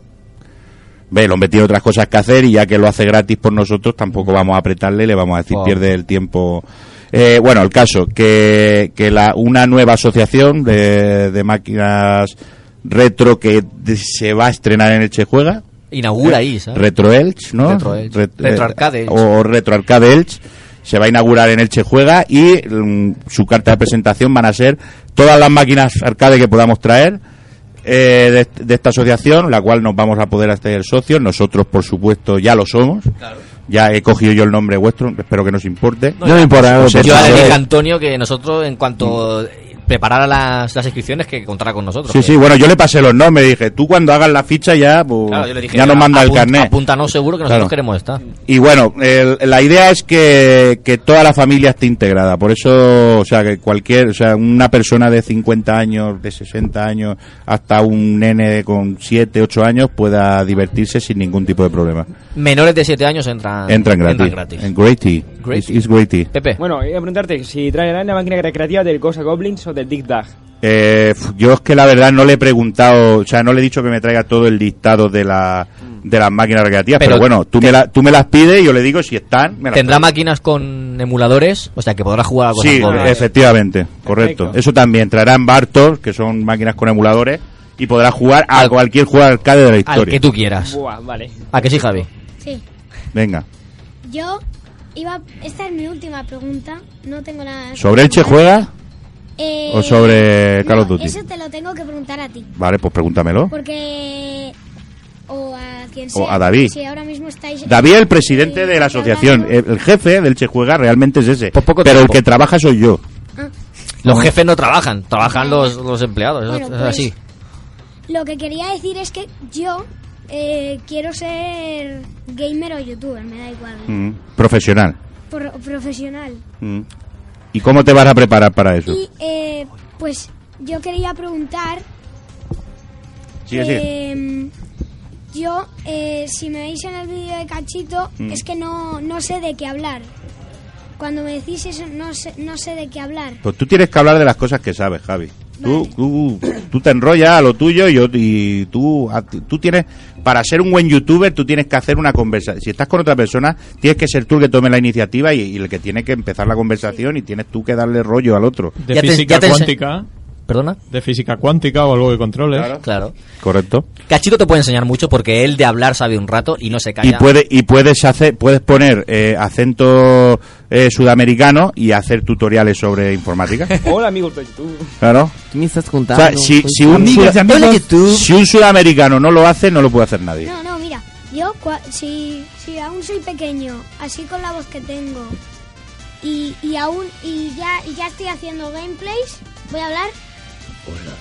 Speaker 5: Ve, el hombre tiene otras cosas que hacer y ya que lo hace gratis por nosotros, tampoco vamos a apretarle, le vamos a decir,
Speaker 3: Wow.
Speaker 5: pierde el tiempo. Eh, bueno, el caso, que, que la, una nueva asociación de, de máquinas retro que de- se va a estrenar en Elche Juega,
Speaker 3: Inaugura ahí, ¿sabes?
Speaker 5: Retro Elch, Eh, ¿no?
Speaker 3: Retro Elch.
Speaker 5: Ret-
Speaker 3: Retro Arcade Elch.
Speaker 5: O Retro Arcade Elch. Se va a inaugurar en Elche Juega y mm, su carta de presentación van a ser todas las máquinas arcade que podamos traer eh, de, de esta asociación, la cual nos vamos a poder hacer socios. Nosotros, por supuesto, ya lo somos. Ya he cogido yo el nombre vuestro, espero que nos importe.
Speaker 11: No me importa, no me
Speaker 5: Vosotros
Speaker 11: importa.
Speaker 3: Yo ahora le
Speaker 5: sois-
Speaker 3: dije a Antonio que nosotros, en cuanto preparara las, las inscripciones, que contara con nosotros.
Speaker 5: mm. Sí,
Speaker 3: Que-
Speaker 5: sí, bueno, yo le pasé los nombres, dije, tú cuando hagas la ficha ya, pues,
Speaker 3: Claro, yo le dije,
Speaker 5: ya nos manda el
Speaker 3: apunt-
Speaker 5: carnet.
Speaker 3: Apúntanos seguro que nosotros
Speaker 5: Claro.
Speaker 3: queremos estar.
Speaker 5: Y bueno, el- la idea es que, que toda la familia esté integrada. Por eso, o sea, que cualquier, o sea, una persona de 50 años, de 60 años, hasta un nene con 7, 8 años pueda divertirse sin ningún tipo de problema.
Speaker 3: Menores de 7 años entran,
Speaker 5: Entran gratis. En Grady.
Speaker 3: Grady.
Speaker 5: It's- it's Grady.
Speaker 3: Pepe.
Speaker 6: Bueno, iba a preguntarte si traerán la máquina recreativa del Cosa Goblins o del Dick Dag.
Speaker 5: Eh, f- yo es que la verdad no le he preguntado, o sea, no le he dicho que me traiga todo el listado de la de las máquinas recreativas.
Speaker 3: Pero
Speaker 5: Pero, bueno, tú me, la- tú me las pides y yo le digo si están. me las
Speaker 3: Tendrá
Speaker 5: traigo.
Speaker 3: máquinas con emuladores, o sea que podrá jugar a cosas
Speaker 5: Sí,
Speaker 3: pobres.
Speaker 5: efectivamente, correcto. Eso también traerán Bartos, que son máquinas con emuladores, y podrás jugar a cualquier juego arcade de la
Speaker 3: Al
Speaker 5: historia.
Speaker 3: que tú quieras.
Speaker 6: Buah, vale.
Speaker 3: ¿A que sí, Javi?
Speaker 8: Sí.
Speaker 5: Venga.
Speaker 8: Yo iba. Esta es mi última pregunta. No tengo nada.
Speaker 5: ¿Sobre Elche juega
Speaker 8: Eh,
Speaker 5: o sobre Call of
Speaker 8: no,
Speaker 5: Duty?
Speaker 8: Eso te lo tengo que preguntar a ti.
Speaker 5: Vale, pues pregúntamelo.
Speaker 8: Porque. O a quien sea.
Speaker 5: O a David.
Speaker 8: Si ahora mismo estáis.
Speaker 5: David, el presidente de la asociación, el el jefe del Che Juega realmente es ese. pero el
Speaker 3: Pues tiempo.
Speaker 5: que trabaja soy yo.
Speaker 3: Los jefes no trabajan, trabajan los, los empleados, eso
Speaker 8: Bueno,
Speaker 3: es
Speaker 8: pues-
Speaker 3: así.
Speaker 8: Lo que quería decir es que yo eh, quiero ser gamer o youtuber, me da igual.
Speaker 5: Mm, Profesional.
Speaker 8: Pro- profesional.
Speaker 5: Mm. ¿Y cómo te vas a preparar para eso?
Speaker 8: Y eh, pues yo quería preguntar.
Speaker 5: Sigue, sigue.
Speaker 8: eh, yo, eh, si me veis en el vídeo de Cachito,
Speaker 5: Mm.
Speaker 8: es que no, no sé de qué hablar. Cuando me decís eso, no sé, no sé de qué hablar.
Speaker 5: Pues tú tienes que hablar de las cosas que sabes, Javi. Tú, tú, tú te enrollas a lo tuyo y, yo- y tú, a ti- tú tienes, para ser un buen youtuber, tú tienes que hacer una conversación. Si estás con otra persona, tienes que ser tú el que tome la iniciativa y, y el que tiene que empezar la conversación y tienes tú que darle rollo al otro.
Speaker 7: De física cuántica.
Speaker 3: ¿Perdona?
Speaker 7: De física cuántica o algo de controles.
Speaker 3: Claro. claro.
Speaker 5: Correcto.
Speaker 3: Cachito te puede enseñar mucho porque él de hablar sabe un rato y no se calla.
Speaker 5: Y, puede, y puedes hacer puedes poner eh, acento eh, sudamericano y hacer tutoriales sobre
Speaker 11: *laughs*
Speaker 5: informática.
Speaker 6: *laughs* Hola, amigos de YouTube.
Speaker 5: Claro.
Speaker 11: ¿Qué me estás
Speaker 5: O
Speaker 11: contando?
Speaker 5: sea, si, si un,
Speaker 11: Amigos,
Speaker 5: suda-
Speaker 11: amigos.
Speaker 5: si un sudamericano no lo hace, no lo puede hacer nadie.
Speaker 8: No, no, mira, yo cua- si, si aún soy pequeño, así con la voz que tengo, y, y aún y ya, y ya estoy haciendo gameplays, voy a hablar.
Speaker 14: Hola,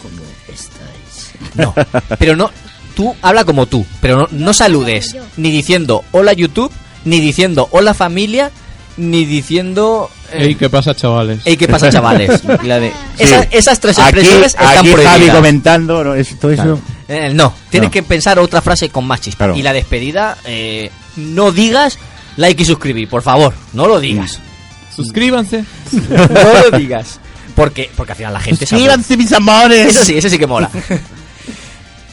Speaker 14: ¿cómo estáis?
Speaker 3: No, pero no, tú habla como tú, pero no, no saludes ni diciendo hola YouTube, ni diciendo hola familia, ni diciendo... eh,
Speaker 7: Ey, ¿qué pasa, chavales?
Speaker 3: Ey, ¿qué
Speaker 7: *laughs*
Speaker 5: *laughs*
Speaker 3: pasa, chavales? Esa-
Speaker 7: Sí.
Speaker 3: Esas tres
Speaker 7: Aquí-
Speaker 3: expresiones están
Speaker 5: Aquí
Speaker 3: prohibidas.
Speaker 5: Javi comentando ¿no? Es- todo eso.
Speaker 3: Claro. Eh, no, tienes
Speaker 5: No.
Speaker 3: que pensar otra frase con más chispa.
Speaker 5: Claro.
Speaker 3: Y la despedida, eh, no digas like y suscribir, por favor, no lo digas.
Speaker 5: Mm.
Speaker 7: Suscríbanse.
Speaker 3: no
Speaker 5: *laughs*
Speaker 3: lo digas. Porque, porque al final la gente... se aburre.
Speaker 5: Suscríbanse, mis amores.
Speaker 3: Eso sí, ese sí
Speaker 5: *laughs*
Speaker 3: que mola.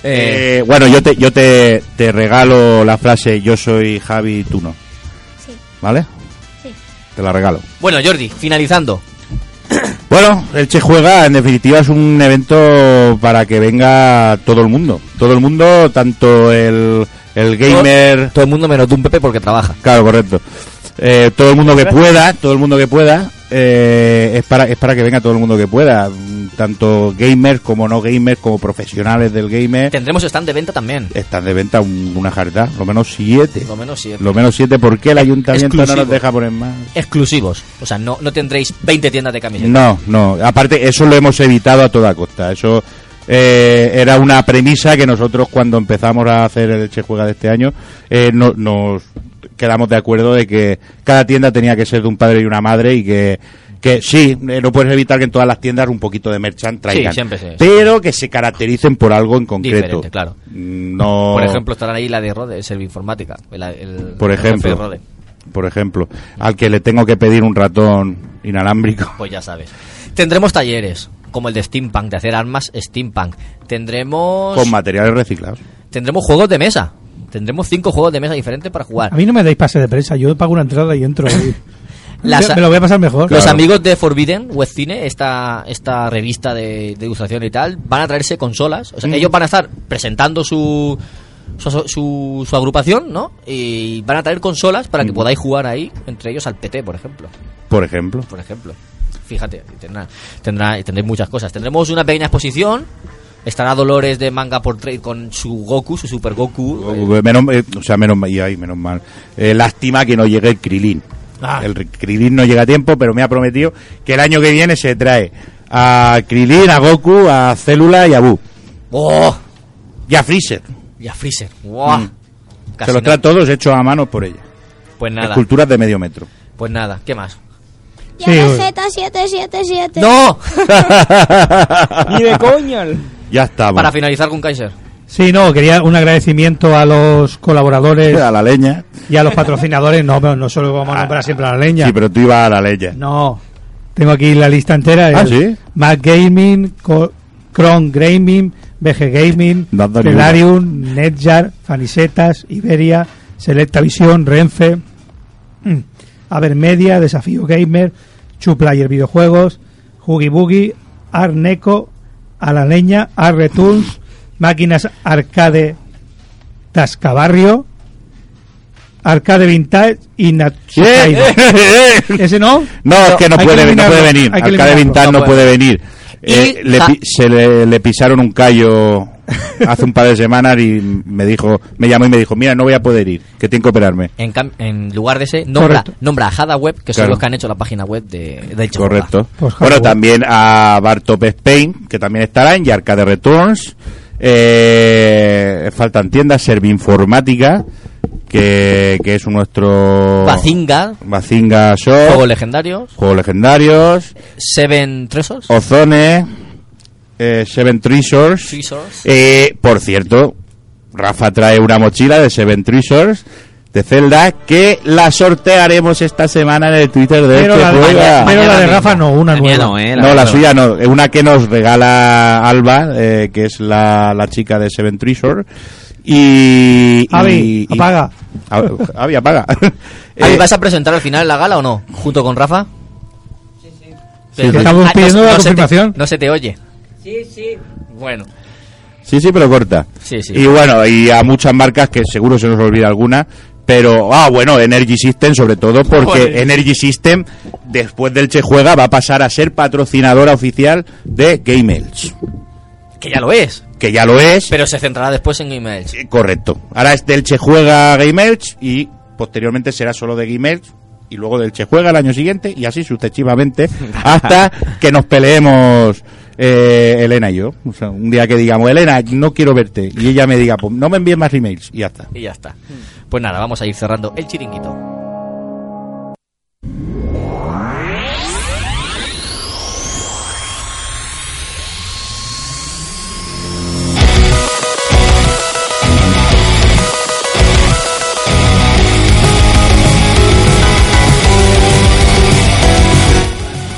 Speaker 5: Eh, bueno, yo te, yo te, te regalo la frase yo soy Javi, tú no. ¿Vale?
Speaker 8: Sí.
Speaker 5: Te la regalo.
Speaker 3: Bueno, Jordi, finalizando.
Speaker 5: Bueno, el Che Juega en definitiva es un evento para que venga todo el mundo. Todo el mundo, tanto el, el gamer... Todo,
Speaker 3: el mundo menos un Pepe porque trabaja.
Speaker 5: Claro, correcto. Eh, todo el mundo que pueda, todo el mundo que pueda, eh, es, para, es para que venga todo el mundo que pueda. Mm, Tanto gamers como no gamers, como profesionales del gamer.
Speaker 3: Tendremos stand de venta también.
Speaker 5: Están de venta un- una jarda, lo menos siete.
Speaker 3: Lo menos siete.
Speaker 5: Lo menos siete, ¿por qué el ayuntamiento no
Speaker 3: Exclusivo.
Speaker 5: nos deja poner más?
Speaker 3: Exclusivos. O sea, no, no tendréis 20 tiendas de camisetas.
Speaker 5: No, no. Aparte, eso lo hemos evitado a toda costa. Eso eh, era una premisa que nosotros cuando empezamos a hacer el Che Juega de este año, eh, no- nos quedamos de acuerdo de que cada tienda tenía que ser de un padre y una madre y que, que sí, eh, no puedes evitar que en todas las tiendas un poquito de merchant traigan.
Speaker 3: siempre se-
Speaker 5: Pero que se caractericen por algo en concreto. Mm,
Speaker 3: Diferente, claro.
Speaker 5: No,
Speaker 3: Por ejemplo, estará ahí la de Rode, Servinformática. El, el-
Speaker 5: por
Speaker 3: el jefe de
Speaker 5: ejemplo,
Speaker 3: Rode.
Speaker 5: por ejemplo, al que le tengo que pedir un ratón inalámbrico.
Speaker 3: Pues ya sabes. Tendremos talleres, como el de Steampunk, de hacer armas Steampunk. Tendremos.
Speaker 5: Con materiales reciclados.
Speaker 3: Tendremos juegos de mesa. Tendremos cinco juegos de mesa diferentes para jugar.
Speaker 12: A mí no me dais pase de prensa, yo pago una entrada y entro. ahí.
Speaker 3: *laughs* Las-
Speaker 12: me lo voy a pasar mejor.
Speaker 3: Los amigos de Forbidden Web Cine, esta, esta revista de, de ilustración y tal, van a traerse consolas. O sea,
Speaker 12: Mm.
Speaker 3: ellos van a estar presentando su su, su- su agrupación, ¿no? Y van a traer consolas para que podáis jugar ahí, entre ellos al PT, por ejemplo.
Speaker 5: Por ejemplo.
Speaker 3: Por ejemplo. Fíjate, tendrá, tendrá, tendréis muchas cosas. Tendremos una pequeña exposición. Estará Dolores de Manga Portrait con su Goku, su Super Goku. eh,
Speaker 5: Menos, eh, o sea, menos mal, y ahí, menos mal. Eh, lástima que no llegue el Krilin.
Speaker 3: Ah.
Speaker 5: El ri- Krilin no llega a tiempo, pero me ha prometido que el año que viene se trae a Krilin, a Goku, a Célula y a Bu.
Speaker 3: ¡Oh!
Speaker 5: Y a Freezer.
Speaker 3: y a Freezer. ¡Guau!
Speaker 5: Mm.
Speaker 3: Casi
Speaker 5: se los
Speaker 3: nada.
Speaker 5: trae todos hechos a mano por ella.
Speaker 3: Pues nada.
Speaker 5: Esculturas de medio metro.
Speaker 3: Pues nada, ¿qué más?
Speaker 8: Y Z777.
Speaker 3: ¡No!
Speaker 12: *laughs* Ni de
Speaker 6: coña.
Speaker 5: Ya estamos.
Speaker 3: Para finalizar con Kaiser.
Speaker 12: Sí, no, quería un agradecimiento a los
Speaker 5: *laughs*
Speaker 12: colaboradores.
Speaker 5: A la leña.
Speaker 12: Y a los patrocinadores. No, no solo vamos a nombrar siempre a la leña.
Speaker 5: Sí, pero tú ibas a la leña.
Speaker 12: No, tengo aquí la lista entera.
Speaker 5: Ah,
Speaker 12: El
Speaker 5: ¿sí?
Speaker 12: Mac Gaming, Co- Chrome Gaming, BG Gaming,
Speaker 5: Dándole una.
Speaker 12: Telarium, Netjar, Fanisetas, Iberia, Selecta Visión, Renfe, mm, Avermedia, Desafío Gamer, Chuplayer Videojuegos, Huggy Boogie, Arneco, A la Leña, Arretools, Máquinas Arcade Tascabarrio, Arcade Vintage y Natsukai.
Speaker 5: *laughs*
Speaker 12: ¿Ese no?
Speaker 5: No, es que no
Speaker 12: hay
Speaker 5: puede, no
Speaker 12: eliminarlo,
Speaker 5: puede venir.
Speaker 12: hay que
Speaker 5: Alcalde
Speaker 12: eliminarlo.
Speaker 5: Vintal no, puede venir. Eh,
Speaker 12: Y ah,
Speaker 5: le
Speaker 12: ta-
Speaker 5: pi- se le, le pisaron un callo hace un par de semanas y me dijo, me llamó y me dijo, mira, no voy a poder ir, que tengo que operarme.
Speaker 3: En, cam- en lugar de ese, nombra,
Speaker 5: Correcto.
Speaker 3: nombra a Hada Web, que son
Speaker 5: Claro.
Speaker 3: los que han hecho la página web de, del Chorra.
Speaker 5: Correcto.
Speaker 3: Pues
Speaker 5: bueno,
Speaker 3: Hardware.
Speaker 5: también a Bartop Spain, que también estará en y Arcade Returns. Eh, faltan tiendas, Servinformática, que, que es nuestro...
Speaker 3: Bazinga.
Speaker 5: Bazinga Shop.
Speaker 3: Juegos legendarios.
Speaker 5: Juegos legendarios.
Speaker 3: Seven Treasures.
Speaker 5: Ozone. eh, Seven Treasures.
Speaker 3: Treasures.
Speaker 5: Eh, por cierto, Rafa trae una mochila de Seven Treasures de Zelda que la sortearemos esta semana en el Twitter de
Speaker 12: Pero
Speaker 5: este
Speaker 12: la, de-
Speaker 5: juega.
Speaker 12: pero la de Rafa no, una nueva.
Speaker 5: No, la suya no. eh, Una que nos regala Alba, eh, que es la, la chica de Seven Treasure. Y. y-
Speaker 3: Javi,
Speaker 5: y-
Speaker 3: apaga.
Speaker 5: A- Javi, apaga. *laughs* Eh.
Speaker 3: Ahí ¿Vas a presentar al final la gala o no? ¿Junto con Rafa? ah,
Speaker 5: Sí, sí. Estamos pidiendo la
Speaker 3: se te-
Speaker 5: confirmación.
Speaker 3: no se te oye. Sí, sí. Bueno.
Speaker 5: Sí, sí, pero corta.
Speaker 3: Sí, sí.
Speaker 5: Y bueno, y a muchas marcas que seguro se nos olvida alguna. Pero, ah, bueno, Energy System sobre todo, porque
Speaker 12: Joder.
Speaker 5: Energy System, después del Che Juega, va a pasar a ser patrocinadora oficial de Game Elch,
Speaker 3: Que ya lo es.
Speaker 5: Que ya lo es,
Speaker 3: Pero se centrará después en emails.
Speaker 5: correcto. Ahora es del Che Juega a Game Elch y posteriormente será solo de Game Elch y luego del Che Juega el año siguiente y así sucesivamente hasta que nos peleemos eh, Elena y yo. O sea, un día que digamos, Elena, no quiero verte. Y ella me diga, pues no me envíes más emails y ya está.
Speaker 3: Y ya está. Pues nada, vamos a ir cerrando el chiringuito.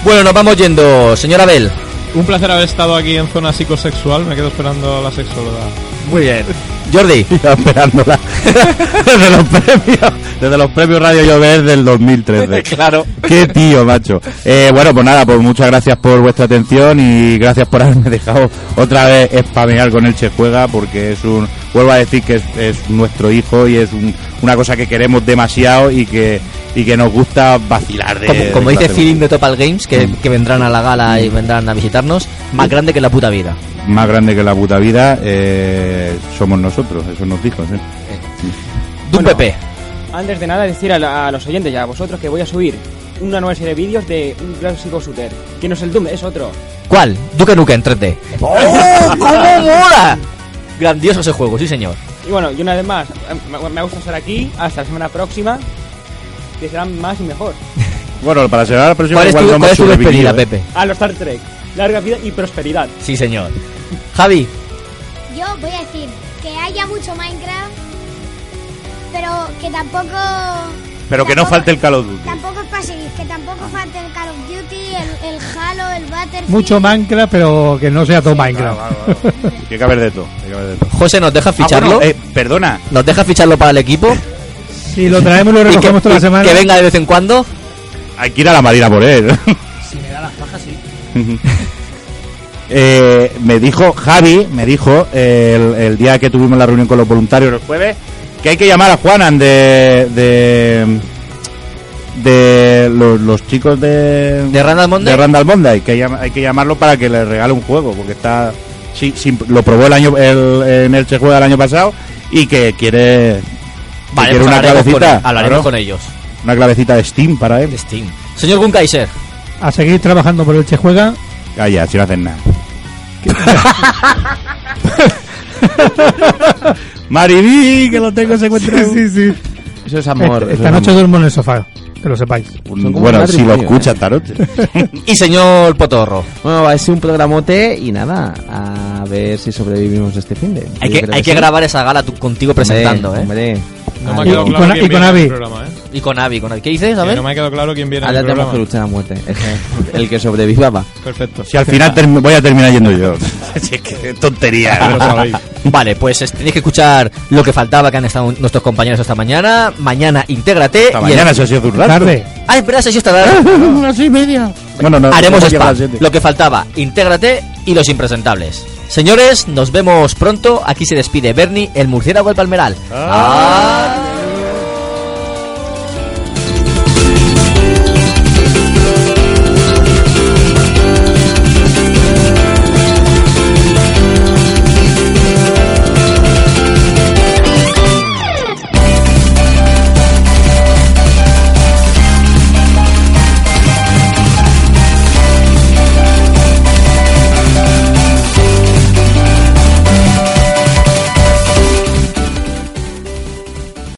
Speaker 3: Bueno, nos vamos yendo, señor Abel.
Speaker 7: Un placer haber estado aquí en zona psicosexual. Me quedo esperando a la sexóloga.
Speaker 3: Muy bien. *laughs* Jordi.
Speaker 5: esperándola. *laughs* desde los premios, desde los premios Radio Llover del 2013.
Speaker 3: *laughs* Claro.
Speaker 5: Qué tío, macho. Eh, bueno, pues nada, pues muchas gracias por vuestra atención y gracias por haberme dejado otra vez spamear con el Che Juega porque es un, vuelvo a decir que es, es nuestro hijo y es un- una cosa que queremos demasiado y que, y que nos gusta vacilar de
Speaker 3: como, como
Speaker 5: de
Speaker 3: dice
Speaker 5: clase.
Speaker 3: Feeling de Topal Games, que, que vendrán a la gala y vendrán a visitarnos, más grande que la puta vida.
Speaker 5: Más grande que la puta vida eh, somos nosotros, eso nos dijo. ¿sí?
Speaker 3: Dun Eh. Pepe.
Speaker 6: Antes de nada, decir a, la- a los oyentes y a vosotros que voy a subir una nueva serie de vídeos de un clásico shooter. Que no es el Doom, es otro.
Speaker 3: ¿Cuál? Duke Nukem 3D. ¡Oh,
Speaker 6: *laughs*
Speaker 3: cómo
Speaker 5: ¡Ah!
Speaker 3: mola! Grandioso ese juego, sí señor.
Speaker 6: Y bueno, y una vez más, em, me, me gusta estar aquí. Hasta la semana próxima. Que serán más y mejor.
Speaker 5: Bueno, para cerrar la próxima
Speaker 3: ¿Cuál es
Speaker 5: igual
Speaker 3: tu-
Speaker 5: vamos
Speaker 3: cuál es tu
Speaker 5: sobre
Speaker 3: despedida,
Speaker 5: vinilo, ¿eh?
Speaker 3: Pepe?
Speaker 6: A los Star Trek. Larga vida y prosperidad.
Speaker 3: Sí señor. Javi,
Speaker 8: Yo voy a decir que haya mucho Minecraft, pero que tampoco
Speaker 5: Pero que no falte el Call of Duty.
Speaker 8: tampoco os paséis, que tampoco falte el Call of Duty, el, el Halo, el Battlefield.
Speaker 12: Mucho Minecraft, pero que no sea todo Minecraft. *laughs*
Speaker 5: Tiene que haber de todo. tiene que haber de todo.
Speaker 3: José, ¿nos deja ficharlo?
Speaker 5: bueno, eh, perdona.
Speaker 3: ¿Nos deja ficharlo para el equipo?
Speaker 12: Si lo traemos, lo recogemos toda la semana.
Speaker 3: Que venga de vez en cuando.
Speaker 5: Hay que ir a la Marina por él. *laughs*
Speaker 13: Si me da las pajas, sí.
Speaker 5: Eh, me dijo Javi, me dijo eh, el, el día que tuvimos la reunión con los voluntarios el jueves, que hay que llamar a Juanan de. de. de los, los chicos de.
Speaker 3: ¿De Randall Monday?
Speaker 5: de Randall Monday, que hay, hay que llamarlo para que le regale un juego, porque está. Sí, sí, lo probó el año el, en el Che Juega el año pasado y que quiere. que
Speaker 3: Vale,
Speaker 5: quiere
Speaker 3: pues
Speaker 5: una
Speaker 3: hablaremos con
Speaker 5: clavecita.
Speaker 3: él, hablaremos
Speaker 5: claro,
Speaker 3: con ellos.
Speaker 5: Una clavecita de Steam para él.
Speaker 3: Steam. Señor Gunkaiser.
Speaker 12: A seguir trabajando por el Che Juega.
Speaker 5: Calla, si no hacen
Speaker 12: *laughs*
Speaker 5: nada. Mariví, que lo tengo secuestrado.
Speaker 12: Sí, sí.
Speaker 11: Eso es amor.
Speaker 12: Esta-
Speaker 11: eso
Speaker 12: Esta
Speaker 11: es
Speaker 12: noche
Speaker 11: amor.
Speaker 12: duermo en el sofá, que lo sepáis.
Speaker 5: Bueno, si lo escucha Tarot.
Speaker 3: *laughs* Y señor Potorro.
Speaker 11: Bueno, va a ser un programote y nada, a ver si sobrevivimos este fin de.
Speaker 3: Hay que, hay que grabar esa gala tú- contigo presentando, ¿eh?
Speaker 7: No me ha quedado claro quién viene en el programa, ¿eh?
Speaker 3: Y con Avi, con Avi. ¿Qué dices? A
Speaker 7: Que
Speaker 3: ver.
Speaker 7: no me ha quedado claro quién viene en
Speaker 11: Ahora
Speaker 7: el
Speaker 11: tenemos que
Speaker 7: programa.
Speaker 11: luchar a muerte. El que sobreviva va.
Speaker 7: Perfecto.
Speaker 5: Si al final termi- voy a terminar yendo yo.
Speaker 3: *laughs*
Speaker 5: Así que tontería.
Speaker 3: Ya lo sabéis. *laughs* Vale, pues es- tenéis que escuchar lo que faltaba que han estado nuestros compañeros hasta mañana. Mañana intégrate.
Speaker 5: Hasta mañana, si ha sido de un rato. Tarde.
Speaker 3: Ah, espera, si está tarde.
Speaker 12: *laughs*
Speaker 5: Unas y media. Bueno, no,
Speaker 3: Haremos
Speaker 5: no llega a
Speaker 3: spa.
Speaker 5: las siete.
Speaker 3: Lo que faltaba, intégrate y los impresentables. Señores, nos vemos pronto. Aquí se despide Bernie, el murciélago del Palmeral. ¡Adiós!